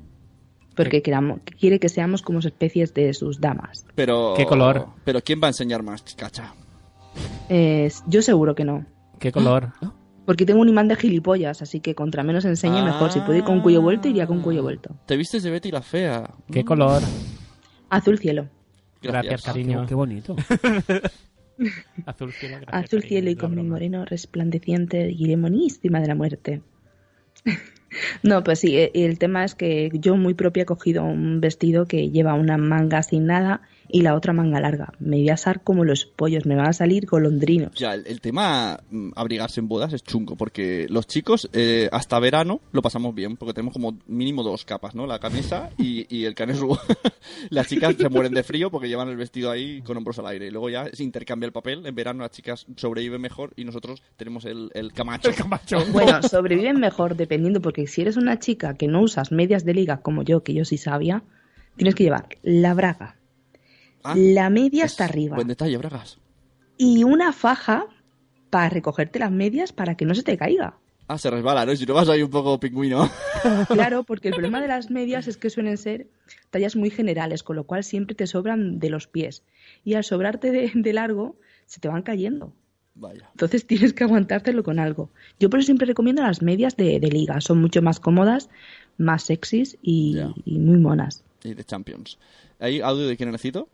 Speaker 8: Porque queramo- quiere que seamos como especies de sus damas.
Speaker 6: Pero
Speaker 7: ¿Qué color?
Speaker 6: Pero quién va a enseñar más, cacha.
Speaker 8: Eh, yo seguro que no.
Speaker 7: ¿Qué color?
Speaker 8: Porque tengo un imán de gilipollas, así que contra menos enseñe mejor. Si puedo ir con cuello vuelto, iría con cuello vuelto.
Speaker 6: Te vistes de Betty la fea. Mm.
Speaker 7: ¿Qué color?
Speaker 8: Azul cielo.
Speaker 7: Gracias, cariño.
Speaker 9: Qué bonito.
Speaker 7: Azul cielo, gracias,
Speaker 8: Azul
Speaker 7: cariño.
Speaker 8: cielo y con mi moreno resplandeciente iré monísima de la muerte. no, pues sí, eh, el tema es que yo muy propia he cogido un vestido que lleva una manga sin nada y la otra manga larga. Me voy a asar como los pollos, me van a salir golondrinos.
Speaker 6: Ya, el, el tema mm, abrigarse en bodas es chungo, porque los chicos eh, hasta verano lo pasamos bien, porque tenemos como mínimo dos capas, ¿no? La camisa y, y el canesú. las chicas se mueren de frío porque llevan el vestido ahí con hombros al aire. Y luego ya se intercambia el papel. En verano las chicas sobreviven mejor y nosotros tenemos el, el camacho. El
Speaker 9: camacho.
Speaker 8: Bueno, sobreviven mejor dependiendo, porque si eres una chica que no usas medias de liga como yo, que yo sí sabía, tienes que llevar la braga, la media hasta arriba
Speaker 6: Buen detalle, Bragas.
Speaker 8: y una faja para recogerte las medias para que no se te caiga.
Speaker 6: Ah, se resbala, ¿no? Si no vas ahí un poco pingüino.
Speaker 8: Claro, porque el problema de las medias es que suelen ser tallas muy generales, con lo cual siempre te sobran de los pies. Y al sobrarte de, de largo, se te van cayendo.
Speaker 6: Vaya.
Speaker 8: Entonces tienes que aguantártelo con algo. Yo por eso siempre recomiendo las medias de, de liga. Son mucho más cómodas, más sexys y, y muy monas.
Speaker 6: Y de Champions. ¿Hay audio de quién necesito?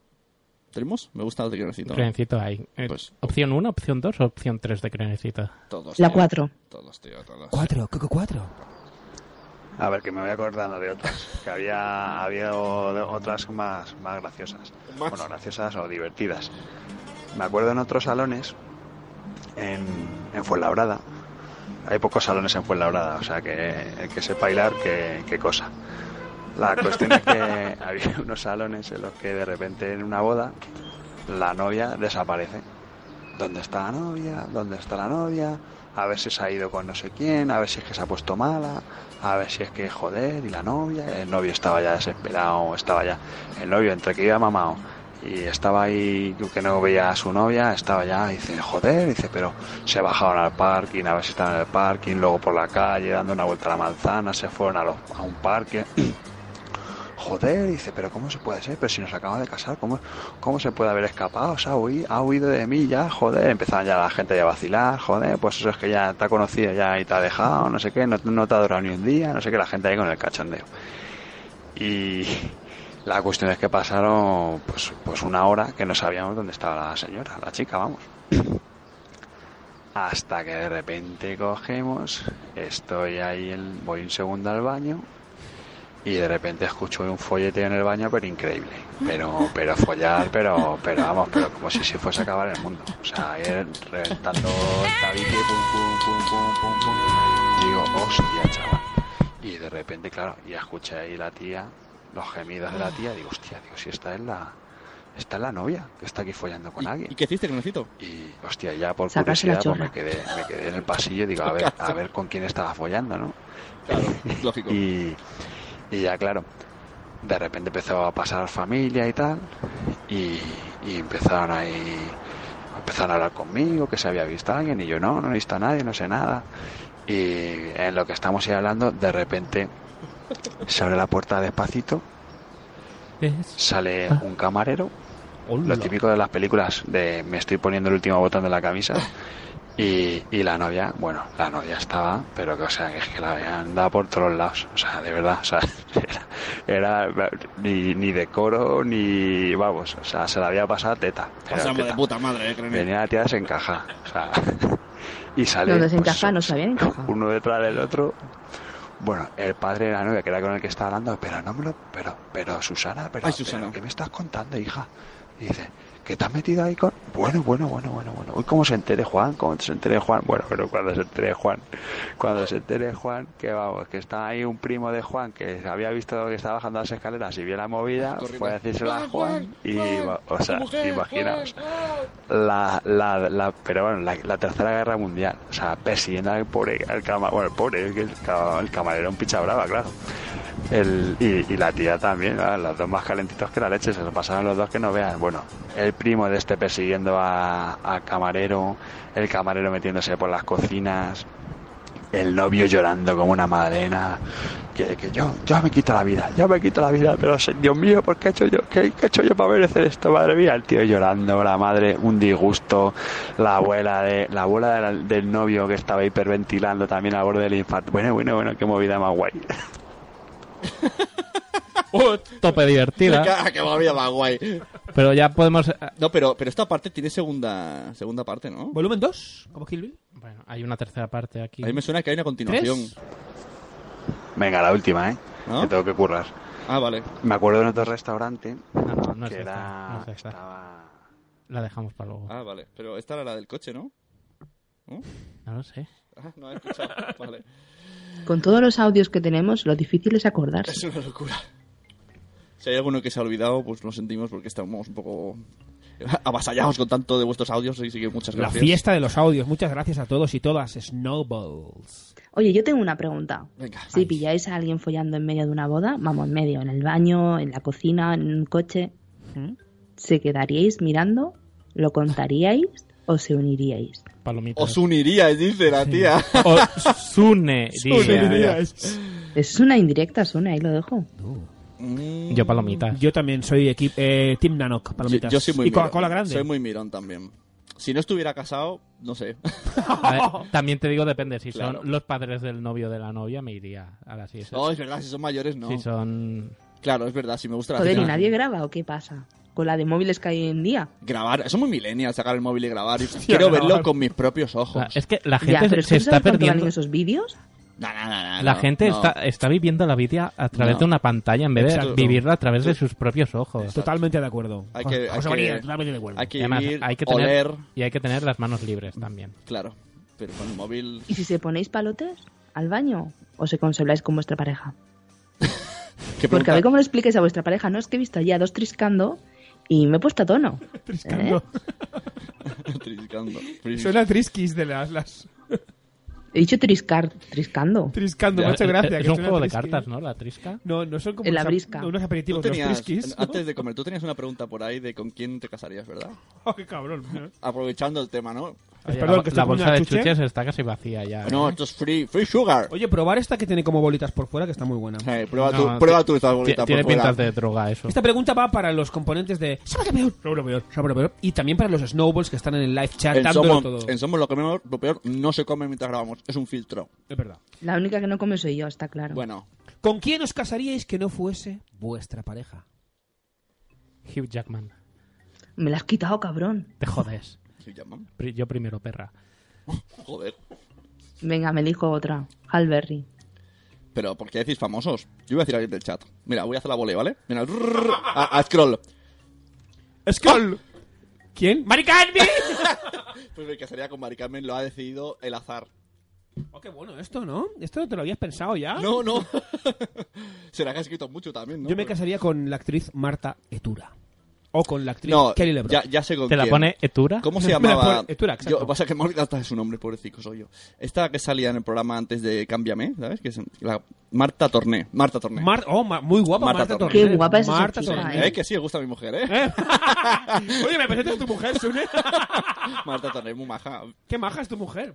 Speaker 6: ¿Tenemos? Me gusta el de Crenecito.
Speaker 7: Crenecito ahí. Eh, ¿Opción 1, opción 2 o opción 3 de Crenecito?
Speaker 6: Pues, Todos.
Speaker 8: La 4.
Speaker 6: Todos, tío, todos.
Speaker 9: Cuatro, Coco cuatro.
Speaker 17: A ver, que me voy acordando de otras. Que había, había o- otras más, más graciosas. Bueno, graciosas o divertidas. Me acuerdo en otros salones, en, en Fuenlabrada. Hay pocos salones en Fuenlabrada, o sea que el que sepa bailar, qué, qué cosa. La cuestión es que había unos salones en los que de repente en una boda la novia desaparece. ¿Dónde está la novia? ¿Dónde está la novia? A ver si se ha ido con no sé quién, a ver si es que se ha puesto mala, a ver si es que joder, y la novia. El novio estaba ya desesperado, estaba ya. El novio, entre que iba mamado y estaba ahí, yo que no veía a su novia, estaba ya, dice, joder, dice, pero se bajaron al parking, a ver si estaban en el parking, luego por la calle, dando una vuelta a la manzana, se fueron a, los- a un parque. Joder, dice, pero ¿cómo se puede ser? Pero si nos acabamos de casar, ¿cómo, cómo se puede haber escapado? Se ha huido, ha huido de mí ya, joder. Empezaban ya la gente a vacilar, joder, pues eso es que ya te ha conocido ya y te ha dejado, no sé qué, no, no te ha durado ni un día, no sé qué, la gente ahí con el cachondeo. Y la cuestión es que pasaron pues, pues una hora que no sabíamos dónde estaba la señora, la chica, vamos. Hasta que de repente cogemos, estoy ahí, en- voy un segundo al baño y de repente escucho un folleteo en el baño, pero increíble. Pero, pero follar, pero, pero vamos, pero como si se fuese a acabar el mundo. O sea, ir reventando el tabique, pum, pum, pum, pum, pum, pum. Digo, hostia, chaval. Y de repente, claro, y escuché ahí la tía, los gemidos de la tía, digo, hostia, digo, si esta es la, esta es la novia, que está aquí follando con alguien.
Speaker 6: ¿Y qué hiciste, Crenecito?
Speaker 17: Y, hostia, ya por
Speaker 6: Sacarse la
Speaker 17: curiosidad pues, me,
Speaker 6: chorra.
Speaker 17: quedé, me quedé en el pasillo digo, a ver, a ver con quién estaba follando, ¿no?
Speaker 6: lógico.
Speaker 17: Y, y ya, claro, de repente empezó a pasar familia y tal, y, y empezaron ahí, empezaron a hablar conmigo, que se había visto alguien, y yo, no, no he visto a nadie, no sé nada. Y en lo que estamos ahí hablando, de repente se abre la puerta despacito, sale un camarero, lo típico de las películas de me estoy poniendo el último botón de la camisa. Y, y la novia, bueno, la novia estaba, pero que, o sea, que es que la habían dado por todos lados, o sea, de verdad, o sea, era, era ni, ni decoro, ni, vamos, o sea, se la había pasado teta. pero
Speaker 6: Pasamos de
Speaker 17: teta.
Speaker 6: puta madre, eh, Crenecito.
Speaker 17: Venía la tía desencaja, o sea, y sale
Speaker 8: Donde se
Speaker 17: pues,
Speaker 8: encaja, no sabían encajar.
Speaker 17: uno detrás del otro. Bueno, el padre de la novia, que era con el que estaba hablando, pero no me lo. Pero, pero Susana, pero,
Speaker 6: Ay, Susana.
Speaker 17: pero, ¿qué me estás contando, hija? Y dice, ¿que te has metido ahí con.? Bueno, bueno, bueno, bueno, bueno. Uy, cómo se entere Juan, cómo se entere Juan. Bueno, pero cuando se entere Juan, cuando se entere Juan, que vamos, que está ahí un primo de Juan que había visto que estaba bajando las escaleras y vio la movida, fue a decírselo a Juan y, va- o sea, imaginaos la, la, la- pero bueno, la, la tercera guerra mundial, o sea, persiguiendo al pobre, al cama, bueno, el pobre, el, ca- el camarero un picha brava, claro. El, y, y la tía también, ¿no? los dos más calentitos que la leche, se lo pasaron los dos que no vean. Bueno, el primo de este persiguiendo a- al camarero, el camarero metiéndose por las cocinas, el novio llorando como una madrena, que, que yo, yo me quito la vida, yo me quito la vida, pero se- Dios mío, ¿por qué he hecho yo, qué, qué he hecho yo para merecer esto, madre mía? El tío llorando, la madre, un disgusto, la abuela de, la abuela de la- del novio que estaba hiperventilando también al borde del infarto. Bueno, bueno, bueno, qué movida más guay.
Speaker 7: Tope divertida. Ah.
Speaker 6: que va más guay.
Speaker 7: Pero ya podemos...
Speaker 6: No, pero, pero esta parte tiene segunda, segunda parte, ¿no?
Speaker 9: ¿Volumen 2? ¿Como Kill Bill?
Speaker 7: Bueno, hay una tercera parte aquí.
Speaker 6: A mí me suena que hay una continuación.
Speaker 17: Venga, la última, ¿eh? Que tengo que currar.
Speaker 6: Ah, vale.
Speaker 17: Me acuerdo de otro restaurante
Speaker 7: no es
Speaker 17: que
Speaker 7: esta,
Speaker 17: era...
Speaker 7: no es esta. Oh.
Speaker 17: estaba-
Speaker 7: La dejamos para luego.
Speaker 6: Ah, vale. Pero esta era la del coche, ¿no? ¿No?
Speaker 7: No lo sé.
Speaker 6: Ah, no he escuchado. vale.
Speaker 8: Con todos los audios que tenemos, lo difícil es acordarse.
Speaker 6: Es una locura. Si hay alguno que se ha olvidado, pues lo sentimos porque estamos un poco avasallados con tanto de vuestros audios. Así que muchas
Speaker 9: La
Speaker 6: gracias.
Speaker 9: fiesta de los audios. Muchas gracias a todos y todas. Snowballs.
Speaker 8: Oye, yo tengo una pregunta.
Speaker 6: Venga.
Speaker 8: Si pilláis a alguien follando en medio de una boda, vamos, en medio, en el baño, en la
Speaker 7: ¿Mm?
Speaker 8: cocina, en un coche, ¿se quedaríais mirando? ¿Lo contaríais? os se uniríais.
Speaker 7: Palomitas.
Speaker 6: Os uniríais, dice la tía.
Speaker 7: Os uniríais.
Speaker 8: Es una indirecta, Sune, ahí lo dejo.
Speaker 7: Yo palomitas.
Speaker 9: Yo también soy equipo eh, Team Nanoc,
Speaker 6: Yo,
Speaker 9: palomitas.
Speaker 6: yo soy muy
Speaker 9: y Coca-Cola
Speaker 6: mirón.
Speaker 9: grande.
Speaker 6: Soy muy mirón también. Si no estuviera casado, no sé.
Speaker 7: A ver, también te digo, depende. Si
Speaker 6: Claro.
Speaker 7: son los padres del novio de la novia, me iría a las ISS.
Speaker 6: No, es verdad, si son mayores, no.
Speaker 7: Si son...
Speaker 6: Claro, es verdad, si me gusta la
Speaker 8: Joder, ¿y
Speaker 6: cena.
Speaker 8: nadie graba o qué pasa? Con la de móviles que hay hoy en día.
Speaker 6: Grabar, eso es muy millennial, sacar el móvil y grabar. Y quiero verlo
Speaker 7: grabar.
Speaker 6: con mis propios ojos.
Speaker 7: Es que la
Speaker 8: ya,
Speaker 7: gente
Speaker 8: pero
Speaker 7: se-
Speaker 8: ¿es que tú
Speaker 7: se está
Speaker 8: sabes cuánto valen
Speaker 7: perdiendo...
Speaker 8: esos vídeos?
Speaker 6: No, no, no, no,
Speaker 7: La
Speaker 6: no,
Speaker 7: gente
Speaker 6: no.
Speaker 7: está, está viviendo la vida a través
Speaker 6: No.
Speaker 7: de una pantalla en vez de
Speaker 6: Exacto.
Speaker 7: vivirla a través de sus propios ojos.
Speaker 9: Totalmente de acuerdo.
Speaker 6: Hay que, hay
Speaker 9: José
Speaker 6: que-
Speaker 9: María, totalmente de acuerdo.
Speaker 6: hay que
Speaker 7: Y además,
Speaker 6: vivir,
Speaker 7: hay que tener-
Speaker 6: oler,
Speaker 7: y hay que tener las manos libres también.
Speaker 6: claro. Pero con el móvil...
Speaker 8: ¿Y si se ponéis palotes al baño? ¿O se consoláis con vuestra pareja? Porque
Speaker 6: ¿Qué
Speaker 8: a
Speaker 6: pregunta?
Speaker 8: ver cómo lo expliques a vuestra pareja. No, es que he visto allí a dos triscando y me he puesto a tono. ¿Eh?
Speaker 9: Triscando.
Speaker 6: Triscando.
Speaker 9: Suena trisquis de las... las...
Speaker 8: He dicho triscar, triscando.
Speaker 9: Triscando,
Speaker 7: Ya,
Speaker 9: me ha hecho
Speaker 7: es-
Speaker 9: gracia.
Speaker 7: es
Speaker 9: que
Speaker 7: un
Speaker 9: suena
Speaker 7: juego de
Speaker 9: trisquis.
Speaker 7: cartas, ¿no? La trisca.
Speaker 9: No, no son como
Speaker 8: En la
Speaker 9: unos ap-
Speaker 8: brisca.
Speaker 9: unos
Speaker 6: Tú
Speaker 9: aperitivos, los
Speaker 6: tenías,
Speaker 9: trisquis. ¿no?
Speaker 6: Antes de comer, tú tenías una pregunta por ahí de con quién te casarías, ¿verdad?
Speaker 9: Oh, qué cabrón. ¿no?
Speaker 6: Aprovechando el tema, ¿no?
Speaker 7: Oye,
Speaker 9: Perdón,
Speaker 7: la,
Speaker 9: que
Speaker 7: la
Speaker 9: estoy
Speaker 7: bolsa
Speaker 9: poniendo
Speaker 7: de
Speaker 9: chuche.
Speaker 7: chuches está casi vacía ya. ¿eh?
Speaker 6: No, esto es free, free sugar.
Speaker 9: Oye, probar esta que tiene como bolitas por fuera, que está muy buena.
Speaker 6: Eh, prueba
Speaker 7: No,
Speaker 6: tú, prueba tú esta
Speaker 7: ti-
Speaker 6: bolita
Speaker 7: Tiene
Speaker 6: por fuera.
Speaker 7: pintas de droga eso.
Speaker 9: Esta pregunta va para los componentes de Sabe lo peor, sabe lo peor, sabe lo peor, y también para los snowballs que están en el live chat
Speaker 6: En
Speaker 9: dándolo
Speaker 6: Somos,
Speaker 9: todo.
Speaker 6: en Somos lo, que menos- lo peor no se come mientras grabamos, es un filtro.
Speaker 9: Es verdad.
Speaker 8: La única que no come soy yo, está claro.
Speaker 6: Bueno,
Speaker 9: ¿Con quién os casaríais que no fuese vuestra pareja?
Speaker 7: Hugh Jackman.
Speaker 8: Me la has quitado, cabrón.
Speaker 7: Te jodes.
Speaker 6: ¿se llaman?
Speaker 7: Pri- Yo primero, perra.
Speaker 6: Joder.
Speaker 8: Venga, me elijo otra. Hal Berry.
Speaker 6: Pero, ¿por qué decís famosos? Yo voy a decir a alguien del chat. Mira, voy a hacer la volea, ¿vale? Mira, rrrr, a, a scroll.
Speaker 9: ¡Skull! ¿Quién? ¡Mari Carmen!
Speaker 6: Pues me casaría con Mari Carmen, lo ha decidido el azar.
Speaker 9: oh, qué bueno esto, ¿no? Esto te lo habías pensado ya.
Speaker 6: No, no. Será que ha escrito mucho también, ¿no?
Speaker 9: Yo me casaría con la actriz Marta Etura. O con la actriz
Speaker 6: No,
Speaker 9: Kelly Lebron.
Speaker 6: ya, ya sé con
Speaker 7: ¿Te la
Speaker 6: quién.
Speaker 7: pone Etura?
Speaker 6: ¿Cómo se
Speaker 9: Me la
Speaker 6: llamaba?
Speaker 9: pone Etura, exacto.
Speaker 6: Yo, lo que pasa es que me he olvidado hasta de su nombre, pobrecito soy yo. Esta que salía en el programa antes de Cámbiame, ¿sabes? Que es la Marta Torné. Marta Torné.
Speaker 9: Mar- oh, ma- muy guapa
Speaker 6: Marta
Speaker 9: Marta,
Speaker 6: Torné.
Speaker 9: Torné.
Speaker 8: Qué guapa es esa
Speaker 9: Marta
Speaker 8: chica,
Speaker 9: Torné.
Speaker 6: ¿Eh? Que sí, le gusta a mi mujer, ¿eh?
Speaker 9: ¿Eh? Oye, me presentas tu mujer, Sune.
Speaker 6: Marta Torné, muy maja.
Speaker 9: Qué maja es tu mujer.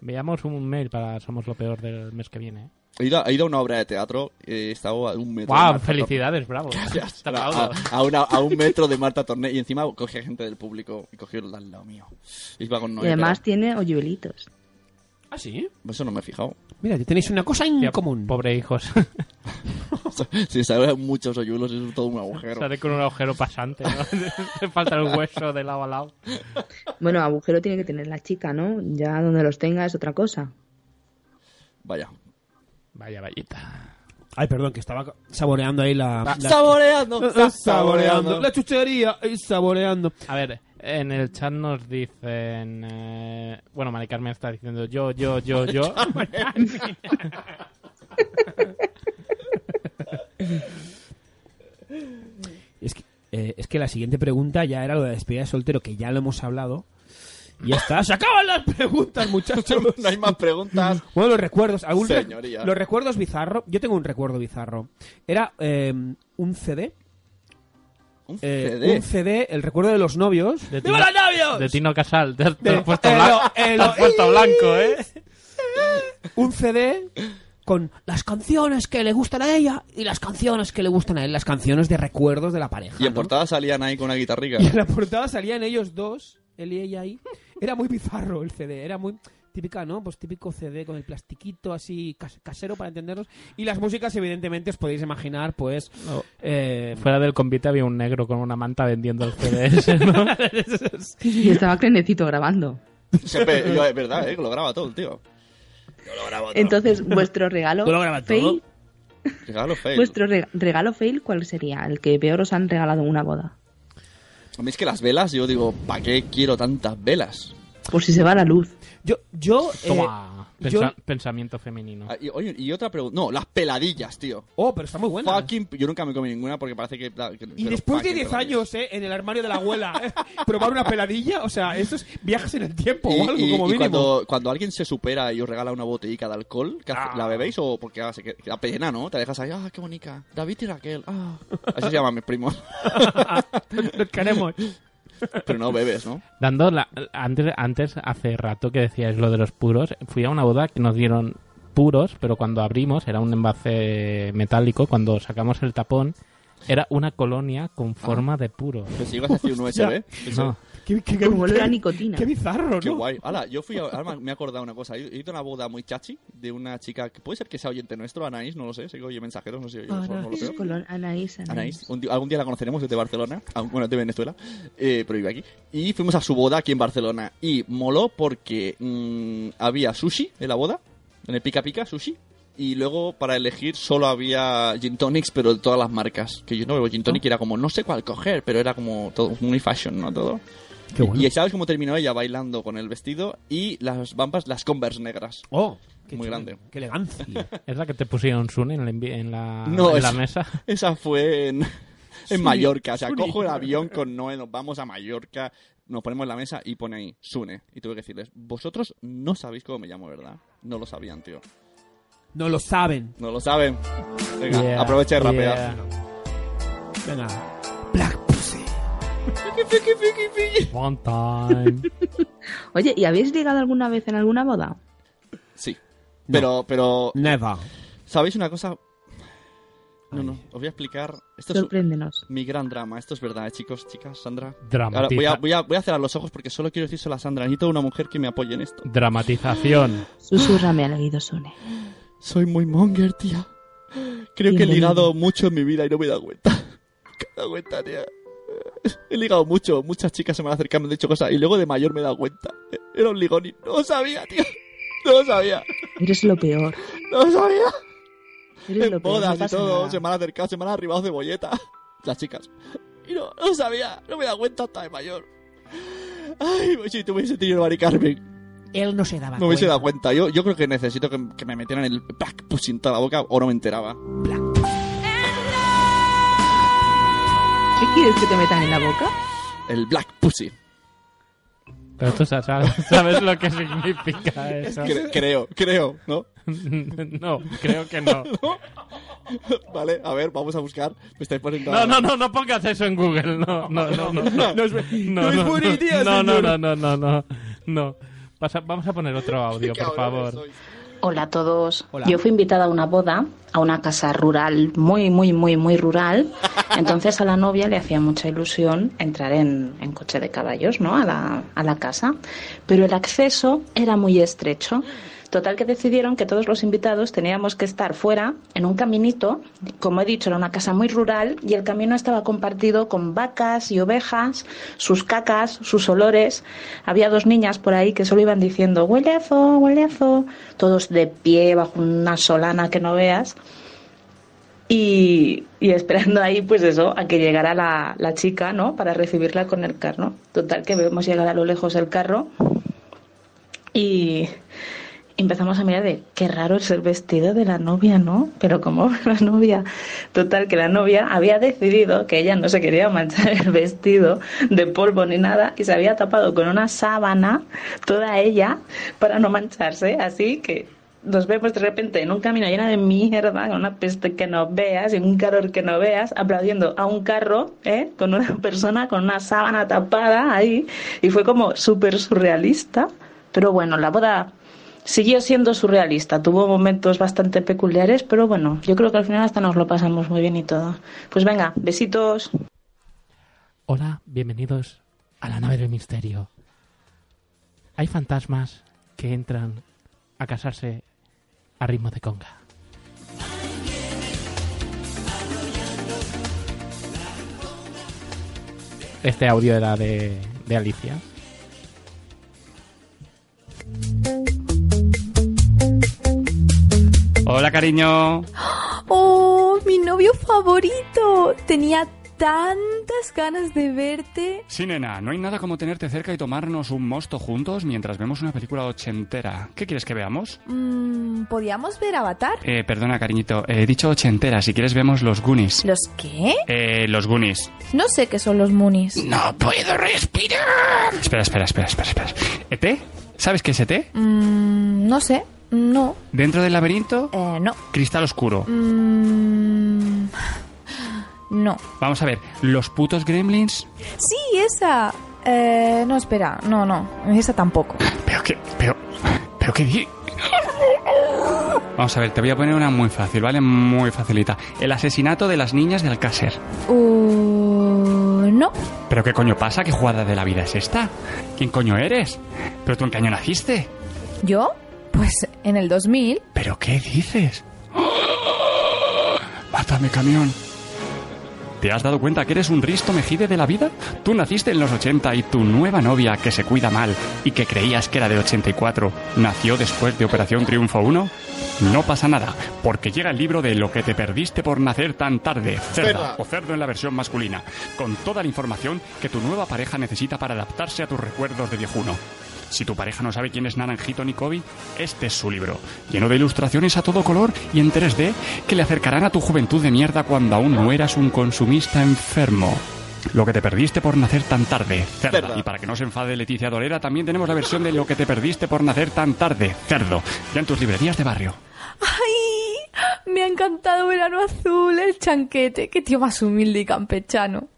Speaker 7: Veamos un mail para Somos lo peor del mes que viene.
Speaker 6: He ido, he ido a una obra de teatro, eh, he estado a un metro. de
Speaker 7: ¡Guau!
Speaker 6: Marta
Speaker 7: felicidades, bravo.
Speaker 6: Gracias.
Speaker 7: Te
Speaker 6: A,
Speaker 7: aplaudo.
Speaker 6: a una- a un metro de Marta Torné y encima cogía gente del público y cogió el al lado mío. Iba con
Speaker 8: y
Speaker 6: novia,
Speaker 8: además tiene hoyuelitos.
Speaker 9: ¿Ah, sí?
Speaker 6: pero Eso no me he fijado.
Speaker 9: Mira, tenéis una cosa en
Speaker 7: Tía,
Speaker 9: común.
Speaker 7: Pobre hijos.
Speaker 6: Si salen muchos hoyuelos, es todo un agujero.
Speaker 7: Sale con un agujero pasante. ¿no? Le falta el hueso de lado a lado.
Speaker 8: Bueno, agujero tiene que tener la chica, ¿no? Ya donde los tenga es otra cosa.
Speaker 6: Vaya.
Speaker 7: Vaya vallita.
Speaker 9: Ay, perdón, que estaba saboreando ahí la... la-
Speaker 6: Saboreando,
Speaker 9: Eh, eh, saboreando. Ah, La chuchería, eh, saboreando.
Speaker 7: A ver, en el chat nos dicen... eh, Bueno, Mari Carmen está diciendo yo, yo, yo, yo.
Speaker 9: Es que, eh, es que la siguiente pregunta ya era lo de despedida de soltero, que ya lo hemos hablado. Y ya está, se acaban las preguntas, muchachos.
Speaker 6: No hay más preguntas.
Speaker 9: Bueno, los recuerdos. algún re-
Speaker 6: Señoría.
Speaker 9: los recuerdos bizarro. Yo tengo un recuerdo bizarro. Era eh, un CD.
Speaker 6: Un
Speaker 9: eh,
Speaker 6: CD.
Speaker 9: Un CD, el recuerdo de los novios.
Speaker 7: De
Speaker 9: ¡Viva
Speaker 7: Tino-
Speaker 9: los novios!
Speaker 7: De Tino Casal. Te has, te
Speaker 9: De-
Speaker 7: has puesto,
Speaker 9: eh,
Speaker 7: blanco,
Speaker 9: lo- eh,
Speaker 7: te has
Speaker 9: lo-
Speaker 7: puesto blanco, ¿eh?
Speaker 9: un CD con las canciones que le gustan a ella y las canciones que le gustan a él, las canciones de recuerdos de la pareja.
Speaker 6: Y en
Speaker 9: ¿no?
Speaker 6: portada salían ahí con una guitarrica.
Speaker 9: Y en la portada salían ellos dos, él y ella ahí. Era muy bizarro el CD, era muy típica, ¿no? Pues típico CD con el plastiquito así cas- casero para entenderlos. Y las músicas, evidentemente, os podéis imaginar, pues... eh,
Speaker 7: Fuera del convite había un negro con una manta vendiendo el CDS, ¿no?
Speaker 8: Y estaba Crenecito grabando.
Speaker 6: Siempre- yo, es verdad, eh, que lo graba todo el tío. Yo lo grabo todo.
Speaker 8: Entonces, vuestro regalo
Speaker 9: Tú lo grabas todo.
Speaker 8: fail,
Speaker 6: Regalo
Speaker 9: Pues-
Speaker 6: fail.
Speaker 8: vuestro reg- regalo fail, ¿cuál sería? El que peor os han regalado en una boda.
Speaker 6: A mí es que las velas, yo digo, ¿para qué quiero tantas velas?
Speaker 8: Por si se va la luz.
Speaker 9: yo, yo... eh,
Speaker 7: Toma.
Speaker 9: yo-
Speaker 7: Pensa- Pensamiento femenino.
Speaker 6: Ah, y, oye, y otra pregunta. No, las peladillas, tío.
Speaker 9: Oh, pero está muy buena.
Speaker 6: Fucking. Yo nunca me comí ninguna porque parece que. la- que-
Speaker 9: Y
Speaker 6: pero
Speaker 9: después de
Speaker 6: fucking
Speaker 9: 10
Speaker 6: peladillas.
Speaker 9: años, ¿eh? En el armario de la abuela, ¿eh? probar una peladilla, o sea, estos viajes en el tiempo
Speaker 6: Y,
Speaker 9: o algo,
Speaker 6: y-
Speaker 9: como
Speaker 6: y
Speaker 9: mínimo.
Speaker 6: cuando, cuando alguien se supera y os regala una botellita de alcohol, ¿qué hace- ¿la bebéis o porque ah, se que- la pena, no? Te dejas ahí, ah, qué bonita. David y Raquel, ah. Así se llaman mis primos.
Speaker 9: Nos queremos.
Speaker 6: Pero no bebes, ¿no?
Speaker 7: Dando la, antes, antes, hace rato que decíais lo de los puros, fui a una boda que nos dieron puros, pero cuando abrimos era un envase metálico, cuando sacamos el tapón era una colonia con forma de puro.
Speaker 6: Ah. Pero si ibas a hacer un USB. Eso.
Speaker 7: No.
Speaker 6: Qué,
Speaker 5: Con olor a nicotina.
Speaker 6: Qué Qué guay. Hala, yo fui a, ahora me he acordado una cosa. He ido a una boda muy chachi de una chica que puede ser que sea oyente nuestro, Anaís, no lo sé, sé que oye mensajeros, no sé,
Speaker 5: Ah,
Speaker 6: yo no, lo sé.
Speaker 5: Colón, Anaís, Anaís.
Speaker 6: Anaís, un di- algún día la conoceremos desde Barcelona, aun- bueno, de Venezuela, eh, pero vive aquí. Y fuimos a su boda aquí en Barcelona y moló porque mm, había sushi en la boda, en el pica pica sushi. Y luego para elegir solo había gin tonics, pero de todas las marcas. Que yo no bebo gin
Speaker 9: Ah.
Speaker 6: tonic, y era como, no sé cuál coger, pero era como todo muy fashion, ¿no? Todo. Y sabes cómo terminó ella bailando con el vestido y las bambas, las Converse negras.
Speaker 9: Oh,
Speaker 6: muy grande.
Speaker 9: Qué elegancia.
Speaker 7: ¿Es la que te pusieron Sune en la, envi- en la-
Speaker 6: No,
Speaker 7: en
Speaker 6: esa-
Speaker 7: la mesa?
Speaker 6: Esa fue en, en
Speaker 7: Suni,
Speaker 6: Mallorca. O sea,
Speaker 7: Suni.
Speaker 6: cojo el avión con Noé, nos vamos a Mallorca, nos ponemos en la mesa y pone ahí, Sune. Y tuve que decirles, vosotros no sabéis cómo me llamo, ¿verdad? No lo sabían, tío.
Speaker 9: No lo saben.
Speaker 6: No lo saben. Venga,
Speaker 9: Yeah,
Speaker 6: aprovecha y rapea.
Speaker 9: yeah. Venga.
Speaker 7: One time.
Speaker 5: Oye, ¿y habéis llegado alguna vez en alguna boda?
Speaker 6: Sí. Pero, pero...
Speaker 9: Never.
Speaker 6: ¿Sabéis una cosa? No, no, os voy a explicar. Esto es
Speaker 5: Sorpréndenos.
Speaker 6: mi gran drama. Esto es verdad, ¿eh, chicos, chicas, Sandra.
Speaker 7: Dramatiza-
Speaker 6: Ahora voy, a, voy, a, voy a cerrar los ojos porque solo quiero decírselo a Sandra. Necesito una mujer que me apoye en esto.
Speaker 7: Dramatización.
Speaker 5: Susurrame al oído, Sune.
Speaker 6: Soy muy monger, tía. Creo que he
Speaker 5: Bienvenida.
Speaker 6: ligado mucho en mi vida y no me he dado cuenta. Me he dado cuenta, tía. He ligado mucho. Muchas chicas se me han acercado, me han dicho cosas. Y luego de mayor me he dado cuenta. E-, Era un ligón y no lo sabía, tío. No lo sabía.
Speaker 5: Eres lo peor.
Speaker 6: No lo sabía.
Speaker 5: Eres lo
Speaker 6: en
Speaker 5: peor.
Speaker 6: bodas
Speaker 5: no
Speaker 6: y
Speaker 5: pasa
Speaker 6: todo.
Speaker 5: nada.
Speaker 6: Se me han acercado, se me han arribado cebolleta. Las chicas. Y no, no lo sabía. No me he dado cuenta hasta de mayor. Ay, pues si te hubiese tenido Mari Carmen.
Speaker 23: Él no se daba
Speaker 6: Me hubiese dado cuenta. Yo, yo creo que necesito que, que me metieran el black pussy en toda la boca o no me enteraba.
Speaker 5: ¿Qué quieres que te metan en la boca?
Speaker 6: El black pussy.
Speaker 7: Pero tú sa- sabes, sabes lo que significa eso.
Speaker 6: Cre- creo, creo, ¿no?
Speaker 7: no, creo que no.
Speaker 6: Vale, a ver, vamos a buscar. Me estáis poniendo.
Speaker 7: No, no, no, no pongas eso en Google. No, no, no, no. No,
Speaker 6: No es bu- no es buena idea,
Speaker 7: No, no,
Speaker 6: señor.
Speaker 7: no, no, no, no. no. Pasa- vamos a poner otro audio, por favor.
Speaker 4: Hola a todos. Yo fui invitada a una boda, a una casa rural, muy, muy, muy, muy rural. Entonces a la novia le hacía mucha ilusión entrar en, en coche de caballos, ¿no? A la, a la casa. Pero el acceso era muy estrecho. Total que decidieron que todos los invitados teníamos que estar fuera, en un caminito. Como he dicho, era una casa muy rural y el camino estaba compartido con vacas y ovejas, sus cacas, sus olores. Había dos niñas por ahí que solo iban diciendo, hueleazo, hueleazo, todos de pie bajo una solana que no veas. Y, y esperando ahí, pues eso, a que llegara la, la chica, ¿no? Para recibirla con el carro. Total, que vemos llegar a lo lejos el carro y empezamos a mirar de qué raro es el vestido de la novia, ¿no? Pero ¿cómo la novia? Total, que la novia había decidido que ella no se quería manchar el vestido de polvo ni nada y se había tapado con una sábana toda ella para no mancharse. Así que nos vemos de repente en un camino lleno de mierda, con una peste que no veas y un calor que no veas, aplaudiendo a un carro, ¿eh? Con una persona con una sábana tapada ahí. Y fue como súper surrealista. Pero bueno, la boda siguió siendo surrealista. Tuvo momentos bastante peculiares, pero bueno, yo creo que al final hasta nos lo pasamos muy bien y todo. Pues venga, besitos.
Speaker 7: Hola, bienvenidos a la nave del misterio. Hay fantasmas que entran a casarse a ritmo de conga. Este audio era de, de Alicia.
Speaker 24: Hola, cariño.
Speaker 8: ¡Oh, mi novio favorito! Tenía tantas ganas de verte.
Speaker 24: Sí, nena, no hay nada como tenerte cerca y tomarnos un mosto juntos mientras vemos una película ochentera. ¿Qué quieres que veamos?
Speaker 8: Mm, ¿Podíamos ver Avatar?
Speaker 24: Eh, perdona, cariñito. eh, He dicho ochentera. Si quieres, vemos los Goonies.
Speaker 8: ¿Los qué?
Speaker 24: Eh, los Goonies.
Speaker 8: No sé qué son los Moonies.
Speaker 24: No puedo respirar. Espera, espera, espera, espera, espera. ¿ET? ¿Sabes qué es E ET?
Speaker 8: Mm, no sé, no.
Speaker 22: Eh,
Speaker 24: Dentro del laberinto,
Speaker 8: Eh, no.
Speaker 24: cristal oscuro.
Speaker 8: Mm,
Speaker 22: No.
Speaker 24: Vamos a ver, los putos gremlins.
Speaker 22: Sí, esa. Eh, no, espera. No, no. Esa tampoco.
Speaker 24: Pero qué. Pero. Pero qué di- Vamos a ver, te voy a poner una muy fácil, ¿vale? Muy facilita. El asesinato de las niñas de Alcácer.
Speaker 22: Uh, no.
Speaker 24: ¿Pero qué coño pasa? ¿Qué jugada de la vida es esta? ¿Quién coño eres? ¿Pero tú en qué año naciste?
Speaker 22: ¿Yo? Pues en el 2000.
Speaker 24: ¿Pero qué dices? ¡Mátame, camión! ¿Te has dado cuenta que eres un risto mejide de la vida? Tú naciste en los 80 y tu nueva novia, que se cuida mal y que creías que era de 84, nació después de Operación Triunfo 1? No pasa nada, porque llega el libro de Lo que te perdiste por nacer tan tarde, cerda
Speaker 17: Cerda.
Speaker 24: o cerdo en la versión masculina, con toda la información que tu nueva pareja necesita para adaptarse a tus recuerdos de viejuno. Si tu pareja no sabe quién es Naranjito ni Kobe, este es su libro, lleno de ilustraciones a todo color y en 3D que le acercarán a tu juventud de mierda cuando aún no eras un consumista enfermo. Lo que te perdiste por nacer tan tarde, cerda.
Speaker 17: Cerda.
Speaker 24: Y para que no se enfade Leticia Dolera, también tenemos la versión de Lo que te perdiste por nacer tan tarde, cerdo, ya en tus librerías de barrio.
Speaker 22: ¡Ay! Me ha encantado Verano Azul, el chanquete. Qué tío más humilde y campechano.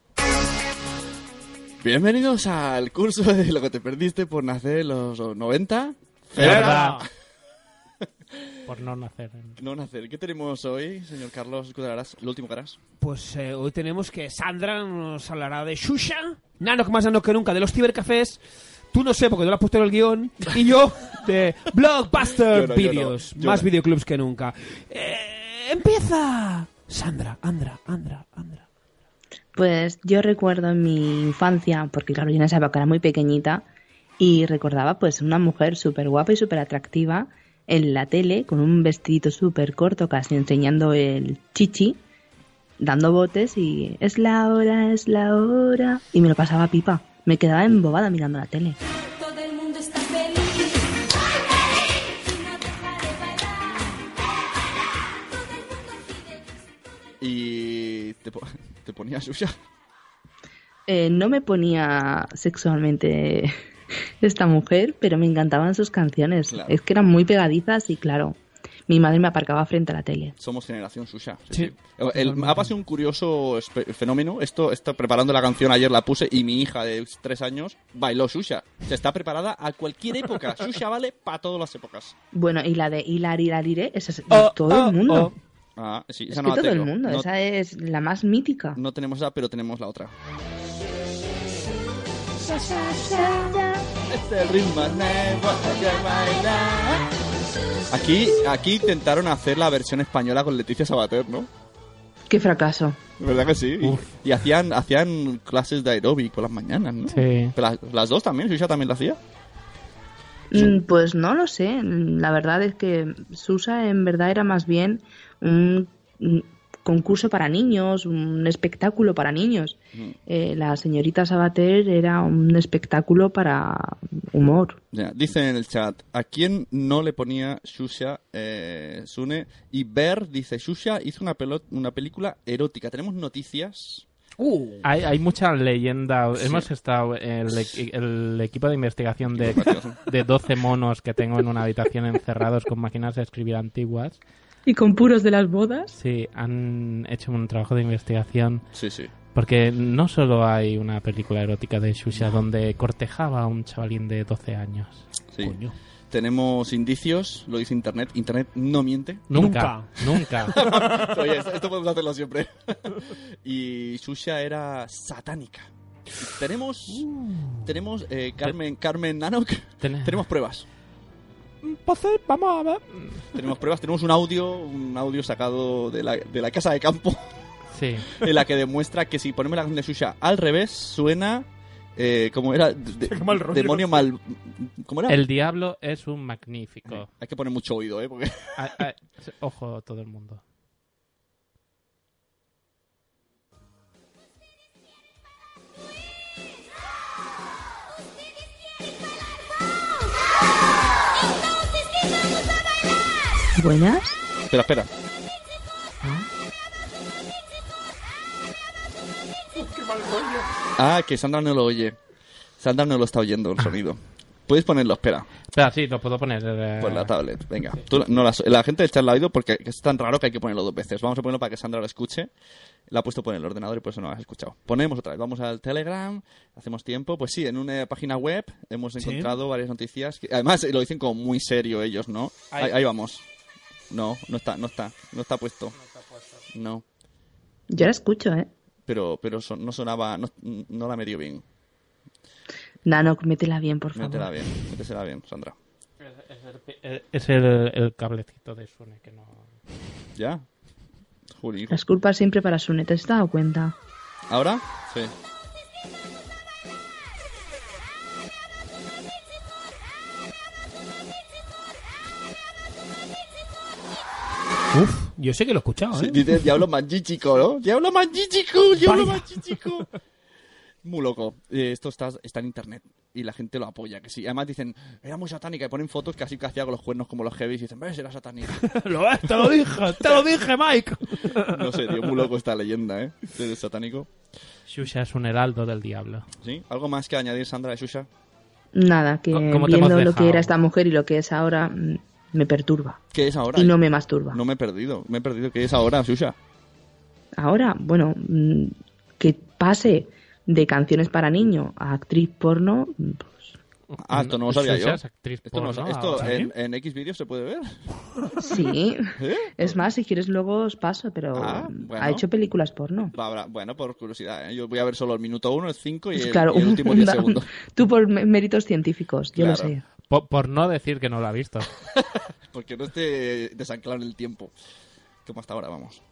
Speaker 6: Bienvenidos al curso de lo que te perdiste por nacer en los 90.
Speaker 7: Cerda. Por no nacer. eh.
Speaker 6: No nacer. ¿Qué tenemos hoy, señor Carlos Cudarás? ¿Lo último que harás?
Speaker 9: Pues eh, hoy tenemos que Sandra nos hablará de Shusha, Nano que más Nano que nunca, de los cibercafés. Tú no sé, porque no lo has puesto en el guión. Y yo, de Blockbuster
Speaker 6: Yo no, yo
Speaker 9: Videos.
Speaker 6: no, yo
Speaker 9: más
Speaker 6: no.
Speaker 9: videoclubs que nunca. Eh, ¡Empieza! Sandra, Andra, Andra, Andra.
Speaker 8: Pues yo recuerdo en mi infancia, porque claro, yo en esa época era muy pequeñita, y recordaba pues una mujer súper guapa y súper atractiva en la tele, con un vestidito súper corto, casi enseñando el chichi, dando botes y es la hora, es la hora, y me lo pasaba pipa. Me quedaba embobada mirando la tele.
Speaker 1: Todo el mundo está feliz.
Speaker 6: Y te, po- te ponía Shusha.
Speaker 8: Eh, no me ponía sexualmente esta mujer, pero me encantaban sus canciones.
Speaker 6: Claro.
Speaker 8: Es que eran muy pegadizas y claro, mi madre me aparcaba frente a la tele.
Speaker 6: Somos generación Shusha. Sí, sí. El, ha pasado un curioso espe- fenómeno. Esto está preparando la canción ayer la puse y mi hija de tres años bailó Shusha. Se está preparada a cualquier época. Shusha vale para todas las épocas.
Speaker 8: Bueno, y la de Hilar Hilariré, esa es de todo el mundo.
Speaker 6: Ah, sí,
Speaker 8: Es
Speaker 6: Oh, esa
Speaker 8: que
Speaker 6: no la
Speaker 8: todo el
Speaker 6: tengo.
Speaker 8: mundo,
Speaker 6: No-
Speaker 8: esa es la más mítica.
Speaker 6: no tenemos esa, pero tenemos la otra. Este ritmo nuevo hay que bailar. Aquí, aquí intentaron hacer la versión española con Leticia Sabater, ¿no?
Speaker 8: Qué fracaso.
Speaker 6: ¿Verdad que sí? Y, y hacían, hacían clases de aeróbic por las mañanas, ¿no?
Speaker 7: Sí.
Speaker 6: Pero las, las dos también, Suiza también la hacía.
Speaker 8: Mm, Pues no lo sé. La verdad es que Susa en verdad era más bien un un concurso para niños, un espectáculo para niños.
Speaker 6: Mm.
Speaker 8: Eh, la señorita Sabater era un espectáculo para humor.
Speaker 6: Ya, dice en el chat, ¿a quién no le ponía Shusha eh, Sune? Y Ver dice, Shusha hizo una, pelo- una película erótica. Tenemos noticias.
Speaker 7: Hay, hay mucha leyenda.
Speaker 6: Sí.
Speaker 7: Hemos estado el, equi- el equipo de investigación de, de 12 monos que tengo en una habitación encerrados con máquinas de escribir antiguas.
Speaker 8: ¿Y con puros de las bodas?
Speaker 7: Sí, han hecho un trabajo de investigación.
Speaker 6: Sí, sí.
Speaker 7: Porque no solo hay una película erótica de Shusha donde cortejaba a un chavalín de 12 años.
Speaker 6: Sí. Tenemos indicios, lo dice Internet. Internet no miente.
Speaker 7: Nunca, Nunca. nunca.
Speaker 6: Oye, esto, esto podemos hacerlo siempre. y Shusha era satánica. Tenemos,
Speaker 7: Uh.
Speaker 6: tenemos eh, Carmen, Carmen Nanok. Tenemos pruebas. Pues, eh,
Speaker 9: Entonces, vamos a ver.
Speaker 6: Tenemos pruebas. Tenemos un audio, un audio sacado de la, de la casa de campo.
Speaker 7: Sí.
Speaker 6: en la que demuestra que si ponemos la canción de Shusha al revés, suena eh, como era de-
Speaker 7: Qué mal rollo.
Speaker 6: demonio mal... ¿Cómo era?
Speaker 7: El diablo es un magnífico.
Speaker 6: Hay que poner mucho oído, ¿eh? Porque...
Speaker 7: Ah, ah, ojo todo el mundo.
Speaker 8: ¿Buenas?
Speaker 6: Espera, espera. Ah, que Sandra no lo oye. Sandra no lo está oyendo el sonido. Puedes ponerlo, espera,
Speaker 7: Espera, sí, lo puedo poner. eh,
Speaker 6: por la tablet. Venga, Tú la- no la, la gente del chat la ha oído porque es tan raro que hay que ponerlo dos veces. Vamos a ponerlo para que Sandra lo escuche la ha puesto por el ordenador y por eso no la has escuchado. Ponemos otra vez, vamos al Telegram, hacemos tiempo. Pues sí, en una página web hemos encontrado varias noticias. Que, además, eh, lo dicen como muy serio ellos, ¿no?
Speaker 13: Ahí.
Speaker 6: Ahí, ahí vamos. No, no está, no está, no está puesto. No,
Speaker 8: Yo la escucho, ¿eh?
Speaker 6: pero, pero son- no sonaba, no, no la metió bien.
Speaker 8: Nano, métela bien, por favor.
Speaker 6: Métela bien, métesela bien, Sandra.
Speaker 7: Es el, el cablecito de Sune que no.
Speaker 6: ¿Ya? Juli.
Speaker 8: Las culpas siempre para Sune, ¿te has dado cuenta?
Speaker 6: ¿Ahora? Sí.
Speaker 5: Uf, yo sé que lo he escuchado,
Speaker 6: Sí,
Speaker 5: ¿eh?
Speaker 6: dice Diablo Manji Chico, ¿no? Diablo Manji Chico, Diablo Manji Chico. Muy loco. Eh, esto está, está en internet y la gente lo apoya. Que sí. Además dicen, era muy satánica y ponen fotos casi que hacía con los cuernos como los heavies y dicen, ves, era satánica.
Speaker 5: lo es, te lo dije, te lo dije, Mike.
Speaker 6: no sé, tío, muy loco esta leyenda, ¿eh? Del satánico.
Speaker 7: Shusha es un heraldo del diablo.
Speaker 6: ¿Sí? ¿Algo más que añadir, Sandra de Susha?
Speaker 8: Nada, que
Speaker 7: ¿Cómo te
Speaker 8: viendo
Speaker 7: hemos
Speaker 8: lo que
Speaker 7: dejado?
Speaker 8: era esta mujer y lo que es ahora, mm, me perturba.
Speaker 6: ¿Qué es ahora?
Speaker 8: Y no me masturba.
Speaker 6: No me he perdido, me he perdido. ¿Qué es ahora, Susha?
Speaker 8: Ahora, bueno, mm, que pase de canciones para niño a actriz porno, mm,
Speaker 6: Ah, esto no lo sabía yo.
Speaker 8: Susha es
Speaker 7: actriz
Speaker 6: esto no lo
Speaker 7: porno
Speaker 6: sa- esto
Speaker 7: ahora,
Speaker 6: en, en X vídeos se puede ver.
Speaker 8: sí.
Speaker 6: ¿Eh?
Speaker 8: Es más, si quieres luego os paso, pero
Speaker 6: Ah,
Speaker 8: mm,
Speaker 6: bueno.
Speaker 8: ha hecho películas porno.
Speaker 6: Va, habrá- bueno, por curiosidad, ¿eh? yo voy a ver solo el minuto 1, el 5 y,
Speaker 8: Pues
Speaker 6: el-
Speaker 8: claro,
Speaker 6: y el último 10
Speaker 8: da-
Speaker 6: segundos.
Speaker 8: tú por mé- méritos científicos, yo lo
Speaker 6: Claro.
Speaker 8: sé.
Speaker 7: Por, por no decir que no lo ha visto.
Speaker 6: Porque no esté desanclado en el tiempo. Como hasta ahora, vamos.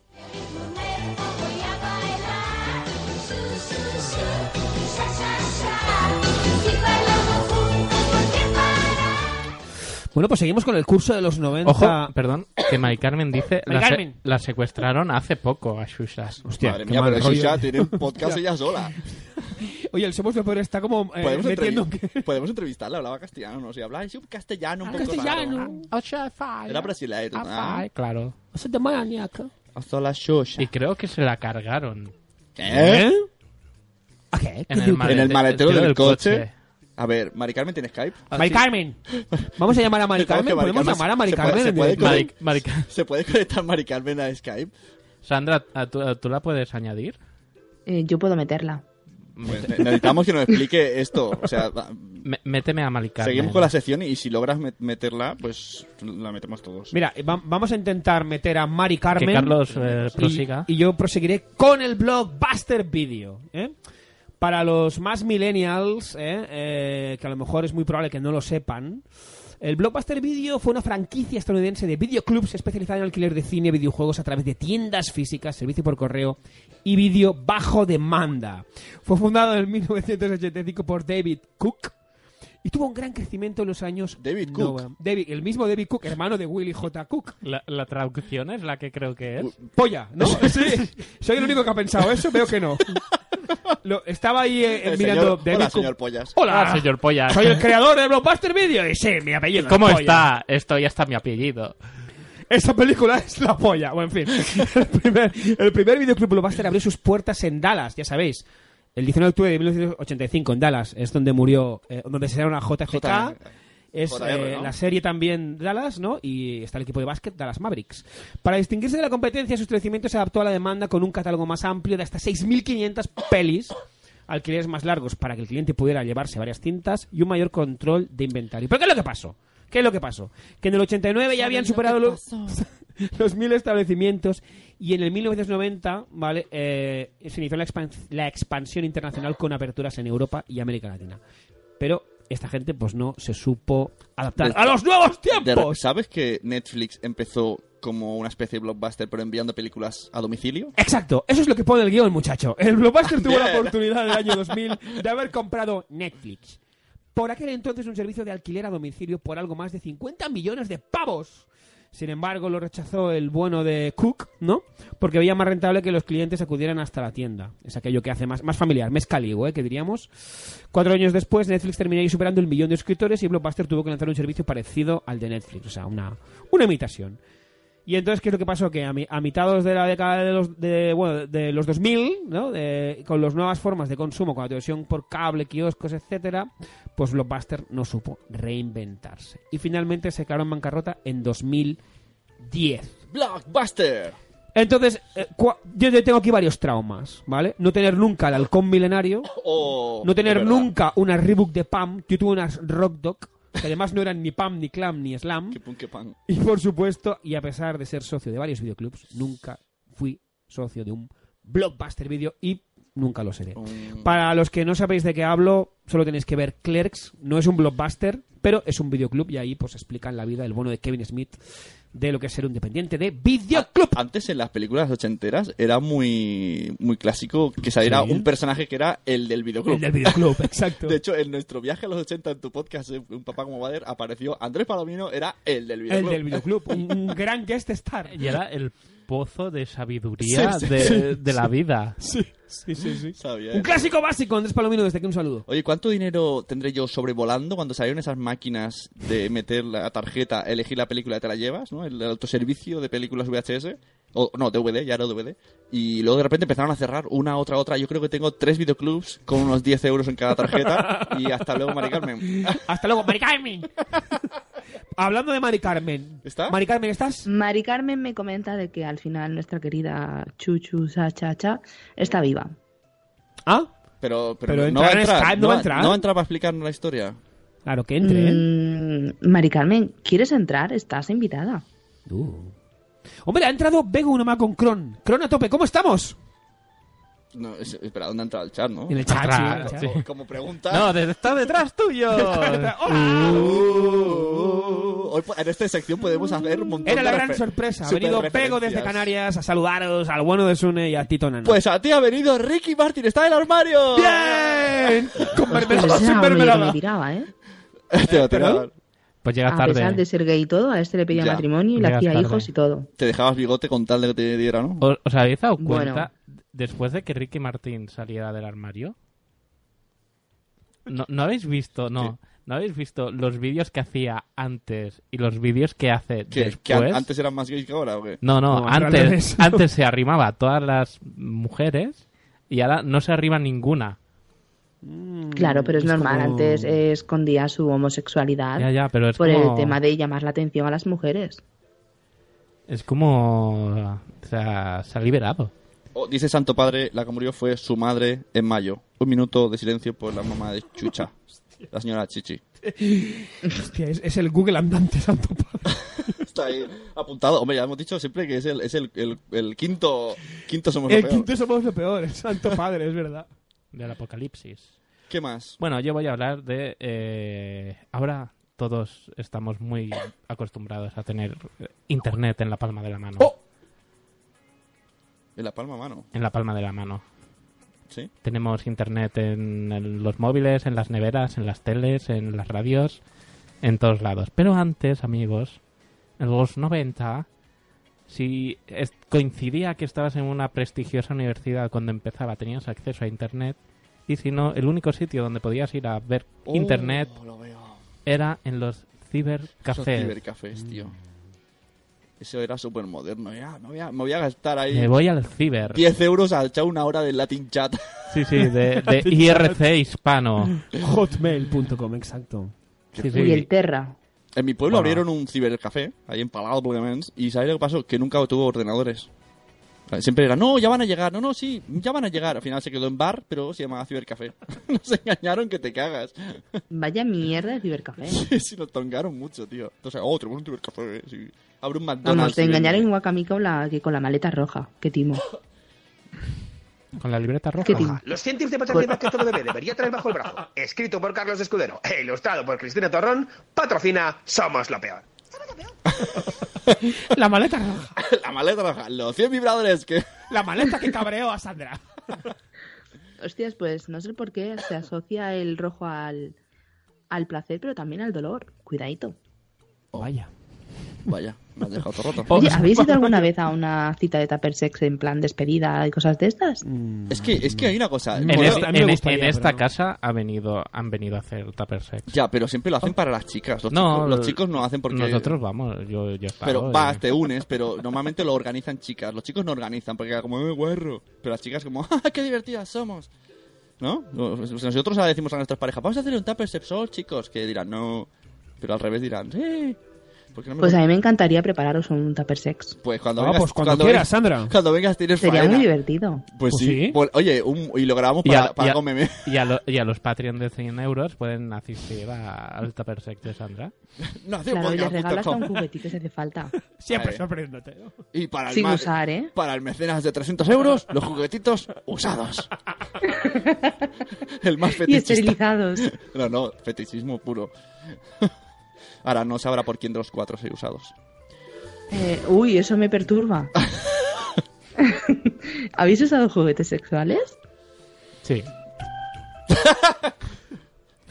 Speaker 5: Bueno, pues seguimos con el curso de los 90.
Speaker 7: Ojo, perdón, que Mari Carmen dice.
Speaker 5: Mari
Speaker 7: la, se-
Speaker 5: Carmen.
Speaker 7: la secuestraron hace poco a Shushas.
Speaker 5: Hostia,
Speaker 6: Madre mía, pero Susha tiene un podcast ella sola.
Speaker 9: Oye, el Somos Lo Peor está como eh,
Speaker 6: Podemos,
Speaker 9: metiendo...
Speaker 6: entrevi- podemos entrevistarla, hablaba castellano, no sé, hablaba así un
Speaker 8: Ah,
Speaker 6: castellano un poco raro. Era brasileiro, ¿no?
Speaker 7: Ay, claro.
Speaker 6: Hasta la Shusha.
Speaker 7: Y creo que se la cargaron.
Speaker 6: ¿Eh?
Speaker 7: ¿A
Speaker 5: qué?
Speaker 7: En el,
Speaker 6: en el maletero del, coche.
Speaker 7: coche. Ah,
Speaker 6: A ver, Mari Carmen tiene Skype.
Speaker 5: Mari Carmen. Vamos a llamar a Mari
Speaker 6: Supongo que
Speaker 5: Carmen. ¿Podemos llamar a Mari
Speaker 6: se puede-
Speaker 5: Carmen?
Speaker 6: se
Speaker 5: en
Speaker 6: puede
Speaker 5: directo?
Speaker 6: conect- ¿Se puede conectar Mari Carmen a Skype?
Speaker 7: Sandra, ¿a tú, a tú la puedes añadir?
Speaker 8: Eh, yo puedo meterla.
Speaker 6: Pues ne- necesitamos que nos explique esto. O sea, va-
Speaker 7: Me- méteme a Mari Carmen.
Speaker 6: seguimos con la sección y si logras met- meterla, pues la metemos todos.
Speaker 9: Mira, eh, va- vamos a intentar meter a Mari Carmen.
Speaker 7: Carlos, eh,
Speaker 9: Y-
Speaker 7: prosiga.
Speaker 9: Y, yo proseguiré con el blog Buster Video. ¿eh? Para los más millennials, ¿eh? Eh, que a lo mejor es muy probable que no lo sepan, el Blockbuster Video fue una franquicia estadounidense de videoclubs especializada en alquiler de cine, videojuegos a través de tiendas físicas, servicio por correo y vídeo bajo demanda. Fue fundado en 1985 por David Cook y tuvo un gran crecimiento en los años.
Speaker 6: David
Speaker 7: Cook.
Speaker 9: David, el mismo David Cook, hermano de Willie J. Cook.
Speaker 7: La, la traducción es la que creo que es.
Speaker 9: Polla, ¿no? Sí. Soy el único que ha pensado eso, veo que no. Lo- estaba ahí eh,
Speaker 6: El
Speaker 9: mirando
Speaker 6: señor-
Speaker 9: David
Speaker 6: hola,
Speaker 9: Cook.
Speaker 6: señor Pollas.
Speaker 9: Hola,
Speaker 7: Hola, señor Pollas.
Speaker 9: Soy el creador de Blockbuster Video y sí, mi apellido. es
Speaker 7: ¿Cómo
Speaker 9: Pollas.
Speaker 7: está? Esto ya está mi apellido.
Speaker 9: Esa película es la polla. Bueno, en fin. El primer, el primer videoclub Blockbuster abrió sus puertas en Dallas, ya sabéis. El 19 de octubre de 1985 en Dallas es donde murió, eh, donde se llama JFK.
Speaker 6: J-
Speaker 9: Es
Speaker 6: JR,
Speaker 9: eh,
Speaker 6: ¿no?
Speaker 9: la serie también Dallas, ¿no? Y está el equipo de básquet Dallas Mavericks. Para distinguirse de la competencia, su establecimiento se adaptó a la demanda con un catálogo más amplio de hasta 6.500 pelis, alquileres más largos para que el cliente pudiera llevarse varias cintas y un mayor control de inventario. ¿Pero qué es lo que pasó? ¿Qué es lo que pasó? Que en el 89 ya habían superado los, los mil establecimientos y en el 1990 vale Eh, se inició la, expan- la expansión internacional con aperturas en Europa y América Latina pero esta gente pues no se supo adaptar
Speaker 6: De-
Speaker 9: a los nuevos
Speaker 6: De-
Speaker 9: tiempos
Speaker 6: ¿Sabes que Netflix empezó como una especie de blockbuster pero enviando películas a domicilio?
Speaker 9: Exacto, eso es lo que pone el guión, muchacho. El Blockbuster tuvo la
Speaker 6: Bien.
Speaker 9: oportunidad en el año 2000 de haber comprado Netflix. Por aquel entonces un servicio de alquiler a domicilio por algo más de 50 millones de pavos. Sin embargo, lo rechazó el bueno de Cook, ¿no? Porque veía más rentable que los clientes acudieran hasta la tienda. Es aquello que hace más, más familiar, más caligo, ¿eh? Que diríamos. Cuatro años después, Netflix terminaría superando el millón de suscriptores y Blockbuster tuvo que lanzar un servicio parecido al de Netflix. O sea, una, una imitación. Y entonces, ¿qué es lo que pasó? Que a, mi- a mitad de la década de los, de, bueno, de los 2000, ¿no? De- con las nuevas formas de consumo, con la televisión por cable, kioscos, etcétera, pues Blockbuster no supo reinventarse. Y finalmente se declaró en bancarrota en 2010.
Speaker 6: ¡Blockbuster!
Speaker 9: Entonces, eh, cua- yo te- tengo aquí varios traumas, ¿vale? No tener nunca el halcón milenario.
Speaker 6: Oh,
Speaker 9: no
Speaker 6: de
Speaker 9: tener
Speaker 6: verdad.
Speaker 9: nunca una Reebok de Pam. Yo tuve unas Rock Dog, que además no eran ni Pam, ni Clam, ni Slam.
Speaker 6: Qué pan.
Speaker 9: Y por supuesto, y a pesar de ser socio de varios videoclubs, nunca fui socio de un blockbuster video y nunca lo seré.
Speaker 6: Oh.
Speaker 9: Para los que no sabéis de qué hablo, solo tenéis que ver Clerks, no es un blockbuster, pero es un videoclub y ahí pues explican la vida, el bono de Kevin Smith, de lo que es ser un dependiente de videoclub.
Speaker 6: Ah, Antes en las películas ochenteras era muy, muy clásico que saliera
Speaker 9: Sí.
Speaker 6: un personaje que era el del videoclub.
Speaker 9: El del videoclub, exacto.
Speaker 6: De hecho, en nuestro viaje a los 80 en tu podcast, eh, un papá como Bader, apareció Andrés Palomino, era el del videoclub.
Speaker 9: El del videoclub, un, un gran guest star.
Speaker 7: Y era el pozo de sabiduría
Speaker 9: Sí, sí,
Speaker 7: de,
Speaker 9: sí,
Speaker 7: de la
Speaker 9: sí.
Speaker 7: vida.
Speaker 9: Sí, sí, sí. sí.
Speaker 6: Sabía
Speaker 9: Un
Speaker 6: él.
Speaker 9: clásico básico, Andrés Palomino, desde aquí un saludo.
Speaker 6: Oye, ¿cuánto dinero tendré yo sobrevolando cuando salieron esas máquinas de meter la tarjeta, elegir la película y te la llevas, ¿no? El, autoservicio de películas VHS, o no, DVD, ya era DVD, y luego de repente empezaron a cerrar una, otra, otra. Yo creo que tengo tres videoclubs con unos 10 euros en cada tarjeta y hasta luego, Mari Carmen.
Speaker 9: Hasta luego, Mari Carmen. Hablando de Mari Carmen.
Speaker 6: ¿Está?
Speaker 9: Mari Carmen, ¿estás?
Speaker 8: Mari Carmen me comenta de que al final nuestra querida Chuchu Sachacha está viva.
Speaker 9: ¿Ah?
Speaker 6: Pero, pero,
Speaker 9: Pero
Speaker 6: no, va a
Speaker 9: entrar en
Speaker 6: entrar,
Speaker 9: Skype, no va a entrar.
Speaker 6: No va a entrar para explicarnos la historia.
Speaker 9: Claro que entre, ¿eh?
Speaker 8: Mm, Mari Carmen, ¿quieres entrar? Estás invitada.
Speaker 7: Uh.
Speaker 9: Hombre, ha entrado Bego una más con Cron. Cron a tope, ¿cómo estamos?
Speaker 6: No, es- espera, ¿dónde ha entrado el chat, no?
Speaker 9: En el chat, sí, en el chat.
Speaker 6: Como, como pregunta.
Speaker 7: No, de- está detrás tuyo.
Speaker 6: Uh, hoy po- en esta sección podemos hacer un montón
Speaker 9: Era
Speaker 6: de
Speaker 9: la
Speaker 6: refer-
Speaker 9: gran sorpresa. Ha venido Bego desde
Speaker 6: superreferencias.
Speaker 9: Canarias a saludaros al bueno de Sune y a Tito Nano.
Speaker 6: Pues a ti ha venido Ricky Martin, está en el armario.
Speaker 9: ¡Bien! Con mermelada,
Speaker 8: Pues ya
Speaker 9: sin
Speaker 8: medio que
Speaker 9: mermelada.
Speaker 8: me tiraba, ¿eh?
Speaker 6: Te lo tiraba.
Speaker 7: Pues llega
Speaker 8: A pesar de ser gay y todo, a este le pedía
Speaker 6: Ya.
Speaker 8: matrimonio y le
Speaker 7: Llegas
Speaker 8: hacía
Speaker 7: tarde.
Speaker 8: hijos y todo.
Speaker 6: Te dejabas bigote con tal de que te diera, ¿no?
Speaker 7: ¿Os, os habéis dado
Speaker 8: Bueno.
Speaker 7: cuenta después de que Ricky Martín saliera del armario? No, no habéis visto, no. ¿No habéis visto los vídeos que hacía antes y los vídeos que
Speaker 6: ¿Que,
Speaker 7: hace
Speaker 6: que
Speaker 7: después?
Speaker 6: an- antes eran más gays que ahora, ¿o qué?
Speaker 7: No, no,
Speaker 6: ahora al
Speaker 7: antes,
Speaker 6: revés.
Speaker 7: antes se arrimaba a todas las mujeres y ahora no se arrima ninguna.
Speaker 8: Claro, pero es,
Speaker 7: Mm, es
Speaker 8: normal.
Speaker 7: como-
Speaker 8: Antes eh, escondía su homosexualidad
Speaker 7: Ya, ya, pero es
Speaker 8: por
Speaker 7: como-
Speaker 8: el tema de llamar la atención a las mujeres.
Speaker 7: Es como... O sea, se ha liberado.
Speaker 6: Oh, dice Santo Padre, la que murió fue su madre en mayo. Un minuto de silencio por la mamá de Chucha, la señora Chichi.
Speaker 9: Hostia, es, es el Google andante, santo padre.
Speaker 6: Está ahí apuntado. Hombre, ya hemos dicho siempre que es el, es el, el- el quinto, quinto somos
Speaker 9: El
Speaker 6: lo peor.
Speaker 9: quinto somos lo peor, el santo padre, es verdad.
Speaker 7: Del apocalipsis.
Speaker 6: ¿Qué más?
Speaker 7: Bueno, yo voy a hablar de... eh, ahora todos estamos muy acostumbrados a tener internet en la palma de la mano.
Speaker 6: ¡Oh! En la palma mano,
Speaker 7: En la palma de la mano.
Speaker 6: ¿sí?
Speaker 7: Tenemos internet en, en los móviles, en las neveras, en las teles, en las radios, en todos lados. Pero antes, amigos, en los 90, si es- coincidía que estabas en una prestigiosa universidad cuando empezaba, tenías acceso a internet. Y si no, el único sitio donde podías ir a ver
Speaker 6: Oh,
Speaker 7: internet
Speaker 6: lo veo.
Speaker 7: era en los
Speaker 6: Esos
Speaker 7: cibercafés.
Speaker 6: cibercafés,
Speaker 9: Mm.
Speaker 6: tío. Eso era súper moderno. Ya, me, voy a, me voy a gastar ahí.
Speaker 7: Me voy al ciber.
Speaker 6: 10 euros al echar una hora de Latin Chat.
Speaker 7: Sí, sí, de, de IRC hispano.
Speaker 9: Hotmail.com, exacto.
Speaker 7: Sí,
Speaker 8: Y el Terra.
Speaker 6: En mi pueblo
Speaker 7: Bueno.
Speaker 6: abrieron un cibercafé, ahí en Palau, Plegaments, y ¿sabéis lo que pasó? Que nunca tuvo ordenadores. Siempre era, no, ya van a llegar, no, no, sí, ya van a llegar. Al final se quedó en bar, pero se llamaba cibercafé. Nos engañaron que te cagas.
Speaker 8: Vaya mierda de cibercafé.
Speaker 6: Sí, sí, nos tongaron mucho, tío. Entonces, oh, tenemos un cibercafé, eh, sí. Abre un McDonald's.
Speaker 8: Vamos, te
Speaker 6: y
Speaker 8: engañaron
Speaker 6: vende.
Speaker 8: igual que a mí con la, que con la maleta roja. Qué timo.
Speaker 7: Con la libreta roja.
Speaker 8: Qué timo.
Speaker 13: Los 100 tips de paternidad que todo bebé debería traer bajo el brazo. Escrito por Carlos Escudero e ilustrado por Cristina Torrón, patrocina Somos lo Peor.
Speaker 9: La maleta roja.
Speaker 6: La maleta roja, los 100 vibradores que...
Speaker 9: La maleta que cabreó a Sandra.
Speaker 8: Hostias, pues no sé por qué se asocia el rojo al, al placer, pero también al dolor. Cuidadito.
Speaker 9: Vaya.
Speaker 6: Vaya, me has dejado todo roto.
Speaker 8: Oye, ¿habéis ido alguna vez a una cita de Tupper Sex en plan despedida y cosas de estas?
Speaker 6: Es que, es que hay una cosa.
Speaker 7: En,
Speaker 6: Bueno,
Speaker 7: este-
Speaker 6: a mí me
Speaker 7: en-
Speaker 6: gustaría,
Speaker 7: en esta
Speaker 6: pero no.
Speaker 7: casa ha venido, han venido a hacer tupper sex.
Speaker 6: Ya, pero siempre lo hacen para las chicas. Los, chicos, los chicos no hacen porque...
Speaker 7: Nosotros vamos, yo, yo he estado,
Speaker 6: Pero
Speaker 7: eh.
Speaker 6: vas, te unes, pero normalmente lo organizan chicas. Los chicos no organizan porque como, eh, guarro. Pero las chicas como, ¡ah, qué divertidas somos! ¿No? Nosotros ahora decimos a nuestras parejas, vamos a hacer un tupper sex all, chicos. Que dirán, no. Pero al revés dirán, ¡eh! ¿Por qué no me
Speaker 8: Pues a
Speaker 6: gusta?
Speaker 8: mí me encantaría prepararos un tupper sex.
Speaker 6: Pues cuando
Speaker 8: Ah,
Speaker 6: vengas,
Speaker 8: pues cuando quieras,
Speaker 6: vengas-
Speaker 8: Sandra.
Speaker 6: Cuando vengas tienes
Speaker 8: Sería
Speaker 6: faena.
Speaker 8: muy divertido.
Speaker 6: Pues, sí. Pues, oye, un- y lo grabamos
Speaker 7: ¿Oh, Y a-
Speaker 6: para, para
Speaker 7: y a-
Speaker 6: algo meme.
Speaker 7: y a lo- y a los Patreon de 100 euros pueden asistir a- al Tupper Sex de Sandra.
Speaker 6: No,
Speaker 8: Claro, y les regalas hasta un juguetito si hace falta.
Speaker 6: Siempre
Speaker 9: sorpréndete.
Speaker 6: Y para el
Speaker 8: Sin
Speaker 6: ma-
Speaker 8: usar, ¿eh?
Speaker 6: Para el mecenas de 300 euros, los juguetitos usados. el más
Speaker 8: Y
Speaker 6: fetichista.
Speaker 8: esterilizados.
Speaker 6: No, no, fetichismo puro. Ahora no sabrá por quién de los cuatro soy usados.
Speaker 8: Eh, uy, eso me perturba. ¿Habéis usado juguetes sexuales?
Speaker 7: Sí.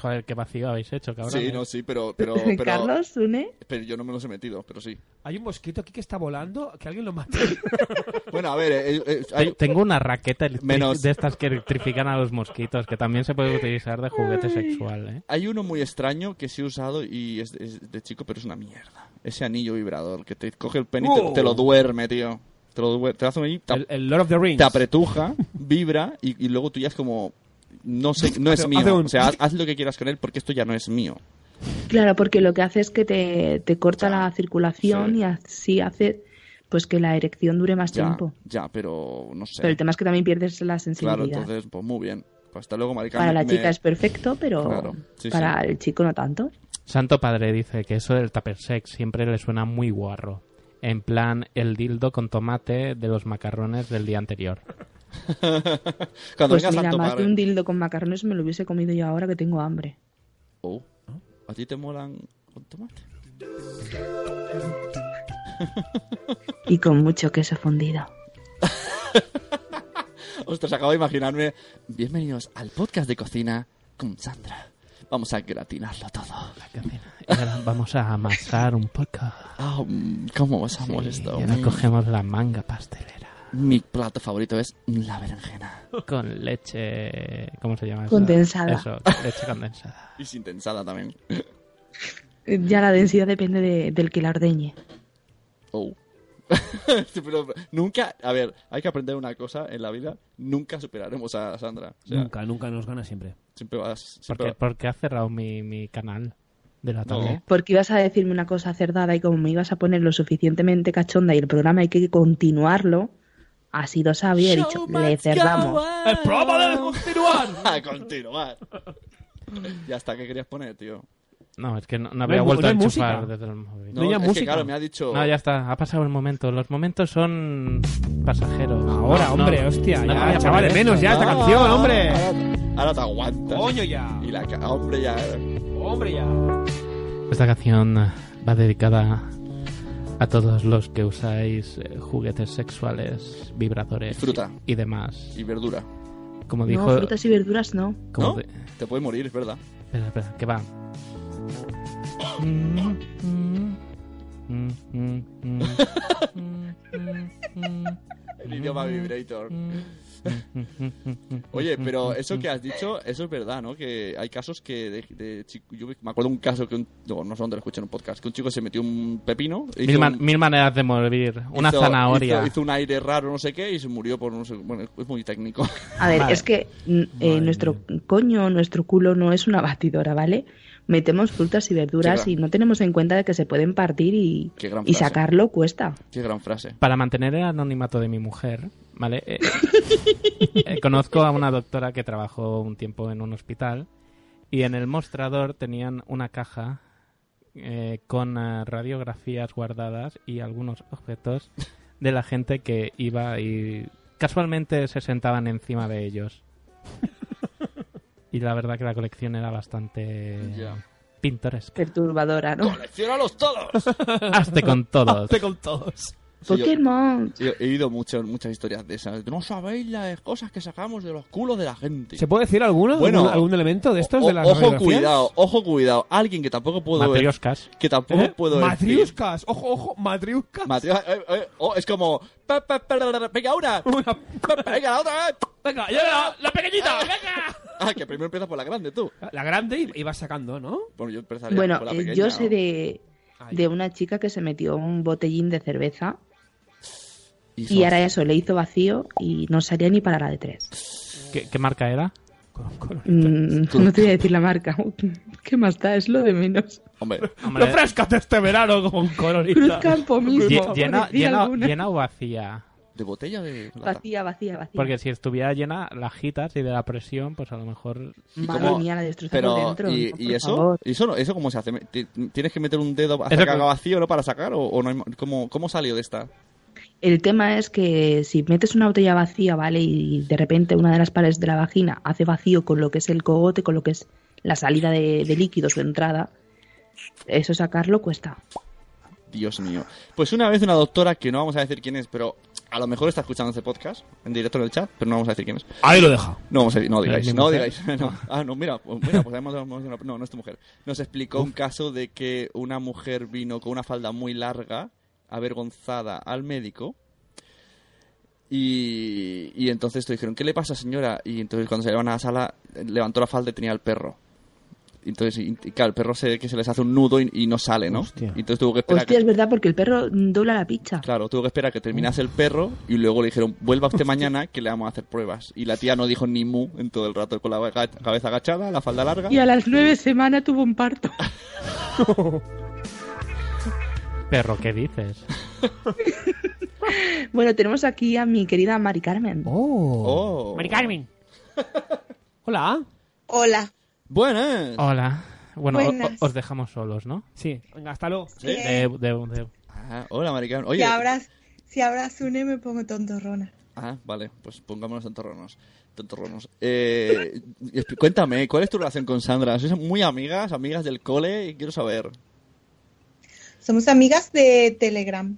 Speaker 7: Joder, qué vacío habéis hecho, cabrón. ¿eh?
Speaker 6: Sí, no, sí, pero, pero, pero,
Speaker 8: Carlos, Une.
Speaker 6: pero yo no me los he metido, pero sí.
Speaker 9: Hay un mosquito aquí que está volando, que alguien lo mate.
Speaker 6: Bueno, a ver, eh, eh,
Speaker 7: Te-
Speaker 6: hay-
Speaker 7: Tengo una raqueta electri-
Speaker 6: Menos-
Speaker 7: de estas que electrifican a los mosquitos, que también se puede utilizar de juguete sexual, ¿eh?
Speaker 6: Hay uno muy extraño que sí he usado y es, es de chico, pero es una mierda. Ese anillo vibrador que te coge el pene y te-
Speaker 9: ¡Oh!
Speaker 6: te, lo duerme, tío. Te lo duerme, te hace un anillo, te,
Speaker 9: El, el Lord of the Rings.
Speaker 6: te apretuja, vibra y, y luego tú ya es como... No sé, no es
Speaker 9: Hace-
Speaker 6: mío.
Speaker 9: hace un-
Speaker 6: O sea, haz, haz lo que quieras con él porque esto ya no es mío.
Speaker 8: Claro, porque lo que hace es que te, te corta la circulación
Speaker 6: sí.
Speaker 8: y así hace pues que la erección dure más
Speaker 6: Ya,
Speaker 8: tiempo.
Speaker 6: ya, pero no sé.
Speaker 8: Pero el tema es que también pierdes la
Speaker 6: Claro,
Speaker 8: sensibilidad.
Speaker 6: entonces, pues muy bien. Pues hasta luego, marica.
Speaker 8: para
Speaker 6: me-
Speaker 8: la
Speaker 6: me-
Speaker 8: chica es perfecto, pero
Speaker 6: Claro, sí,
Speaker 8: para
Speaker 6: sí.
Speaker 8: el chico no tanto.
Speaker 7: Santo Padre dice que eso del tupper sex siempre le suena muy guarro. En plan, el dildo con tomate de los macarrones del día anterior.
Speaker 6: Cuando
Speaker 8: pues
Speaker 6: vengas eh.
Speaker 8: mira,
Speaker 6: Santo
Speaker 8: más de
Speaker 6: Padre.
Speaker 8: un dildo con macarrones me lo hubiese comido yo ahora que tengo hambre.
Speaker 6: Oh. ¿A ti te molan con tomate?
Speaker 8: Y con mucho queso fundido.
Speaker 6: Ostras, acabo de imaginarme. Bienvenidos al podcast de cocina con Sandra. Vamos a gratinarlo todo.
Speaker 7: Y ahora vamos a amasar un poco.
Speaker 6: Ah, mm, ¿Cómo basamos esto?
Speaker 7: Y ahora
Speaker 6: Mm.
Speaker 7: cogemos la manga pastelera
Speaker 6: Mi plato favorito es la berenjena.
Speaker 7: con leche... ¿Cómo se llama? esa?
Speaker 8: Condensada.
Speaker 7: Eso, leche condensada.
Speaker 6: Y sin tensada también.
Speaker 8: Ya la densidad depende de- del que la ordeñe.
Speaker 6: Oh. Sí, pero nunca, a ver, hay que aprender una cosa en la vida. Nunca superaremos a Sandra. O sea,
Speaker 9: Nunca, nunca nos gana siempre.
Speaker 6: Siempre vas. Siempre
Speaker 7: Porque, porque ha cerrado mi, mi canal de la tarde.
Speaker 8: Porque ibas a decirme una cosa cerdada y como me ibas a poner lo suficientemente cachonda y el programa hay que continuarlo, ha sido sabio y he dicho, le cerramos.
Speaker 9: ¡El
Speaker 7: Mm.
Speaker 9: programa debe continuar!
Speaker 6: a continuar. Ya hasta que querías poner, tío.
Speaker 7: No, es que no, no
Speaker 9: No
Speaker 7: había
Speaker 9: hay mu-
Speaker 7: vuelto
Speaker 9: no
Speaker 7: a
Speaker 9: hay
Speaker 7: enchufar
Speaker 9: música.
Speaker 7: desde el
Speaker 6: No,
Speaker 7: móvil.
Speaker 6: No hay es que, música. claro, me ha dicho-
Speaker 7: No, ya está, ha pasado el momento. Los momentos son pasajeros.
Speaker 9: Ahora, hombre, hostia, ya,
Speaker 7: voy a poner
Speaker 9: chavales,
Speaker 7: esto.
Speaker 9: menos ya esta
Speaker 6: Ah,
Speaker 9: canción, hombre.
Speaker 6: Ahora, ahora te aguantas.
Speaker 9: Coño ya.
Speaker 6: Y la ca- hombre ya.
Speaker 9: Hombre ya.
Speaker 7: Esta canción va dedicada a todos los que usáis eh, juguetes sexuales, vibradores
Speaker 6: Y fruta.
Speaker 7: y demás.
Speaker 6: Y verdura.
Speaker 7: Como
Speaker 8: No,
Speaker 7: dijo...
Speaker 8: frutas y verduras no.
Speaker 7: como
Speaker 6: ¿No?
Speaker 7: de-
Speaker 6: Te puedes morir, es verdad.
Speaker 7: Espera, espera, que va. Mm, mm, mm,
Speaker 6: El idioma vibrator.
Speaker 7: mm, mm, mm,
Speaker 6: Oye,
Speaker 7: mm,
Speaker 6: pero
Speaker 7: mm,
Speaker 6: eso
Speaker 7: mm.
Speaker 6: que has dicho, eso es verdad, ¿no? Que hay casos que de, de chico- yo me acuerdo un caso que un, no, no sé dónde lo escuché en un podcast, que un chico se metió un pepino, hizo
Speaker 7: Mil, man-
Speaker 6: un-
Speaker 7: mil maneras de morir. Una
Speaker 6: hizo-
Speaker 7: zanahoria.
Speaker 6: hizo, hizo un aire raro, no sé qué, y se murió por no sé, bueno, es muy técnico.
Speaker 8: A ver, es que mm, eh, nuestro coño, nuestro culo no es una batidora, ¿vale? Metemos frutas y verduras
Speaker 7: Sí,
Speaker 8: y no tenemos en cuenta de que se pueden partir y,
Speaker 7: Qué gran
Speaker 8: y
Speaker 7: frase.
Speaker 8: sacarlo cuesta.
Speaker 6: Qué gran frase.
Speaker 7: Para mantener el anonimato de mi mujer, ¿vale? Eh, eh, conozco a una doctora que trabajó un tiempo en un hospital y en el mostrador tenían una caja eh, con eh, radiografías guardadas y algunos objetos de la gente que iba y casualmente se sentaban encima de ellos. Y la verdad que la colección era bastante
Speaker 6: Ya.
Speaker 7: pintoresca.
Speaker 8: Perturbadora, ¿no?
Speaker 6: ¡Colecciónalos todos!
Speaker 7: Hazte con todos.
Speaker 9: Hazte con todos.
Speaker 6: Sí, yo-
Speaker 8: Pokémon.
Speaker 6: yo he oído muchas, muchas historias de esas. No sabéis las cosas que sacamos de los culos de la gente.
Speaker 9: ¿Se puede decir alguno?
Speaker 6: Bueno,
Speaker 9: ¿Algún, algún elemento de estos?
Speaker 6: O-
Speaker 9: de las
Speaker 6: ojo,
Speaker 9: radiografías?
Speaker 6: cuidado, ojo, cuidado. Alguien que tampoco puedo
Speaker 7: Matrioscas.
Speaker 6: ver. Que tampoco
Speaker 9: ¿Eh?
Speaker 6: puedo decir.
Speaker 9: Matriuscas. Ojo, ojo, matriuscas.
Speaker 6: Matrio- eh, eh, oh, es como. pa, pa, pa, ra, ra, Venga, una. Pa, pa, Venga, la otra. eh.
Speaker 9: Venga, ya la, la pequeñita. venga.
Speaker 6: Ah, que primero empiezas por la grande, tú.
Speaker 9: La grande y, y vas sacando, ¿no?
Speaker 6: Bueno, yo empezaría
Speaker 8: Bueno,
Speaker 6: por la
Speaker 8: eh,
Speaker 6: pequeña.
Speaker 8: yo
Speaker 6: ¿no?
Speaker 8: sé de, de una chica que se metió un botellín de cerveza
Speaker 6: Hizo-
Speaker 8: y ahora eso le hizo vacío y no salía ni para la de tres.
Speaker 7: ¿Qué, qué marca era?
Speaker 8: Mm, no te voy a decir la marca. ¿Qué más da? Es lo de menos.
Speaker 6: Hombre,
Speaker 7: Hombre.
Speaker 9: Refrescate este verano con coronita.
Speaker 8: Cruz Campo mismo,
Speaker 7: Lle- llena,
Speaker 8: por decir
Speaker 7: llena-
Speaker 8: alguna.
Speaker 7: llena o vacía.
Speaker 6: De botella de
Speaker 8: Vacía, vacía, vacía.
Speaker 7: Porque si estuviera llena, la agitas y de la presión, pues a lo mejor.
Speaker 8: Madre mía, la destrozamos
Speaker 6: Pero,
Speaker 8: dentro.
Speaker 6: ¿y,
Speaker 8: por
Speaker 6: y eso?
Speaker 8: favor.
Speaker 6: ¿Y eso, no- eso cómo se hace? ¿Ti- ¿Tienes que meter un dedo hasta
Speaker 7: Eso
Speaker 6: que
Speaker 7: que-
Speaker 6: haga vacío ¿no? para sacar? ¿O, o no hay ma- ¿cómo, ¿Cómo salió de esta?
Speaker 8: El tema es que si metes una botella vacía, ¿vale? Y de repente una de las paredes de la vagina hace vacío con lo que es el cogote, con lo que es la salida de, de líquido, su entrada, eso sacarlo cuesta.
Speaker 6: Dios mío. Pues una vez una doctora, que no vamos a decir quién es, pero a lo mejor está escuchando este podcast, en directo en el chat, pero no vamos a decir quién es.
Speaker 9: Ahí lo deja.
Speaker 6: No vamos a decir, no digáis,
Speaker 9: ¿Mi
Speaker 6: no
Speaker 9: mujer?
Speaker 6: digáis. no. Ah, no, mira, pues, mira, pues además vamos a decir una- no, no es tu mujer. Nos explicó un caso de que una mujer vino con una falda muy larga, avergonzada, al médico. Y, y entonces le dijeron, ¿qué le pasa, señora? Y entonces cuando se llevan a la sala, levantó la falda y tenía el perro. Y Entonces, y, y claro, el perro se, que se les hace un nudo y, y no sale, ¿no? Y entonces tuvo que esperar. a que-
Speaker 8: Hostia, es verdad, porque el perro dobla la picha.
Speaker 6: Claro, tuvo que esperar a que terminase el perro y luego le dijeron, vuelva usted mañana que le vamos a hacer pruebas. Y la tía no dijo ni mu en todo el rato, con la ga- cabeza agachada, la falda larga.
Speaker 8: Y a las nueve semanas tuvo un parto.
Speaker 7: Perro, ¿qué dices?
Speaker 8: bueno, tenemos aquí a mi querida Mari Carmen.
Speaker 6: Oh.
Speaker 5: Mari Carmen. Hola.
Speaker 25: Hola.
Speaker 6: Buenas.
Speaker 7: Hola. Bueno, o-
Speaker 25: Buenas.
Speaker 7: o- os dejamos solos, ¿no?
Speaker 5: Sí. Venga, hasta luego.
Speaker 7: De, de- de-
Speaker 6: Ah, hola, maricón. Oye.
Speaker 25: Si abras, si abras un me pongo tontorrona.
Speaker 6: Ah, vale, pues pongámonos tontorronos. Tontorronos. Eh, expli- cuéntame, ¿cuál es tu relación con Sandra? ¿Sois muy amigas, amigas del cole? Y Quiero saber.
Speaker 25: Somos amigas de Telegram.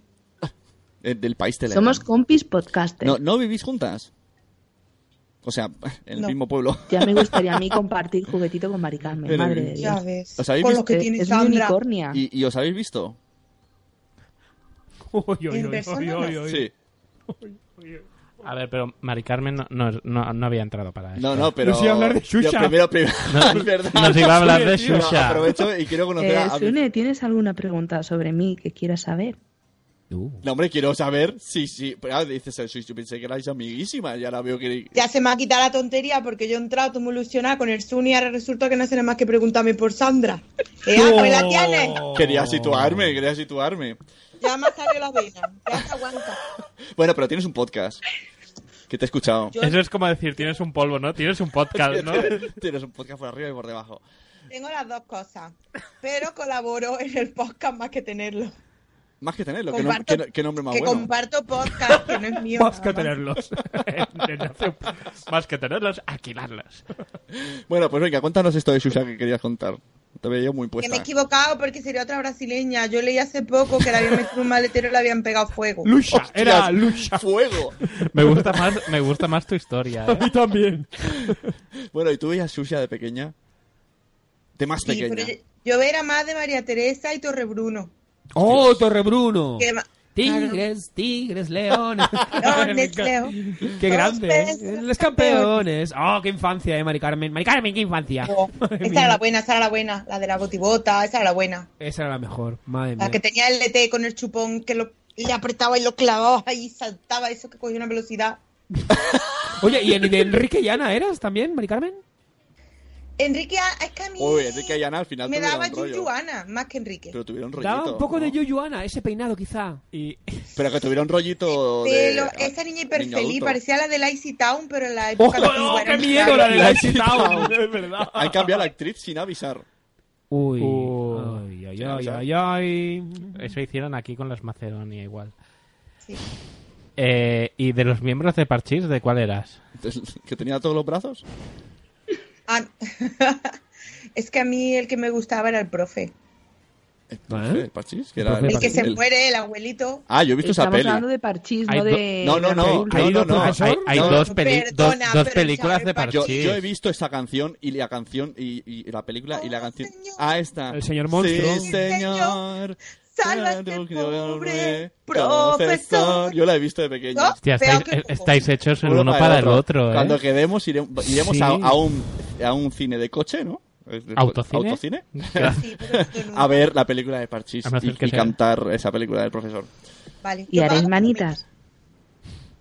Speaker 6: eh, del país Telegram.
Speaker 8: Somos compis podcaster.
Speaker 6: No, ¿No vivís juntas? O sea, en el
Speaker 8: No.
Speaker 6: mismo pueblo.
Speaker 8: Ya me gustaría a mí compartir juguetito con Mari Carmen,
Speaker 6: Pero-
Speaker 8: madre de Dios.
Speaker 25: Ya ves.
Speaker 6: ¿Os habéis Con lo visto?
Speaker 25: que tiene
Speaker 8: es mi
Speaker 25: Sandra.
Speaker 8: unicornia.
Speaker 6: ¿Y, y os habéis visto?
Speaker 25: En persona no.
Speaker 6: Sí.
Speaker 7: A ver, pero Mari Carmen no, no, no- no había entrado para eso.
Speaker 6: No, no, pero.
Speaker 9: Nos iba a hablar de Xuxa.
Speaker 6: Yo primero, primero.
Speaker 7: No,
Speaker 6: es verdad.
Speaker 7: nos iba a hablar de
Speaker 6: Tío,
Speaker 7: Xuxa.
Speaker 6: Aprovecho y quiero conocer
Speaker 8: Eh,
Speaker 6: a. a mi-
Speaker 8: Sune, ¿tienes alguna pregunta sobre mí que quieras saber?
Speaker 6: No, hombre, quiero saber. Sí, sí. Pero ah, dices, eh, sí, yo pensé que erais amiguísimas. Y ahora veo que.
Speaker 25: Ya se me ha quitado la tontería porque yo he entrado todo muy ilusionada con el Sun y ahora resulta que no hace nada más que preguntarme por Sandra. ¿Eh?
Speaker 6: No.
Speaker 25: ¿Me la tienes?
Speaker 6: Quería situarme, quería situarme.
Speaker 25: Ya me ha salido la vena. Ya se aguanta.
Speaker 6: Bueno, pero tienes un podcast. Que te he escuchado.
Speaker 25: Yo-
Speaker 7: Eso es como decir, tienes un polvo, ¿no? Tienes un podcast, ¿no?
Speaker 6: tienes un podcast por arriba y por debajo.
Speaker 25: Tengo las dos cosas. Pero colaboro en el podcast más que tenerlo.
Speaker 6: Más que tenerlo. ¿Qué, nom-
Speaker 25: Comparto-
Speaker 6: qué no- qué nombre más
Speaker 25: que
Speaker 6: bueno?
Speaker 25: comparto podcast, que no es mío.
Speaker 5: Más
Speaker 25: nada
Speaker 5: que
Speaker 25: más.
Speaker 5: tenerlos.
Speaker 7: Más que tenerlos, alquilarlos.
Speaker 6: Bueno, pues venga, cuéntanos esto de Xuxa que querías contar. Te veía muy
Speaker 5: Pues
Speaker 25: Que me he
Speaker 6: puesta.
Speaker 25: equivocado porque sería otra brasileña. Yo leí hace poco que la habían metido en un maletero y le habían pegado fuego.
Speaker 5: Lucha. Era Lucha.
Speaker 6: ¡Fuego!
Speaker 7: Me gusta más, me gusta más tu historia. ¿eh?
Speaker 5: también.
Speaker 6: Bueno, ¿y tú veías Xuxa de pequeña? De más
Speaker 25: Sí,
Speaker 6: pequeña.
Speaker 25: pero yo- yo era más de María Teresa y Torre Bruno.
Speaker 9: ¡Oh, Torre Bruno!
Speaker 25: Que ma-
Speaker 5: Tigres, tigres, leones.
Speaker 25: Leones, Leo.
Speaker 5: Qué grande.
Speaker 25: Ustedes
Speaker 5: ¿eh? Los campeones. Oh, qué infancia, eh, Mari Carmen. Mari Carmen, qué infancia.
Speaker 25: Oh, esa era la buena, esa era la buena. La de la botibota, esa era la buena.
Speaker 5: Esa era la mejor. Madre mía.
Speaker 25: La que tenía el DT con el chupón que lo, le apretaba y lo clavaba y saltaba. Eso que cogía una velocidad.
Speaker 5: Oye, ¿y en- de Enrique y Ana eras también, Mari Carmen?
Speaker 25: Enrique, ah, es que a mí
Speaker 6: Uy, es de que Ayana al final
Speaker 25: me
Speaker 6: tuvieron
Speaker 25: daba
Speaker 6: un rollo.
Speaker 25: Yuyuana más que Enrique.
Speaker 6: Pero tuvieron rollito.
Speaker 5: Daba un poco
Speaker 6: ¿no?
Speaker 5: de Yuyu Ana, ese peinado quizá. Y...
Speaker 6: Pero que tuvieron rollito de...
Speaker 25: Pero
Speaker 6: ah,
Speaker 25: esa niña hiperfeliz
Speaker 6: adulto.
Speaker 25: parecía la de Lazy Town, pero
Speaker 7: Oh,
Speaker 25: en la
Speaker 6: ¡Oh,
Speaker 25: época antigua, era muy raro.
Speaker 5: Lazy
Speaker 6: Town.
Speaker 5: Es verdad.
Speaker 6: Han cambiado la actriz sin avisar.
Speaker 5: Uy.
Speaker 7: Uy.
Speaker 5: Ay, ay, ay, ay, ay.
Speaker 7: Eso hicieron aquí con las Macedonia igual.
Speaker 25: Sí.
Speaker 7: Eh, ¿Y de los miembros de Parchís, de cuál eras?
Speaker 6: Entonces, Que tenía todos los brazos.
Speaker 25: Ah, es que a mí el que me gustaba era el profe.
Speaker 6: ¿Eh? Parchís, que era
Speaker 5: El
Speaker 25: El que se muere, el abuelo.
Speaker 6: Ah, yo he visto esa
Speaker 8: Estamos
Speaker 6: peli.
Speaker 8: hablando de parchís,
Speaker 7: Hay
Speaker 8: no
Speaker 7: do-
Speaker 8: de...
Speaker 6: No, no,
Speaker 8: de
Speaker 6: no.
Speaker 8: Raúl.
Speaker 6: no,
Speaker 7: Hay
Speaker 6: no,
Speaker 7: dos-
Speaker 6: no.
Speaker 7: hay- hay- hay
Speaker 6: No,
Speaker 7: dos, peli- dos-
Speaker 25: Perdona,
Speaker 7: dos
Speaker 25: pero
Speaker 7: películas
Speaker 25: Isabel
Speaker 7: de
Speaker 25: Parchís.
Speaker 6: Yo,
Speaker 7: Parchís.
Speaker 6: yo he visto esta canción y la canción y, y la película
Speaker 25: Oh,
Speaker 6: y la canción. Ah, esta.
Speaker 5: El señor monstruo.
Speaker 6: Sí, señor.
Speaker 25: Sálvate, pobre profesor.
Speaker 6: Pues Yo la he visto de pequeño.
Speaker 25: ¿No?
Speaker 7: Hostia,
Speaker 25: Peor
Speaker 7: estáis, eh,
Speaker 25: que poco.
Speaker 7: estáis hechos el uno para el otro, ¿eh?
Speaker 6: Cuando quedemos, ire- iremos,
Speaker 7: Sí.
Speaker 6: a, a un, a un cine de coche, ¿no?
Speaker 7: ¿Autocine?
Speaker 6: ¿Autocine?
Speaker 25: Sí, pero esto no-
Speaker 6: a ver la película de Parchís
Speaker 7: A no ser
Speaker 6: y,
Speaker 7: que
Speaker 6: y
Speaker 7: sea-
Speaker 6: cantar esa película del profesor.
Speaker 25: Vale.
Speaker 8: Y haréis manitas.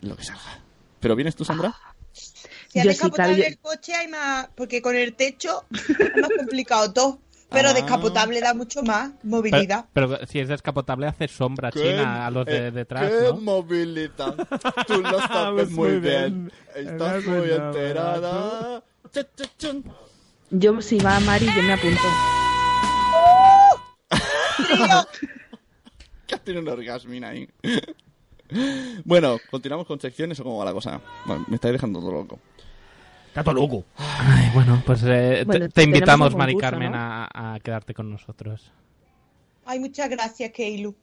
Speaker 6: Lo que salga. ¿Pero vienes tú, Sandra?
Speaker 25: Si has
Speaker 8: Yo sí,
Speaker 25: descapotado
Speaker 8: claro, yo-
Speaker 25: el coche hay más... Porque con el techo es más complicado todo. Pero
Speaker 7: Ah.
Speaker 25: descapotable da mucho más movilidad.
Speaker 7: Pero, pero si es descapotable hace sombra
Speaker 25: ¿Qué?
Speaker 7: china Ah, a los de
Speaker 25: Eh,
Speaker 7: detrás,
Speaker 25: ¿qué?
Speaker 7: ¿no?
Speaker 6: movilidad. Tú lo sabes
Speaker 7: Ah, pues Muy
Speaker 6: muy bien. Estás
Speaker 7: Eres
Speaker 6: muy
Speaker 7: muy
Speaker 6: enterada.
Speaker 8: Yo, si va a Mari, yo me apunto.
Speaker 6: Que tiene un orgasmina ahí. Bueno, ¿continuamos con secciones o cómo va la cosa? Bueno, me estáis dejando todo loco.
Speaker 5: Está todo loco.
Speaker 7: Ay, bueno, pues eh, te-
Speaker 6: Bueno,
Speaker 7: te,
Speaker 6: tenemos
Speaker 7: invitamos,
Speaker 6: un
Speaker 7: Mari
Speaker 6: concurso,
Speaker 7: Carmen,
Speaker 6: ¿no?
Speaker 7: a, a quedarte con nosotros.
Speaker 25: Ay, muchas gracias, Keilu.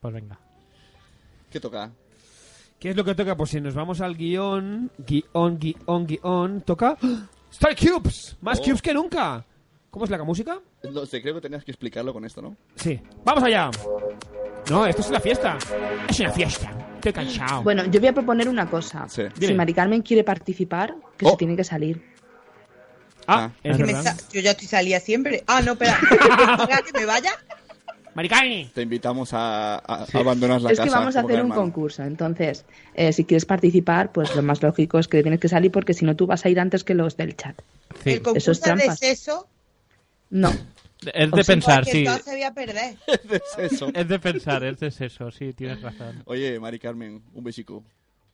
Speaker 7: Pues venga.
Speaker 6: ¿Qué toca?
Speaker 9: ¿Qué es lo que toca? Pues si nos vamos al guión, guión, guión, guión, toca ¡Ah! Star Cubes. Más
Speaker 6: Oh.
Speaker 9: cubes que nunca. ¿Cómo es la música?
Speaker 6: Lo sé, creo que tenías que explicarlo con esto, ¿no?
Speaker 9: Sí. Vamos allá. No, esto es una fiesta. Es una fiesta. Estoy cansado.
Speaker 8: Bueno, yo voy a proponer una cosa.
Speaker 6: Sí. Oh.
Speaker 8: Si
Speaker 9: Dime.
Speaker 8: Mari Carmen quiere participar, que se tiene que salir.
Speaker 9: Ah, es
Speaker 25: Que me
Speaker 9: verdad.
Speaker 25: sa- Yo ya estoy salía siempre. Ah, no, espera. Espera, que me vaya.
Speaker 9: Maricani.
Speaker 6: Te invitamos a, a- a abandonar la
Speaker 8: es
Speaker 6: casa.
Speaker 8: que vamos a
Speaker 6: como
Speaker 8: hacer un
Speaker 6: Carmen.
Speaker 8: concurso. Entonces, eh, si quieres participar, pues lo más lógico es que tienes que salir porque si no tú vas a ir antes que los del chat.
Speaker 25: El concurso
Speaker 8: Eso es
Speaker 25: de
Speaker 8: trampas.
Speaker 25: sexo.
Speaker 8: No.
Speaker 7: Es de pensar,
Speaker 25: porque
Speaker 7: sí.
Speaker 25: entonces voy a perder.
Speaker 7: Es de pensar, es de eso, sí, tienes razón.
Speaker 6: Oye, Mari Carmen, un besico.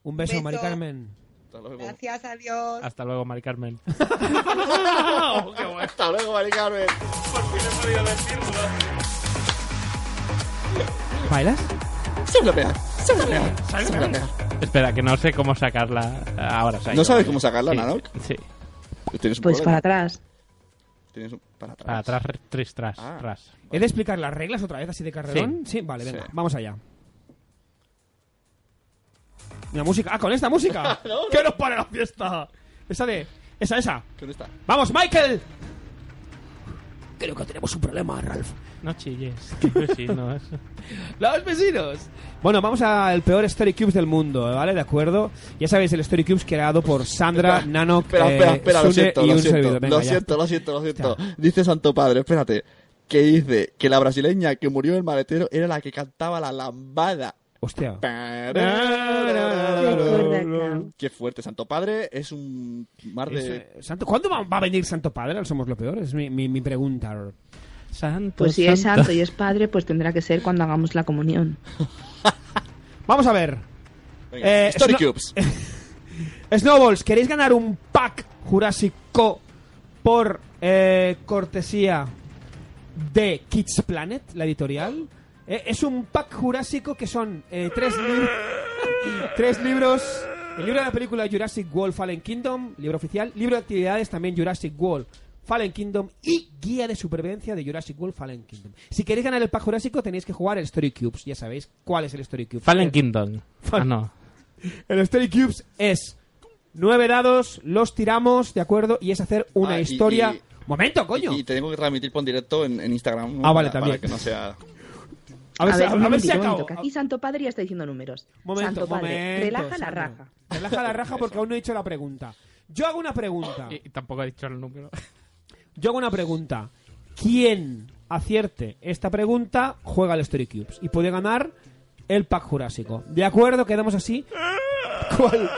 Speaker 9: Un beso,
Speaker 25: Beso.
Speaker 9: Mari Carmen.
Speaker 6: Hasta luego.
Speaker 25: Gracias a Dios.
Speaker 7: Hasta luego, Mari Carmen.
Speaker 9: Oh,
Speaker 6: Hasta luego, Mari Carmen.
Speaker 5: ¿Bailas?
Speaker 6: Solo peor, solo peor, solo peor.
Speaker 7: Espera, que no sé cómo sacarla ahora. se ha
Speaker 6: ¿No
Speaker 7: ido.
Speaker 6: sabes cómo sacarla,
Speaker 7: Sí,
Speaker 6: Nanok?
Speaker 7: Sí.
Speaker 6: Tienes un
Speaker 8: Pues para
Speaker 6: problema.
Speaker 8: atrás.
Speaker 6: Tienes un- para atrás.
Speaker 7: Para atrás, tres tras.
Speaker 6: Ah.
Speaker 7: tras.
Speaker 9: ¿He de explicar las reglas otra vez así de carrerón? Sí, vale, venga,
Speaker 6: Sí.
Speaker 9: vamos allá. La música. ¡Ah, con esta música! ¡Que nos pone la fiesta! Esa de. Esa, esa.
Speaker 6: ¿Dónde está?
Speaker 9: ¡Vamos, Michael! Creo que tenemos un problema, Ralph.
Speaker 7: No chilles. Pues sí, no, es-
Speaker 9: ¡Los vecinos! Bueno, vamos al peor Story Cubes del mundo, ¿vale? ¿De acuerdo? Ya sabéis, el Story Cubes creado por Sandra, Nano,
Speaker 6: Pues, Espera, espera, espera, lo siento,
Speaker 9: y
Speaker 6: lo
Speaker 9: un
Speaker 6: siento,
Speaker 9: servidor. Venga,
Speaker 6: lo
Speaker 9: ya.
Speaker 6: siento, lo siento, lo siento. Dice Santo Padre, espérate, que dice que la brasileña que murió en el maletero era la que cantaba la lambada.
Speaker 9: Hostia.
Speaker 6: Qué fuerte, Santo Padre es un mar de...
Speaker 9: Es, eh, Santo- ¿Cuándo va, va a venir Santo Padre? al Somos lo peor, es mi, mi- mi pregunta.
Speaker 7: Santo.
Speaker 8: Pues si es santo y es padre, pues tendrá que ser cuando hagamos la comunión.
Speaker 9: Vamos a ver.
Speaker 6: Venga,
Speaker 8: Story
Speaker 6: Cubes.
Speaker 9: Eh, Snowballs, ¿queréis ganar un pack Jurásico por eh, cortesía de Kids Planet, la editorial? Eh, es un pack jurásico que son eh, tres, lib- tres libros. El libro de la película Jurassic World Fallen Kingdom, libro oficial. Libro de actividades también Jurassic World Fallen Kingdom y guía de supervivencia de Jurassic World Fallen Kingdom. Si queréis ganar el pack jurásico tenéis que jugar el Story Cubes. Ya sabéis cuál es el Story Cube.
Speaker 7: Fallen
Speaker 9: Eh,
Speaker 7: Kingdom. Ah, no.
Speaker 9: el Story Cubes es nueve dados, los tiramos, ¿de acuerdo? Y es hacer una
Speaker 6: Ah, y-
Speaker 9: historia.
Speaker 6: y-
Speaker 9: ¡Momento, coño!
Speaker 6: Y, y tenemos que transmitir por en directo en, en Instagram. ¿no?
Speaker 9: Ah, vale,
Speaker 6: Para-
Speaker 9: también.
Speaker 6: Para que no sea...
Speaker 9: A ver, si- a-
Speaker 8: un
Speaker 9: a ver si
Speaker 8: momentito, un
Speaker 9: acabo.
Speaker 8: momentito, que aquí Santo Padre ya está diciendo números.
Speaker 9: Momento,
Speaker 8: santo Padre,
Speaker 9: momento,
Speaker 8: relaja la
Speaker 9: Sandra.
Speaker 8: raja.
Speaker 9: Relaja la raja porque aún no he hecho la pregunta. Yo hago una pregunta.
Speaker 7: Y tampoco ha dicho el número.
Speaker 9: Yo hago una pregunta. Quien acierte esta pregunta juega al Story Cubes y puede ganar el pack jurásico. ¿De acuerdo? Quedamos así. ¿Cuál,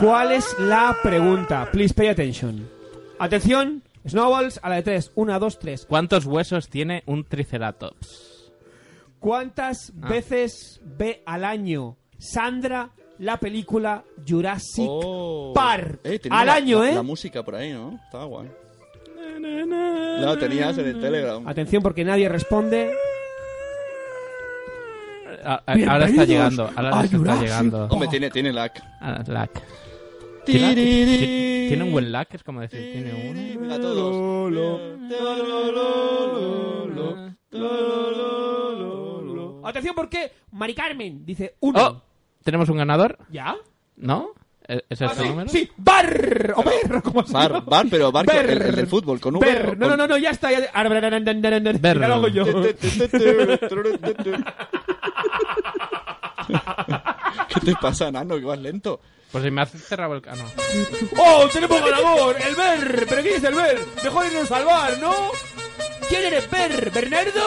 Speaker 9: cuál es la pregunta? Please pay attention. Atención, Snowballs, a la de tres. Una, dos, tres.
Speaker 7: ¿Cuántos huesos tiene un triceratops?
Speaker 9: ¿Cuántas
Speaker 7: Ah.
Speaker 9: veces ve al año Sandra la película Jurassic
Speaker 7: Oh.
Speaker 9: Park?
Speaker 6: Eh, tenía
Speaker 9: al
Speaker 6: la-
Speaker 9: año,
Speaker 6: la-
Speaker 9: ¿eh?
Speaker 6: La música por ahí, ¿no? Estaba guay. La tenías en el Telegram.
Speaker 9: Atención porque nadie responde.
Speaker 7: A- a- Ah, ahora está
Speaker 9: Bienvenidos
Speaker 7: llegando.
Speaker 9: a
Speaker 7: Ahora se está
Speaker 9: Jurassic
Speaker 7: llegando.
Speaker 6: Hombre, tiene, tiene lag.
Speaker 7: Ah, lag. Tiene, ti- tiene un buen lag, es como decir, tiene un...
Speaker 6: A todos.
Speaker 7: Ah.
Speaker 9: Atención porque Mari Carmen dice uno.
Speaker 7: ¡Oh! ¿Tenemos un ganador?
Speaker 9: ¿Ya?
Speaker 7: ¿No? ¿E- ¿Es
Speaker 9: Ah,
Speaker 7: este
Speaker 9: sí,
Speaker 7: número?
Speaker 9: sí, bar o perro, como se
Speaker 6: Bar,
Speaker 9: llama.
Speaker 6: bar, pero bar,
Speaker 9: Ber.
Speaker 6: el, el del fútbol, con un
Speaker 9: Ber. No, no, no, no, ya está. Ya... Ahora, ahora, ahora, ahora, ahora,
Speaker 7: Ber.
Speaker 9: ya lo hago yo.
Speaker 6: ¿Qué te pasa, Nano? Que vas lento.
Speaker 7: Pues si me has cerrado el... Ah, no.
Speaker 9: ¡Oh, tenemos ganador! ¡El Ber! ¿Pero quién es el Ber? Dejó de irnos salvar, ¿no? ¿Quién eres, Ber? ¿Bernardo?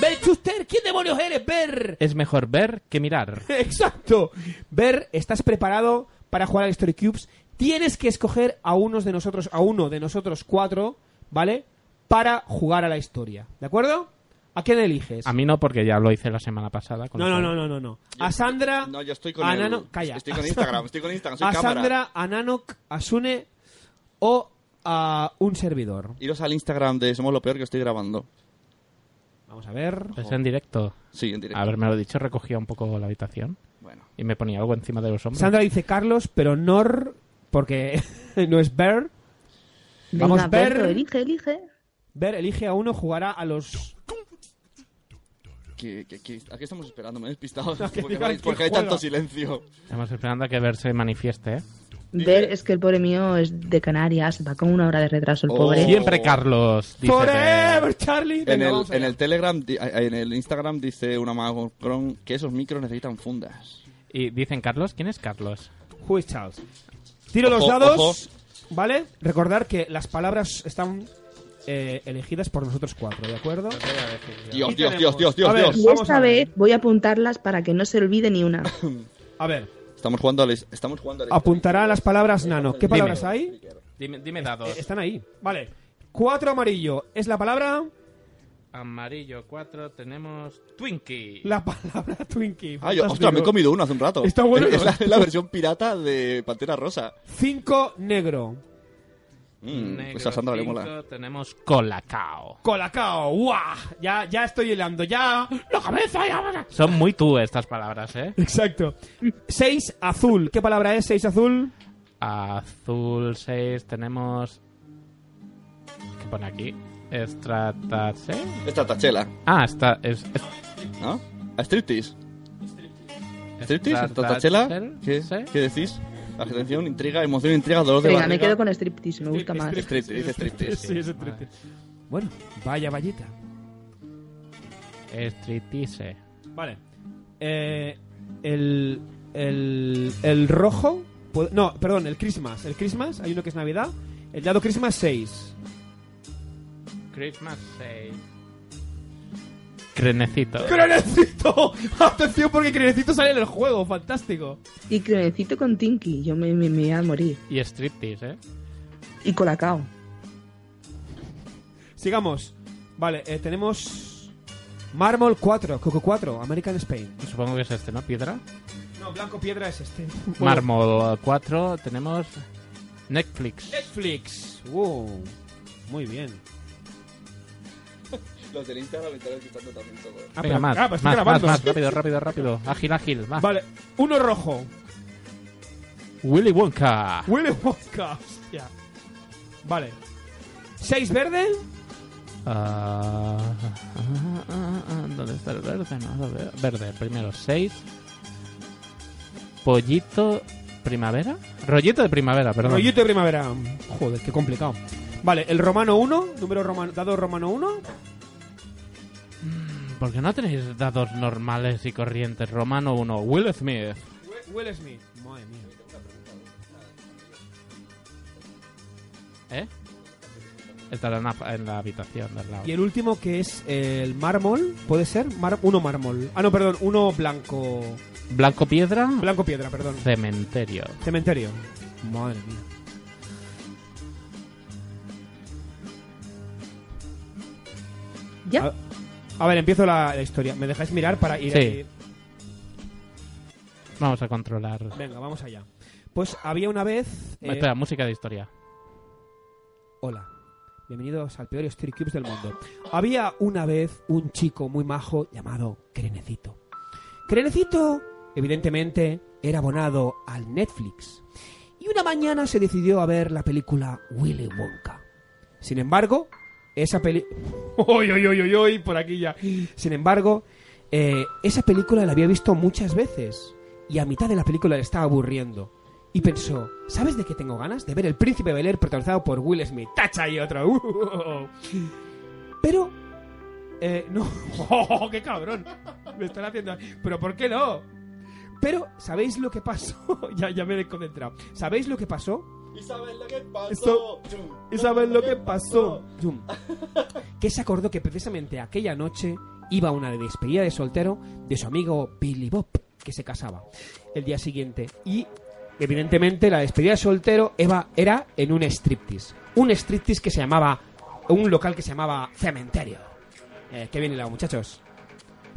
Speaker 9: ¿Ber Schuster? ¿Quién demonios eres, Ber?
Speaker 7: Es mejor ver que mirar.
Speaker 9: Exacto. Ber, ¿estás preparado para jugar al Story Cubes? Tienes que escoger a unos de nosotros, a uno de nosotros cuatro, ¿vale? para jugar a la historia. ¿De acuerdo? ¿A quién eliges?
Speaker 7: A mí no, porque ya lo hice la semana pasada. con
Speaker 9: No,
Speaker 7: lo
Speaker 9: no,
Speaker 7: cual-
Speaker 9: no, no, no, no. A Sandra.
Speaker 6: No, yo estoy con
Speaker 9: a
Speaker 6: el-
Speaker 9: Nano- Calla.
Speaker 6: estoy con Instagram, estoy con Instagram, soy
Speaker 9: a
Speaker 6: cámara.
Speaker 9: Sandra, a Nanok, a Sune o a un servidor.
Speaker 6: Iros al Instagram de Somos lo peor que estoy grabando.
Speaker 9: Vamos a ver.
Speaker 7: ¿Es en directo?
Speaker 6: Sí, en directo.
Speaker 7: Haberme lo dicho, recogía un poco la habitación. Y me ponía algo encima de los hombros.
Speaker 9: Sandra dice Carlos, pero Nor, porque no es Ver.
Speaker 8: Venga,
Speaker 9: Vamos,
Speaker 8: Berto,
Speaker 9: Ver.
Speaker 8: elige, elige.
Speaker 9: Ver elige a uno, jugará a los.
Speaker 6: ¿Qué, qué, qué? ¿A qué estamos esperando? Me he despistado.
Speaker 9: No, que
Speaker 6: porque
Speaker 9: digas
Speaker 6: hay,
Speaker 9: que
Speaker 6: porque hay
Speaker 9: juega.
Speaker 6: tanto silencio.
Speaker 7: Estamos esperando a que Ver se manifieste, ¿eh?
Speaker 8: Ver, es que el pobre mío es de Canarias, va con una hora de retraso el pobre.
Speaker 6: Oh.
Speaker 7: Siempre Carlos. dice
Speaker 9: Forever, Charlie.
Speaker 6: En
Speaker 9: Venga,
Speaker 6: el,
Speaker 9: vamos
Speaker 6: en el Telegram, di- a- en el Instagram dice una mago Cron que esos micros necesitan fundas.
Speaker 7: ¿Y dicen Carlos? ¿Quién es Carlos?
Speaker 9: Who is Charles? Tiro los
Speaker 6: Ojo,
Speaker 9: dados.
Speaker 6: ojo.
Speaker 9: ¿Vale? Recordar que las palabras están eh, elegidas por nosotros cuatro, ¿de acuerdo?
Speaker 6: Dios,
Speaker 9: Y
Speaker 6: Dios,
Speaker 9: tenemos-
Speaker 6: Dios, Dios,
Speaker 9: a ver,
Speaker 6: Dios.
Speaker 8: Y
Speaker 9: vamos
Speaker 8: esta
Speaker 9: a ver.
Speaker 8: vez voy a apuntarlas para que no se olvide ni una.
Speaker 9: A ver.
Speaker 6: Estamos jugando al. Estamos jugando al.
Speaker 9: Apuntará las palabras nano. ¿Qué
Speaker 6: Dime.
Speaker 9: palabras hay? Eh,
Speaker 7: Dime, dime dados.
Speaker 9: Están ahí. Vale. Cuatro amarillo. Es la palabra.
Speaker 7: Amarillo 4, tenemos Twinkie.
Speaker 9: La palabra Twinkie.
Speaker 6: Ay, Ah, ostras, me he comido uno hace un rato.
Speaker 9: Está bueno,
Speaker 6: Es
Speaker 9: ¿no?
Speaker 6: la, es la versión pirata de Pantera Rosa.
Speaker 9: Cinco negro.
Speaker 6: Mm, pues a Sandra le mola.
Speaker 7: Tenemos Colacao.
Speaker 9: Colacao. ¡Guau! Ya, ya estoy hilando. Ya. La cabeza. Ya.
Speaker 7: Son muy tú estas palabras, ¿eh?
Speaker 9: Exacto. Seis azul. ¿Qué palabra es seis azul?
Speaker 7: Azul 6, tenemos... ¿Qué pone aquí? Estratase.
Speaker 6: Esta tachela.
Speaker 7: Ah, está... Es, es-
Speaker 6: ¿No? A striptease. ¿Striptease? ¿Esta tachela? ¿Qué, ¿Qué decís? Atención, intriga, emoción, intriga, dolor de
Speaker 8: Venga,
Speaker 6: barriga.
Speaker 8: me quedo con striptease, me gusta más.
Speaker 6: Striptease, Ah, dice striptease.
Speaker 9: Sí, es triste. Bueno, vaya vallita.
Speaker 7: Estritise.
Speaker 9: Vale. Eh, el, el, el rojo. pu- No, perdón, el Christmas. El Christmas, hay uno que es Navidad. El dado Christmas 6.
Speaker 7: Christmas 6. Crenecito.
Speaker 9: ¡Crenecito! Atención porque Crenecito sale en el juego, fantástico.
Speaker 8: Y cronecito con Tinky, yo me, me, me voy a morir.
Speaker 7: Y striptease, ¿eh?
Speaker 8: Y colacao.
Speaker 9: Sigamos. Vale, eh, tenemos Mármol 4, Coco 4, American Spain.
Speaker 7: Supongo que es este, ¿no? Piedra.
Speaker 9: No, blanco piedra es este.
Speaker 7: Mármol 4, tenemos Netflix.
Speaker 9: Netflix. Wow. Muy bien.
Speaker 6: Los del Instagram me están escuchando también todo.
Speaker 9: Ah,
Speaker 7: Venga,
Speaker 9: pero-
Speaker 7: más,
Speaker 9: ah, pues estoy
Speaker 7: más, más,
Speaker 9: grabando.
Speaker 7: más, rápido, rápido, rápido. Ágil, ágil, va.
Speaker 9: Vale, uno rojo.
Speaker 7: Willy Wonka.
Speaker 9: Willy Wonka, hostia. Vale. ¿Seis verde?
Speaker 7: Ah, ah, ah, ah, ¿Dónde está el verde? No, lo veo. Verde, primero 6. Pollito primavera. Rollito de primavera, perdón.
Speaker 9: Rollito de primavera. Joder, qué complicado. Vale, el romano 1, número romano, dado romano 1.
Speaker 7: ¿Por qué no tenéis dados normales y corrientes? Romano 1, Will Smith.
Speaker 9: Will Smith. Madre mía.
Speaker 7: ¿Eh? Estará en la, en la habitación del lado.
Speaker 9: Y el último que es el mármol, ¿puede ser? Mar- uno mármol. Ah, no, perdón, uno blanco.
Speaker 7: Blanco piedra.
Speaker 9: Blanco piedra, Ah, perdón.
Speaker 7: Cementerio.
Speaker 9: Cementerio. Madre mía.
Speaker 8: ¿Ya?
Speaker 9: A, a ver, empiezo la, la historia. ¿Me dejáis mirar para ir
Speaker 7: Sí.
Speaker 9: ahí?
Speaker 7: Vamos a controlar.
Speaker 9: Venga, vamos allá. Pues había una vez. eh,
Speaker 7: Espera, música de historia.
Speaker 9: Hola, bienvenidos al peor Story Cubes del mundo. Había una vez un chico muy majo llamado Crenecito. Crenecito, evidentemente, era abonado al Netflix. Y una mañana se decidió a ver la película Willy Wonka. Sin embargo, esa peli... ¡Oy, oy, oy, oy, oy! Por aquí ya. Sin embargo, eh, esa película la había visto muchas veces. Y a mitad de la película le estaba aburriendo. Y pensó, ¿sabes de qué tengo ganas? De ver El Príncipe Bel Air protagonizado por Will Smith. ¡Tacha y otra! ¡Uh! Pero... eh, no... ¡Oh, qué cabrón! Me están haciendo... ¿Pero por qué no? Pero, ¿sabéis lo que pasó? ya, ya me he concentrado. ¿Sabéis lo que pasó?
Speaker 6: Isabel, lo que pasó.
Speaker 9: Eso- Isabel, lo que pasó? Zoom. Que se acordó que precisamente aquella noche iba a una despedida de soltero de su amigo Billy Bob, que se casaba el día siguiente. Y evidentemente la despedida de soltero Eva, era en un striptease. Un striptease que se llamaba un local que se llamaba Cementerio. Eh, que bien hilado, muchachos.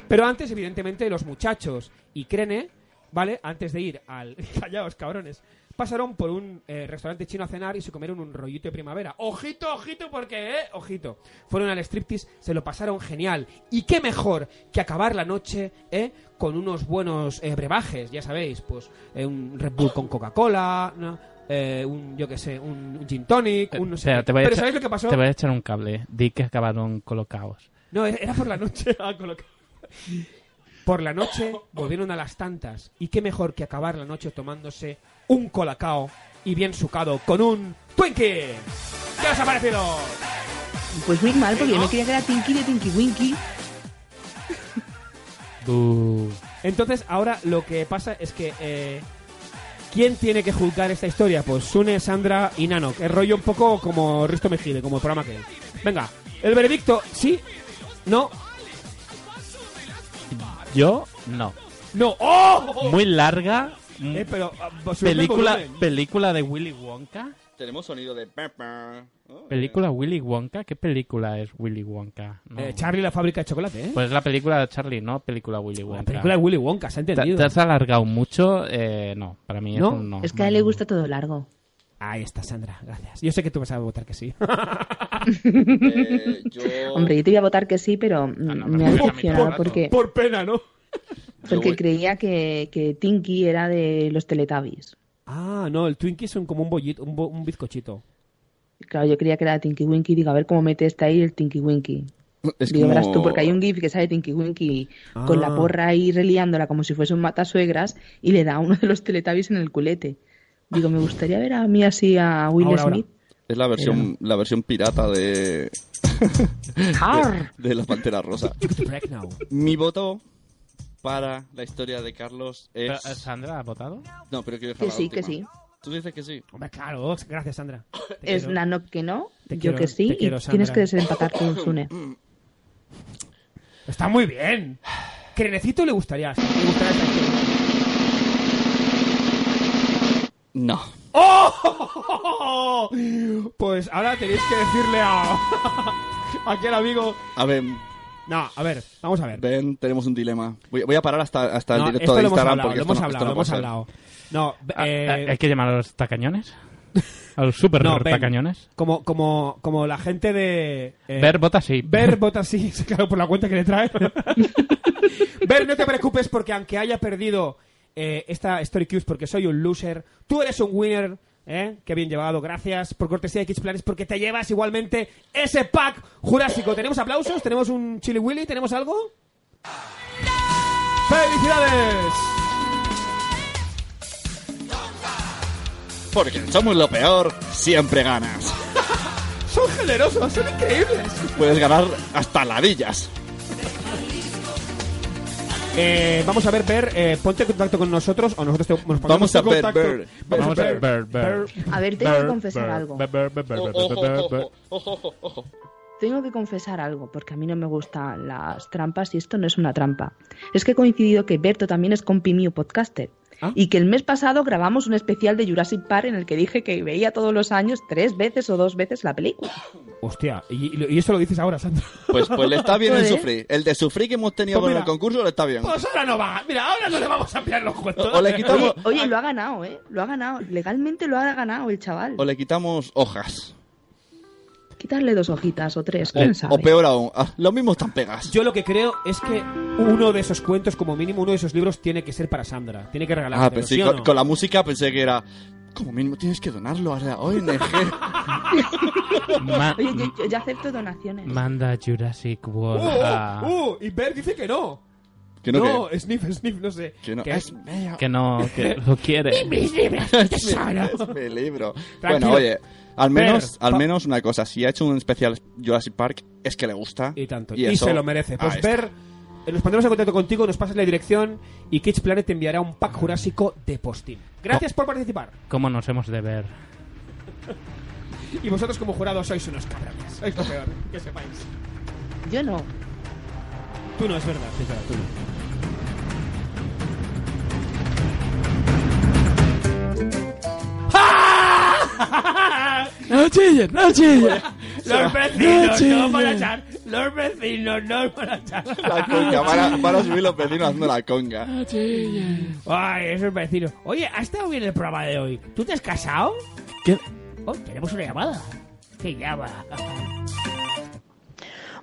Speaker 9: Pero antes, evidentemente, los muchachos y Crene, ¿vale? Antes de ir al... Callaos, cabrones. Pasaron por un eh, restaurante chino a cenar y se comieron un rollito de primavera. Ojito, ojito, porque, eh, ojito. Fueron al striptease, se lo pasaron genial. Y qué mejor que acabar la noche, eh, con unos buenos eh, brebajes, ya sabéis, pues eh, un Red Bull con Coca-Cola, ¿no? Eh, un, yo qué sé, un, un gin tonic, un no sé.
Speaker 7: Espera,
Speaker 9: qué. eh,
Speaker 7: Eh, te voy a
Speaker 9: Pero
Speaker 7: echar-
Speaker 9: ¿sabéis lo que pasó?
Speaker 7: Te voy a echar un cable. Di que acabaron colocados.
Speaker 9: No, era, era por la noche. Ah, con lo que- Por la noche volvieron a las tantas. Y qué mejor que acabar la noche tomándose un colacao y bien sucado con un Twinkie. ¿Qué os ha parecido?
Speaker 8: Pues muy mal, porque yo me quería que era Tinky de Tinky Winky.
Speaker 9: Entonces, ahora lo que pasa es que. eh, ¿Quién tiene que juzgar esta historia? Pues Sune, Sandra y Nanok. El rollo un poco como Risto Mejide, como el programa que. Venga, el veredicto, sí, no,
Speaker 7: Yo, no.
Speaker 9: no. ¡Oh!
Speaker 7: Muy larga.
Speaker 9: Eh, pero, ah, subidme el
Speaker 7: Mm. película,
Speaker 9: volumen.
Speaker 7: película de Willy Wonka.
Speaker 6: Tenemos sonido de... pepa. Oh.
Speaker 7: ¿Película Willy Wonka? ¿Qué película es Willy Wonka? No.
Speaker 9: Eh, Charlie la fábrica de chocolate, ¿eh?
Speaker 7: Pues la película de Charlie, no película Willy Wonka.
Speaker 9: película de Willy Wonka, se ha
Speaker 7: Te-
Speaker 9: entendido.
Speaker 7: Te has alargado mucho, eh, no, para mí
Speaker 9: ¿No?
Speaker 7: es un no.
Speaker 8: Es que a él le gusta todo largo.
Speaker 9: Ahí está, Sandra, gracias. Yo sé que tú vas a votar que sí.
Speaker 8: Hombre, yo te iba a votar que sí, pero mm, me ha
Speaker 9: Por-
Speaker 8: decepcionado
Speaker 9: por-
Speaker 8: porque,
Speaker 9: Por pena, ¿no?
Speaker 8: porque creía que, que Tinky era de los Teletubbies.
Speaker 9: Ah, no, el Twinkie es un- como un bollito, un, bo- un bizcochito.
Speaker 8: Claro, yo creía que era Tinky Winky. Digo, a ver cómo mete este ahí el Tinky Winky.
Speaker 9: Es
Speaker 8: Digo, verás
Speaker 9: como-
Speaker 8: tú, porque hay un GIF que sale Tinky Winky con
Speaker 9: Ah.
Speaker 8: la porra ahí reliándola como si fuese un matasuegras y le da a uno de los Teletubbies en el culete. Digo, me gustaría ver a mí así a Will
Speaker 6: Ahora, ahora.
Speaker 8: Smith.
Speaker 6: Es la versión, la versión pirata de... de,
Speaker 8: Arr.
Speaker 6: de la Pantera Rosa. Mi voto para la historia de Carlos
Speaker 7: Pero,
Speaker 6: es...
Speaker 7: eh, ¿Sandra ha votado?
Speaker 6: No, pero quiero dejar
Speaker 8: Que
Speaker 6: la
Speaker 8: sí, que sí.
Speaker 6: última. Tú dices que sí.
Speaker 9: Hombre, claro, gracias, Sandra. Te
Speaker 8: Es
Speaker 9: quiero.
Speaker 8: Nano que no,
Speaker 9: Te
Speaker 8: yo
Speaker 9: quiero,
Speaker 8: que sí,
Speaker 9: te
Speaker 8: y
Speaker 9: quiero,
Speaker 8: tienes
Speaker 9: Sandra.
Speaker 8: que desempatar con Sune.
Speaker 9: Está muy bien. Crenecito le gustaría. Le gustaría esta historia.
Speaker 6: No.
Speaker 9: ¡Oh! Pues ahora tenéis que decirle a. aquel amigo.
Speaker 6: A ver...
Speaker 9: No, a ver, vamos a ver.
Speaker 6: Ven, tenemos un dilema. Voy, voy a parar hasta, hasta
Speaker 9: No,
Speaker 6: el directo
Speaker 9: esto
Speaker 6: de
Speaker 9: lo hemos
Speaker 6: Instagram
Speaker 9: hablado,
Speaker 6: porque
Speaker 9: lo
Speaker 6: esto
Speaker 9: hemos
Speaker 6: no-
Speaker 9: hablado,
Speaker 6: esto no
Speaker 9: lo hemos
Speaker 6: puede ser.
Speaker 9: hablado. No,
Speaker 7: Ah,
Speaker 9: eh,
Speaker 7: ah, ¿Hay que llamar a los tacañones? ¿A los super
Speaker 9: No, Ben.
Speaker 7: tacañones?
Speaker 9: Como, como, como la gente de. eh,
Speaker 7: Ver, vota sí.
Speaker 9: Ver, vota sí, claro, por la cuenta que le trae. Ver, no te preocupes porque aunque haya perdido eh, esta Story Cubes porque soy un loser, tú eres un winner. ¿Eh? Qué bien llevado, gracias por cortesía de Kids Planes porque te llevas igualmente ese pack jurásico. ¿Tenemos aplausos? ¿Tenemos un chili willy? ¿Tenemos algo? ¡Felicidades!
Speaker 6: Porque somos lo peor, siempre ganas.
Speaker 9: Son generosos, son increíbles.
Speaker 6: Puedes ganar hasta ladillas.
Speaker 9: Eh, vamos a ver, Ver, eh, ponte en contacto con nosotros o nosotros te nos ponemos
Speaker 6: Vamos a
Speaker 9: en
Speaker 6: ver,
Speaker 9: contacto.
Speaker 6: Ver.
Speaker 9: Vamos a ver,
Speaker 7: Ver, Ver.
Speaker 8: A ver, tengo que confesar algo.
Speaker 6: Ojo, ojo.
Speaker 8: Tengo que confesar algo, porque a mí no me gustan las trampas y esto no es una trampa. Es que he coincidido que Berto también es compi mío podcaster.
Speaker 9: Ah.
Speaker 8: Y que el mes pasado grabamos un especial de Jurassic Park en el que dije que veía todos los años tres veces o dos veces la película.
Speaker 9: Hostia, y, y- y eso lo dices ahora, Sandra.
Speaker 6: Pues, pues le está bien el
Speaker 9: Joder.
Speaker 6: sufrir. El de sufrir que hemos tenido
Speaker 9: Pues
Speaker 6: con el
Speaker 9: mira.
Speaker 6: concurso le está bien.
Speaker 9: Pues ahora no va. Mira, ahora no le vamos a ampliar los cuentos.
Speaker 6: O le quitamos,
Speaker 8: Oye, lo ha ganado, ¿eh? Lo ha ganado. Legalmente lo ha ganado el chaval.
Speaker 6: o le quitamos hojas.
Speaker 8: Quitarle dos hojitas o tres,
Speaker 6: O,
Speaker 8: quién sabe.
Speaker 6: o peor aún, ah, lo mismo están pegas.
Speaker 9: Yo lo que creo es que uno de esos cuentos, como mínimo uno de esos libros, tiene que ser para Sandra. Tiene que regalar.
Speaker 6: Ah, pensé, con, con la música pensé que era. Como mínimo tienes que donarlo a la ONG.
Speaker 7: Ma-
Speaker 8: Oye, yo, yo- yo acepto donaciones.
Speaker 7: Manda Jurassic World. a-
Speaker 9: Uh, uh, y Bert dice que no.
Speaker 6: Que no,
Speaker 9: no, sniff, sniff, no sé.
Speaker 6: Que no. Es mío.
Speaker 7: Que no, que lo quiere.
Speaker 9: Mis libros,
Speaker 6: Es mi,
Speaker 9: tesoro.
Speaker 6: es mi libro.
Speaker 9: Tranquilo.
Speaker 6: Bueno, oye, al menos,
Speaker 9: Pero,
Speaker 6: al
Speaker 9: pa-
Speaker 6: menos una cosa. Si ha hecho un especial Jurassic Park, es que le gusta.
Speaker 9: Y tanto.
Speaker 6: Y
Speaker 9: Y,
Speaker 6: eso-
Speaker 9: se lo merece. Pues
Speaker 6: Ahí está.
Speaker 9: ver, eh, nos pondremos en contacto contigo, nos pasas la dirección y Kids Planet te enviará un pack jurásico de postín. Gracias por participar.
Speaker 7: ¿Cómo nos hemos de ver?
Speaker 9: Y vosotros como jurados sois unos cabrones. Sois lo peor, que sepáis.
Speaker 8: Yo no.
Speaker 9: Tú no, es verdad, es verdad, tú no.
Speaker 7: ¡No chilles, no chilles!
Speaker 9: Los vecinos no van a echar. Los vecinos no van a echar.
Speaker 6: La conga, van a, van a subir los vecinos haciendo la conga.
Speaker 9: Ay, esos vecinos. Oye, ¿ha estado bien el programa de hoy? ¿Tú te has casado?
Speaker 6: ¿Qué?
Speaker 9: Oh, tenemos una llamada. ¿Qué llama?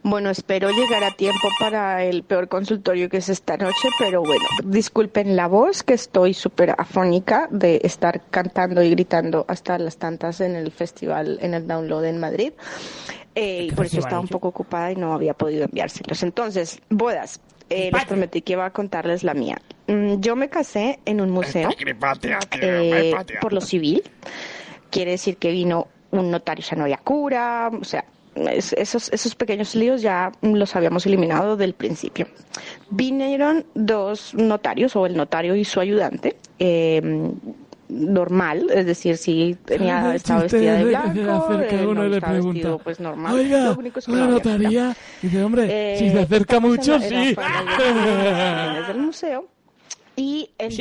Speaker 26: Bueno, espero llegar a tiempo para el peor consultorio que es esta noche, pero bueno, disculpen la voz, que estoy súper afónica de estar cantando y gritando hasta las tantas en el festival, en el download en Madrid. Eh, y por eso festival estaba ha un hecho? poco ocupada y no había podido enviárselos. Entonces, bodas. Eh, les prometí que iba a contarles la mía. Mm, Yo me casé en un museo eh, por lo civil. Quiere decir que vino un notario, ya no había cura, o sea, es- esos, esos pequeños líos ya los habíamos eliminado del principio. Vinieron dos notarios, o el notario y su ayudante, eh, normal, es decir, si tenía,
Speaker 27: Ay,
Speaker 26: estaba
Speaker 27: chiste
Speaker 26: vestida de
Speaker 27: de-
Speaker 26: blanco,
Speaker 27: acerca
Speaker 26: eh,
Speaker 27: uno
Speaker 26: no
Speaker 27: y le
Speaker 26: estaba vestido,
Speaker 27: pregunta,
Speaker 26: pues normal.
Speaker 27: "Oiga,
Speaker 26: Lo único es que
Speaker 27: una
Speaker 26: no había cura.
Speaker 27: notaría". Dice, hombre,
Speaker 26: Eh,
Speaker 27: si se acerca
Speaker 26: entonces,
Speaker 27: mucho,
Speaker 26: era
Speaker 27: sí.
Speaker 26: para las reuniones del museo. Y el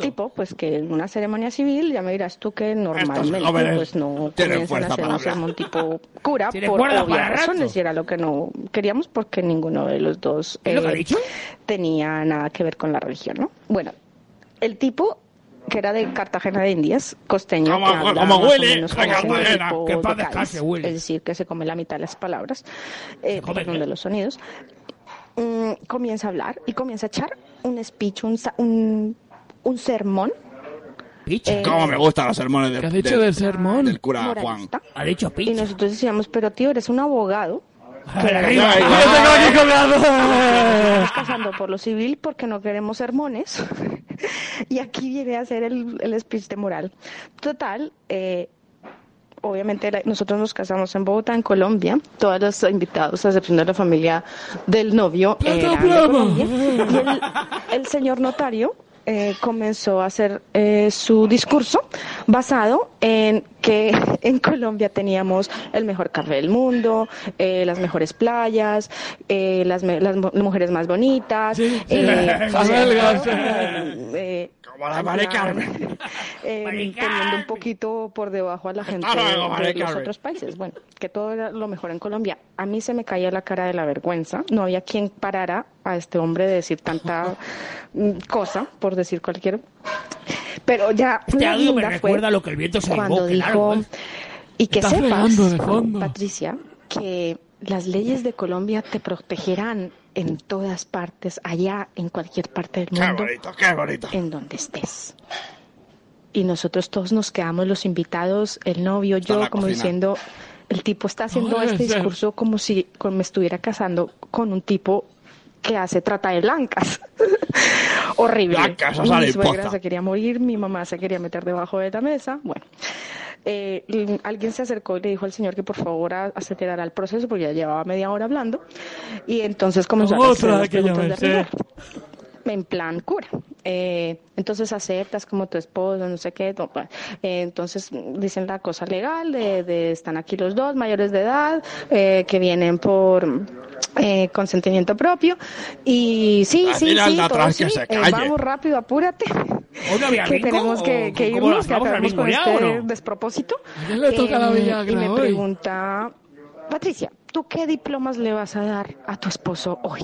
Speaker 26: tipo, pues que en una ceremonia civil, ya me dirás tú que normalmente
Speaker 27: jóvenes
Speaker 26: pues no
Speaker 27: tienen
Speaker 26: comienzan a
Speaker 27: fuerza
Speaker 26: hacer
Speaker 27: para
Speaker 26: un
Speaker 27: hablar.
Speaker 26: sermón tipo cura
Speaker 27: Tienen
Speaker 26: por
Speaker 27: cuerda para
Speaker 26: obvias
Speaker 27: rato.
Speaker 26: razones y era lo que no queríamos porque ninguno de los dos
Speaker 27: ¿Es lo que ha
Speaker 26: eh,
Speaker 27: dicho?
Speaker 26: tenía nada que ver con la religión, ¿no? Bueno, el tipo que era de Cartagena de Indias, costeño,
Speaker 27: Como-
Speaker 26: que habla
Speaker 27: como
Speaker 26: más o
Speaker 27: huele,
Speaker 26: menos
Speaker 27: como
Speaker 26: como
Speaker 27: huele,
Speaker 26: tipo
Speaker 27: que en paz
Speaker 26: de Cádiz,
Speaker 27: descanse, huele.
Speaker 26: es decir, que se come la mitad de las palabras, eh, perdón, de los sonidos, mm, comienza a hablar y comienza a echar un speech, un, sa- un, un sermón. eh,
Speaker 6: ¿Cómo me gustan los sermones de, ¿Qué has
Speaker 26: dicho del sermón?
Speaker 6: Del cura Juan.
Speaker 26: moralista.
Speaker 9: Ha dicho
Speaker 26: Eh, Y nosotros decíamos, pero tío, eres un abogado.
Speaker 6: arriba! ¡Yo tengo aquí colgado!
Speaker 26: "Ah, Estamos pasando por lo civil porque no queremos sermones. y aquí viene a hacer el, el speech de moral. Total, eh, obviamente la- nosotros nos casamos en Bogotá, en Colombia. Todos los invitados, a excepción de la familia del novio,
Speaker 4: eh,
Speaker 26: eran de Colombia. Y el- el señor notario eh, comenzó a hacer eh, su discurso basado en que en Colombia teníamos el mejor café del mundo, eh, las mejores playas, eh, las, me- las mu- mujeres más bonitas. eh,
Speaker 27: Esas belgas.
Speaker 26: eh,
Speaker 27: Como la Mari Carmen.
Speaker 26: eh, teniendo un poquito por debajo a la gente
Speaker 27: luego,
Speaker 26: de- de,
Speaker 27: Mari
Speaker 26: los
Speaker 27: Carmen.
Speaker 26: otros países. Bueno, que todo era lo mejor en Colombia. A mí se me caía la cara de la vergüenza. No había quien parara a este hombre de decir tanta mm, cosa, por decir cualquier. Pero ya
Speaker 9: Este
Speaker 26: la
Speaker 9: audio me
Speaker 26: linda fue
Speaker 9: recuerda lo que el viento se
Speaker 26: cuando
Speaker 9: llevó, qué largo,
Speaker 26: dijo,
Speaker 9: ¿eh?
Speaker 26: y que
Speaker 9: Está
Speaker 26: sepas,
Speaker 9: fregando de
Speaker 27: Mm.
Speaker 9: fondo.
Speaker 26: Patricia, que las leyes de Colombia te protegerán en todas partes, allá, en cualquier parte del
Speaker 27: Qué
Speaker 26: mundo,
Speaker 27: bonito, qué bonito.
Speaker 26: en donde estés. Y nosotros todos nos quedamos, los invitados, el novio,
Speaker 27: Está en
Speaker 26: yo,
Speaker 27: la
Speaker 26: como
Speaker 27: cocina.
Speaker 26: diciendo, el tipo está haciendo
Speaker 27: No debe
Speaker 26: este
Speaker 27: ser.
Speaker 26: discurso como si como me estuviera casando con un tipo que hace trata de blancas. Horrible.
Speaker 27: Blancas, o sea,
Speaker 26: mi
Speaker 27: de
Speaker 26: suegra
Speaker 27: poza.
Speaker 26: se quería morir, mi mamá se quería meter debajo de la mesa. Bueno, eh, l- alguien se acercó y le dijo al señor que por favor a- acelerara el proceso porque ya llevaba media hora hablando. Y entonces comenzó a hacer
Speaker 27: Otra
Speaker 26: las
Speaker 27: que yo
Speaker 26: preguntas
Speaker 27: me
Speaker 26: de rigor
Speaker 27: sé.
Speaker 26: en plan cura. Eh, entonces aceptas como tu esposo, no sé qué. to- pa- eh, entonces mm, dicen la cosa legal de, de están aquí los dos mayores de edad eh, que vienen por mm, eh, consentimiento propio. Y sí,
Speaker 27: Ah,
Speaker 26: sí,
Speaker 27: mira
Speaker 26: sí,
Speaker 27: la
Speaker 26: todo
Speaker 27: atrás que
Speaker 26: sí,
Speaker 27: se
Speaker 26: eh,
Speaker 27: calle.
Speaker 26: vamos rápido, apúrate.
Speaker 27: no había
Speaker 26: que
Speaker 27: bingo?
Speaker 26: tenemos que,
Speaker 27: ¿O
Speaker 26: que
Speaker 27: cómo
Speaker 26: irnos,
Speaker 27: las
Speaker 26: que
Speaker 27: vamos a
Speaker 26: acabamos con
Speaker 27: bingorear o
Speaker 26: este
Speaker 27: no?
Speaker 26: despropósito. Em,
Speaker 27: Ya le toca la Villagra
Speaker 26: y me
Speaker 27: hoy.
Speaker 26: pregunta, Patricia, ¿tú qué diplomas le vas a dar a tu esposo hoy?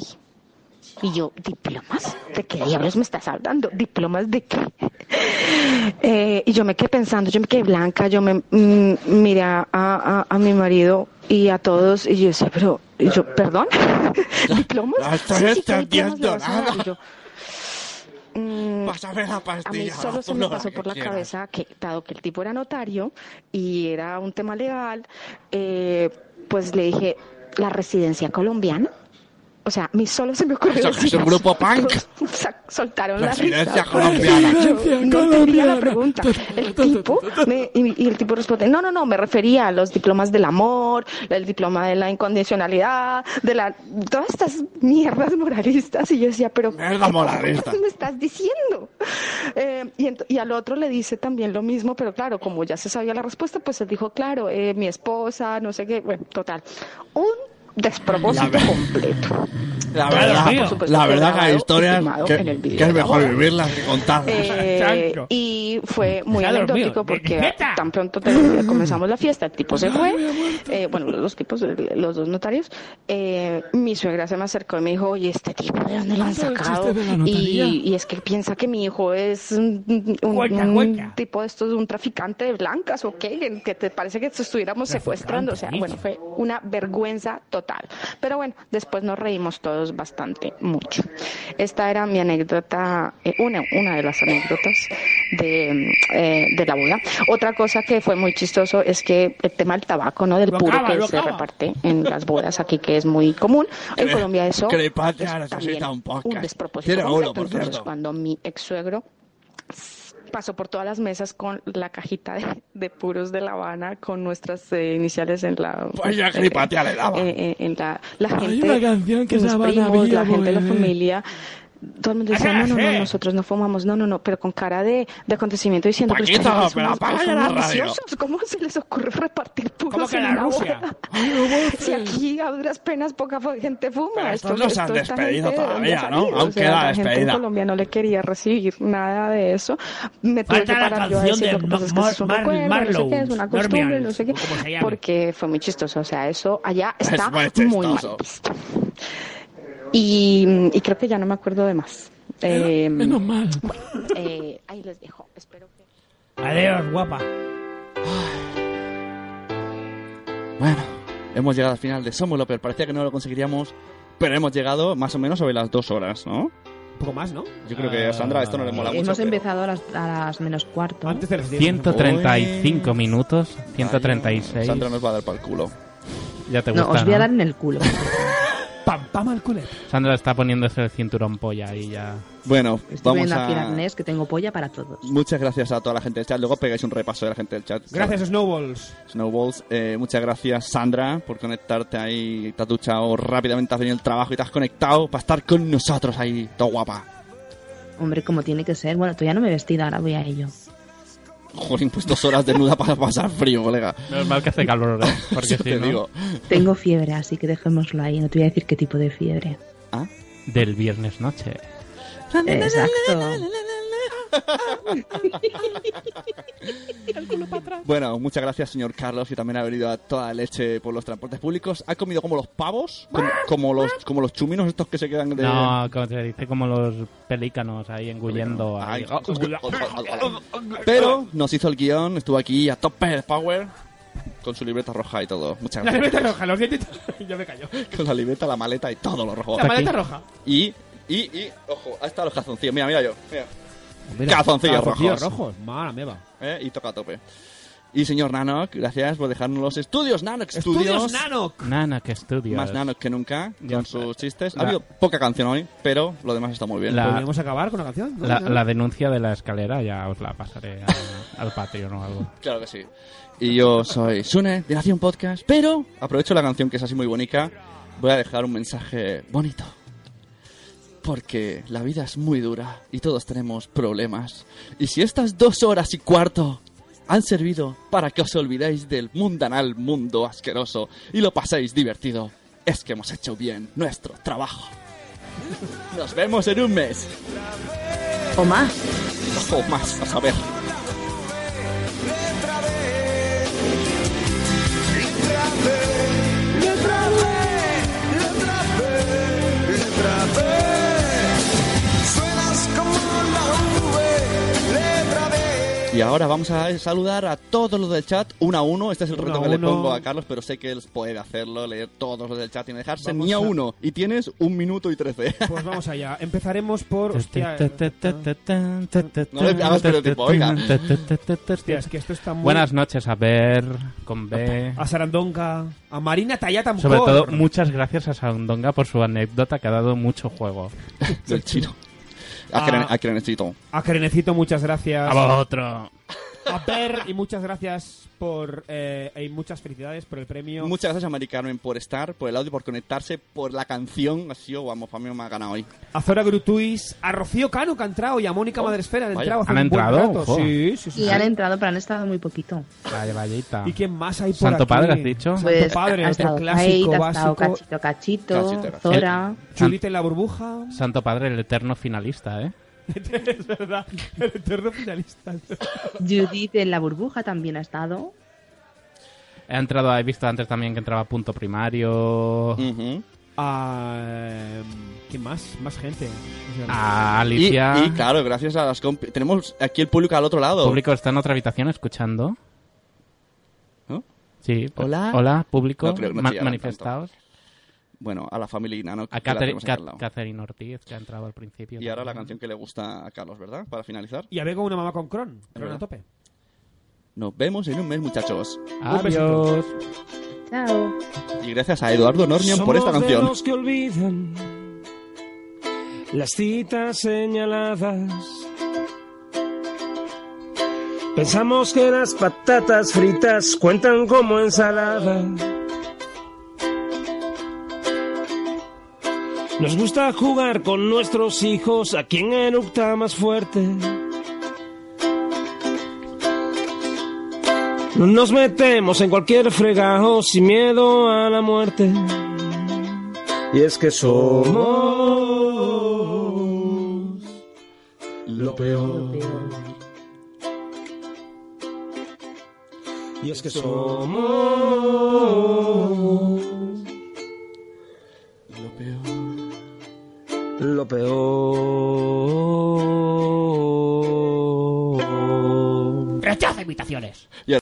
Speaker 26: Y yo, ¿diplomas? ¿De qué diablos me estás hablando? ¿Diplomas de qué? Eh, y yo me quedé pensando, yo me quedé blanca, yo me mm, miré a, a- a mi marido y a todos y yo decía, pero, y yo, ¿perdón? ¿Diplomas?
Speaker 27: No estoy
Speaker 26: Sí, sí, ¿qué diplomas le
Speaker 27: entendiendo
Speaker 26: vas a dar?
Speaker 27: nada.
Speaker 26: Y yo, mm,
Speaker 27: Vas a ver la
Speaker 26: a mí
Speaker 27: pastilla.
Speaker 26: solo se me pasó por la cabeza que, dado que el tipo era notario y era un tema legal, eh, pues le dije, ¿la residencia colombiana? O sea, a mí solo se me ocurrió
Speaker 27: Eso que
Speaker 26: decir
Speaker 27: es un grupo punk.
Speaker 26: Todos sa- soltaron la
Speaker 27: Residencia
Speaker 26: risa.
Speaker 27: colombiana.
Speaker 26: Yo
Speaker 27: Residencia
Speaker 26: no entendía la
Speaker 27: colombiana.
Speaker 26: pregunta. El tipo, me- y, y el tipo responde, no, no, no, me refería a los diplomas del amor, el diploma de la incondicionalidad, de la... Todas estas mierdas moralistas. Y yo decía, pero...
Speaker 27: Mierda moralista.
Speaker 26: ¿Qué me estás diciendo? Eh, y, ent- y al otro le dice también lo mismo, pero claro, como ya se sabía la respuesta, pues él dijo, claro, eh, mi esposa, no sé qué, bueno, total. Un despropósito completo.
Speaker 6: La
Speaker 26: Todo
Speaker 6: verdad,
Speaker 26: está, por supuesto,
Speaker 6: la verdad que hay
Speaker 26: grabado y
Speaker 6: historias
Speaker 26: filmado en
Speaker 6: que,
Speaker 26: el vídeo
Speaker 6: que es
Speaker 26: de
Speaker 6: mejor
Speaker 26: ahora.
Speaker 6: vivirlas que contarlas.
Speaker 26: Eh, y fue muy
Speaker 6: Se ha dormido.
Speaker 26: anecdótico porque
Speaker 6: ¡Neta!
Speaker 26: tan pronto te- comenzamos la fiesta, el tipo se fue, eh, bueno, los tipos, el- los dos notarios, eh, mi suegra se me acercó y me dijo, oye, este tipo, ¿de dónde lo han
Speaker 22: Todo el chiste
Speaker 26: sacado?
Speaker 22: de la
Speaker 26: Y,
Speaker 22: notaría.
Speaker 26: y es que piensa que mi hijo es un, un-
Speaker 22: Hueca,
Speaker 26: un
Speaker 22: hueca.
Speaker 26: tipo de estos, un traficante de blancas o qué, que te parece que te estuviéramos secuestrando, o sea, bueno, fue una vergüenza total. Pero bueno, después nos reímos todos bastante, mucho. Esta era mi anécdota, eh, una, una de las anécdotas de, mm, eh, de la boda. Otra cosa que fue muy chistoso es que el tema del tabaco, ¿no? Del
Speaker 22: Lo
Speaker 26: puro
Speaker 22: acaba,
Speaker 26: que
Speaker 22: lo
Speaker 26: se
Speaker 22: acaba.
Speaker 26: reparte en las bodas aquí, que es muy común. En
Speaker 22: Cre-
Speaker 26: Colombia eso
Speaker 22: crepate
Speaker 26: es
Speaker 22: a la
Speaker 26: también
Speaker 22: casita, un podcast.
Speaker 26: un despropósito.
Speaker 22: Tiene uno,
Speaker 26: completo.
Speaker 22: por
Speaker 26: Entonces,
Speaker 22: cierto.
Speaker 26: cuando mi ex suegro pasó por todas las mesas con la cajita de, de puros de La Habana con nuestras eh, iniciales en la
Speaker 22: Vaya gripatea le daba.
Speaker 26: eh, eh, en la, la
Speaker 22: Hay
Speaker 26: gente
Speaker 22: una canción que
Speaker 26: mis
Speaker 22: se llama
Speaker 26: primos, la
Speaker 22: Navidad,
Speaker 26: gente de la
Speaker 22: voy a ver.
Speaker 26: familia todo el mundo decía, no, no, no, nosotros no fumamos, no, no, no, pero con cara de, de acontecimiento diciendo, pero
Speaker 22: Paquito,
Speaker 26: ustedes
Speaker 22: pero
Speaker 26: son unos-
Speaker 22: apaga ya
Speaker 26: son
Speaker 22: la
Speaker 26: unos
Speaker 22: radio.
Speaker 26: viciosos, ¿cómo se les ocurre repartir puros
Speaker 22: ¿Cómo que
Speaker 26: en
Speaker 22: la
Speaker 26: una
Speaker 22: Rusia? pues.
Speaker 26: boda? Si aquí a duras penas poca fo- gente fuma.
Speaker 22: Pero estos
Speaker 26: Esto-
Speaker 22: no se han
Speaker 26: esto esta
Speaker 22: despedido
Speaker 26: gente, ¿de dónde
Speaker 22: todavía,
Speaker 26: ha
Speaker 22: ¿no?
Speaker 26: salido?
Speaker 22: Aún
Speaker 26: O sea,
Speaker 22: queda
Speaker 26: la gente en
Speaker 22: despedida.
Speaker 26: Colombia no le quería recibir nada de eso. Me tuve
Speaker 22: Falta
Speaker 26: que
Speaker 22: la
Speaker 26: parar yo a
Speaker 22: canción
Speaker 26: decir
Speaker 22: de
Speaker 26: lo que pasa es que
Speaker 22: Mar-
Speaker 26: esto es un
Speaker 22: Mar-
Speaker 26: recuerdo, no sé
Speaker 22: Marlowe,
Speaker 26: qué, es una costumbre,
Speaker 22: Marmion,
Speaker 26: no sé qué,
Speaker 22: se llame.
Speaker 26: porque fue muy chistoso. O sea, eso allá
Speaker 22: Es
Speaker 26: está
Speaker 22: muy
Speaker 26: muy mal
Speaker 22: chistoso.
Speaker 26: visto. Y, y creo que ya no me acuerdo de más. Eh,
Speaker 22: menos mal.
Speaker 26: bueno, eh, ahí les dejo. Espero que...
Speaker 5: Adiós, guapa.
Speaker 6: Bueno, hemos llegado al final de Somos López. Parecía que no lo conseguiríamos, pero hemos llegado más o menos sobre las dos horas, ¿no? Un poco más, ¿no? Yo creo que a Sandra esto no le mola mucho.
Speaker 8: Eh, Hemos empezado a las, a las menos cuarto. Antes
Speaker 9: de las
Speaker 7: 135 minutos, 136.
Speaker 6: Sandra nos va a dar para el culo.
Speaker 7: Ya te
Speaker 8: No,
Speaker 7: gusta,
Speaker 8: os voy a
Speaker 7: ¿no?
Speaker 8: dar en el culo.
Speaker 9: Pam, pam al culo.
Speaker 7: Sandra está poniéndose el cinturón polla y ya.
Speaker 6: Bueno,
Speaker 8: Estoy
Speaker 6: vamos
Speaker 8: viendo aquí el
Speaker 6: a...
Speaker 8: acné, es que tengo polla para todos.
Speaker 6: Muchas gracias a toda la gente del chat. Luego pegáis un repaso de la gente del chat.
Speaker 9: Gracias, Snowballs.
Speaker 6: Snowballs, eh, muchas gracias Sandra por conectarte ahí. Te has duchado rápidamente, has venido el trabajo y te has conectado para estar con nosotros ahí, todo guapa.
Speaker 8: Hombre, como tiene que ser. Bueno, tú ya no me he vestido, ahora voy a ello.
Speaker 6: Joder, pues dos horas desnuda para pasar frío, colega.
Speaker 7: Menos mal que hace calor, ¿eh? Porque
Speaker 6: Eso
Speaker 7: si
Speaker 6: te
Speaker 7: no-
Speaker 6: digo.
Speaker 8: Tengo fiebre, así que dejémoslo ahí. No te voy a decir qué tipo de fiebre.
Speaker 7: Del viernes noche.
Speaker 8: Exacto.
Speaker 6: Bueno, muchas gracias señor Carlos que también ha venido a toda leche por los transportes públicos. Ha comido como los pavos, como, como los como los chuminos estos que se quedan de...
Speaker 7: No, como se dice, como los pelícanos ahí engullendo. a-
Speaker 6: Ay, Pero nos hizo el guión, estuvo aquí a tope de power con su libreta roja y todo. Muchas
Speaker 9: La
Speaker 6: gracias.
Speaker 9: libreta roja, los dientes. Ya me callo.
Speaker 6: Con la libreta, la maleta y todo lo rojo.
Speaker 9: La maleta roja.
Speaker 6: Y, y, y, ojo, ahí están los calzoncillos. Mira, mira yo. Mira.
Speaker 9: Mira,
Speaker 6: calzoncillos,
Speaker 9: calzoncillos
Speaker 6: rojos.
Speaker 9: rojos. Mala meba.
Speaker 6: Eh, Y toca a tope. Y señor Nanok, gracias por dejarnos los estudios Nanok Studios.
Speaker 9: Estudios Nanok.
Speaker 7: Nanok Studios.
Speaker 6: Más Nanok que nunca, con sus chistes. Ha
Speaker 7: La-
Speaker 6: habido poca canción hoy, pero lo demás está muy bien.
Speaker 7: La-
Speaker 9: Podríamos acabar con la canción. ¿no?
Speaker 7: La,
Speaker 9: ¿No?
Speaker 7: la denuncia de la escalera ya os la pasaré a- al Patreon o algo.
Speaker 6: Claro que sí. Y yo soy Sune, de Nación Podcast, pero aprovecho la canción que es así muy bonita. Voy a dejar un mensaje bonito. Porque la vida es muy dura y todos tenemos problemas. Y si estas dos horas y cuarto han servido para que os olvidéis del mundanal mundo asqueroso y lo paséis divertido, es que hemos hecho bien nuestro trabajo. Nos vemos en un mes.
Speaker 8: O más.
Speaker 6: O más, a saber.
Speaker 4: Letra B, letra B, letra B. Suenas como la V, letra B.
Speaker 6: Y ahora vamos a saludar a todos los del chat uno a uno. Este es el
Speaker 9: Uno
Speaker 6: reto
Speaker 9: a
Speaker 6: que le
Speaker 9: uno.
Speaker 6: pongo a Carlos, pero sé que él puede hacerlo, leer todos los del chat y no dejarse
Speaker 9: Vamos
Speaker 6: ni a
Speaker 9: a-
Speaker 6: uno. Y tienes un minuto y trece.
Speaker 9: Pues vamos allá. Empezaremos por. Hostia,
Speaker 6: No le hagas estereotipo, oiga.
Speaker 9: hostia, es que esto está muy.
Speaker 7: Buenas noches, a ver, con B.
Speaker 9: A Sarandonga, a Marina Tayatamcor.
Speaker 7: Sobre todo, muchas gracias a Sandonga por su anécdota que ha dado mucho juego.
Speaker 6: Del chino.
Speaker 9: A Keren-
Speaker 6: a Kerenecito.
Speaker 9: A Kerenecito, muchas gracias.
Speaker 7: A vosotros.
Speaker 9: a Per y muchas gracias por eh, y muchas felicidades por el premio.
Speaker 6: Muchas gracias a Mari Carmen por estar, por el audio, por conectarse, por la canción. Ha sido, vamos, para mí me ha ganado hoy. Oh,
Speaker 9: A Zora Grutuis, a Rocío Cano que ha entrado y a Mónica Madresfera han
Speaker 6: vaya.
Speaker 9: entrado hace
Speaker 7: ¿Han
Speaker 9: un buen
Speaker 7: entrado?
Speaker 9: rato.
Speaker 7: Ojo.
Speaker 9: Sí, sí, sí.
Speaker 8: Y
Speaker 9: sí.
Speaker 8: han entrado, pero han estado muy poquito.
Speaker 7: Vale, vallita.
Speaker 9: ¿Y quién más hay por
Speaker 7: Santo
Speaker 9: aquí?
Speaker 7: Padre, has dicho.
Speaker 9: Santo Padre,
Speaker 8: Pues, ha
Speaker 9: nuestro
Speaker 8: estado
Speaker 9: clásico
Speaker 8: Kate, ha estado
Speaker 9: básico.
Speaker 8: Cachito Cachito, Cachito Cachito. Zora.
Speaker 9: Chulita en la burbuja.
Speaker 7: Santo Padre, el eterno finalista, ¿eh?
Speaker 9: es verdad, el eterno finalista.
Speaker 8: Judith en la burbuja también ha estado.
Speaker 7: He entrado, he visto antes también que entraba punto primario.
Speaker 9: Ah, ¿Quién más? Más gente.
Speaker 7: A Alicia.
Speaker 6: Y, y, claro, gracias a las compi- Tenemos aquí el público al otro
Speaker 7: El
Speaker 6: lado.
Speaker 7: público está en otra habitación escuchando.
Speaker 6: ¿No?
Speaker 7: Sí. pues,
Speaker 6: Hola.
Speaker 7: Hola, público.
Speaker 6: No creo que nos
Speaker 7: ma-
Speaker 6: llegaran
Speaker 7: manifestaos.
Speaker 6: Bueno, a la familia ¿no?
Speaker 7: A
Speaker 6: Que la
Speaker 7: Catherine,
Speaker 6: tenemos aquí al lado.
Speaker 7: Catherine Ortiz, que ha entrado al principio.
Speaker 6: Y ahora la
Speaker 7: también.
Speaker 6: canción que le gusta a Carlos, ¿verdad? Para finalizar.
Speaker 9: Y a Bego una mamá con Cron. Cron
Speaker 6: verdad.
Speaker 9: a tope.
Speaker 6: Nos vemos en un mes, muchachos.
Speaker 7: Un besito.
Speaker 8: Chao.
Speaker 6: Y gracias a Eduardo Normion por esta
Speaker 5: Somos de
Speaker 6: canción.
Speaker 5: los que olvidan las citas señaladas. Pensamos que las patatas fritas cuentan como ensalada. Nos gusta jugar con nuestros hijos a quien eructa más fuerte. Nos metemos en cualquier fregajo sin miedo a la muerte. Y es que somos lo peor. Y es que somos lo peor. Lo peor.
Speaker 28: Rechaza invitaciones.
Speaker 6: Y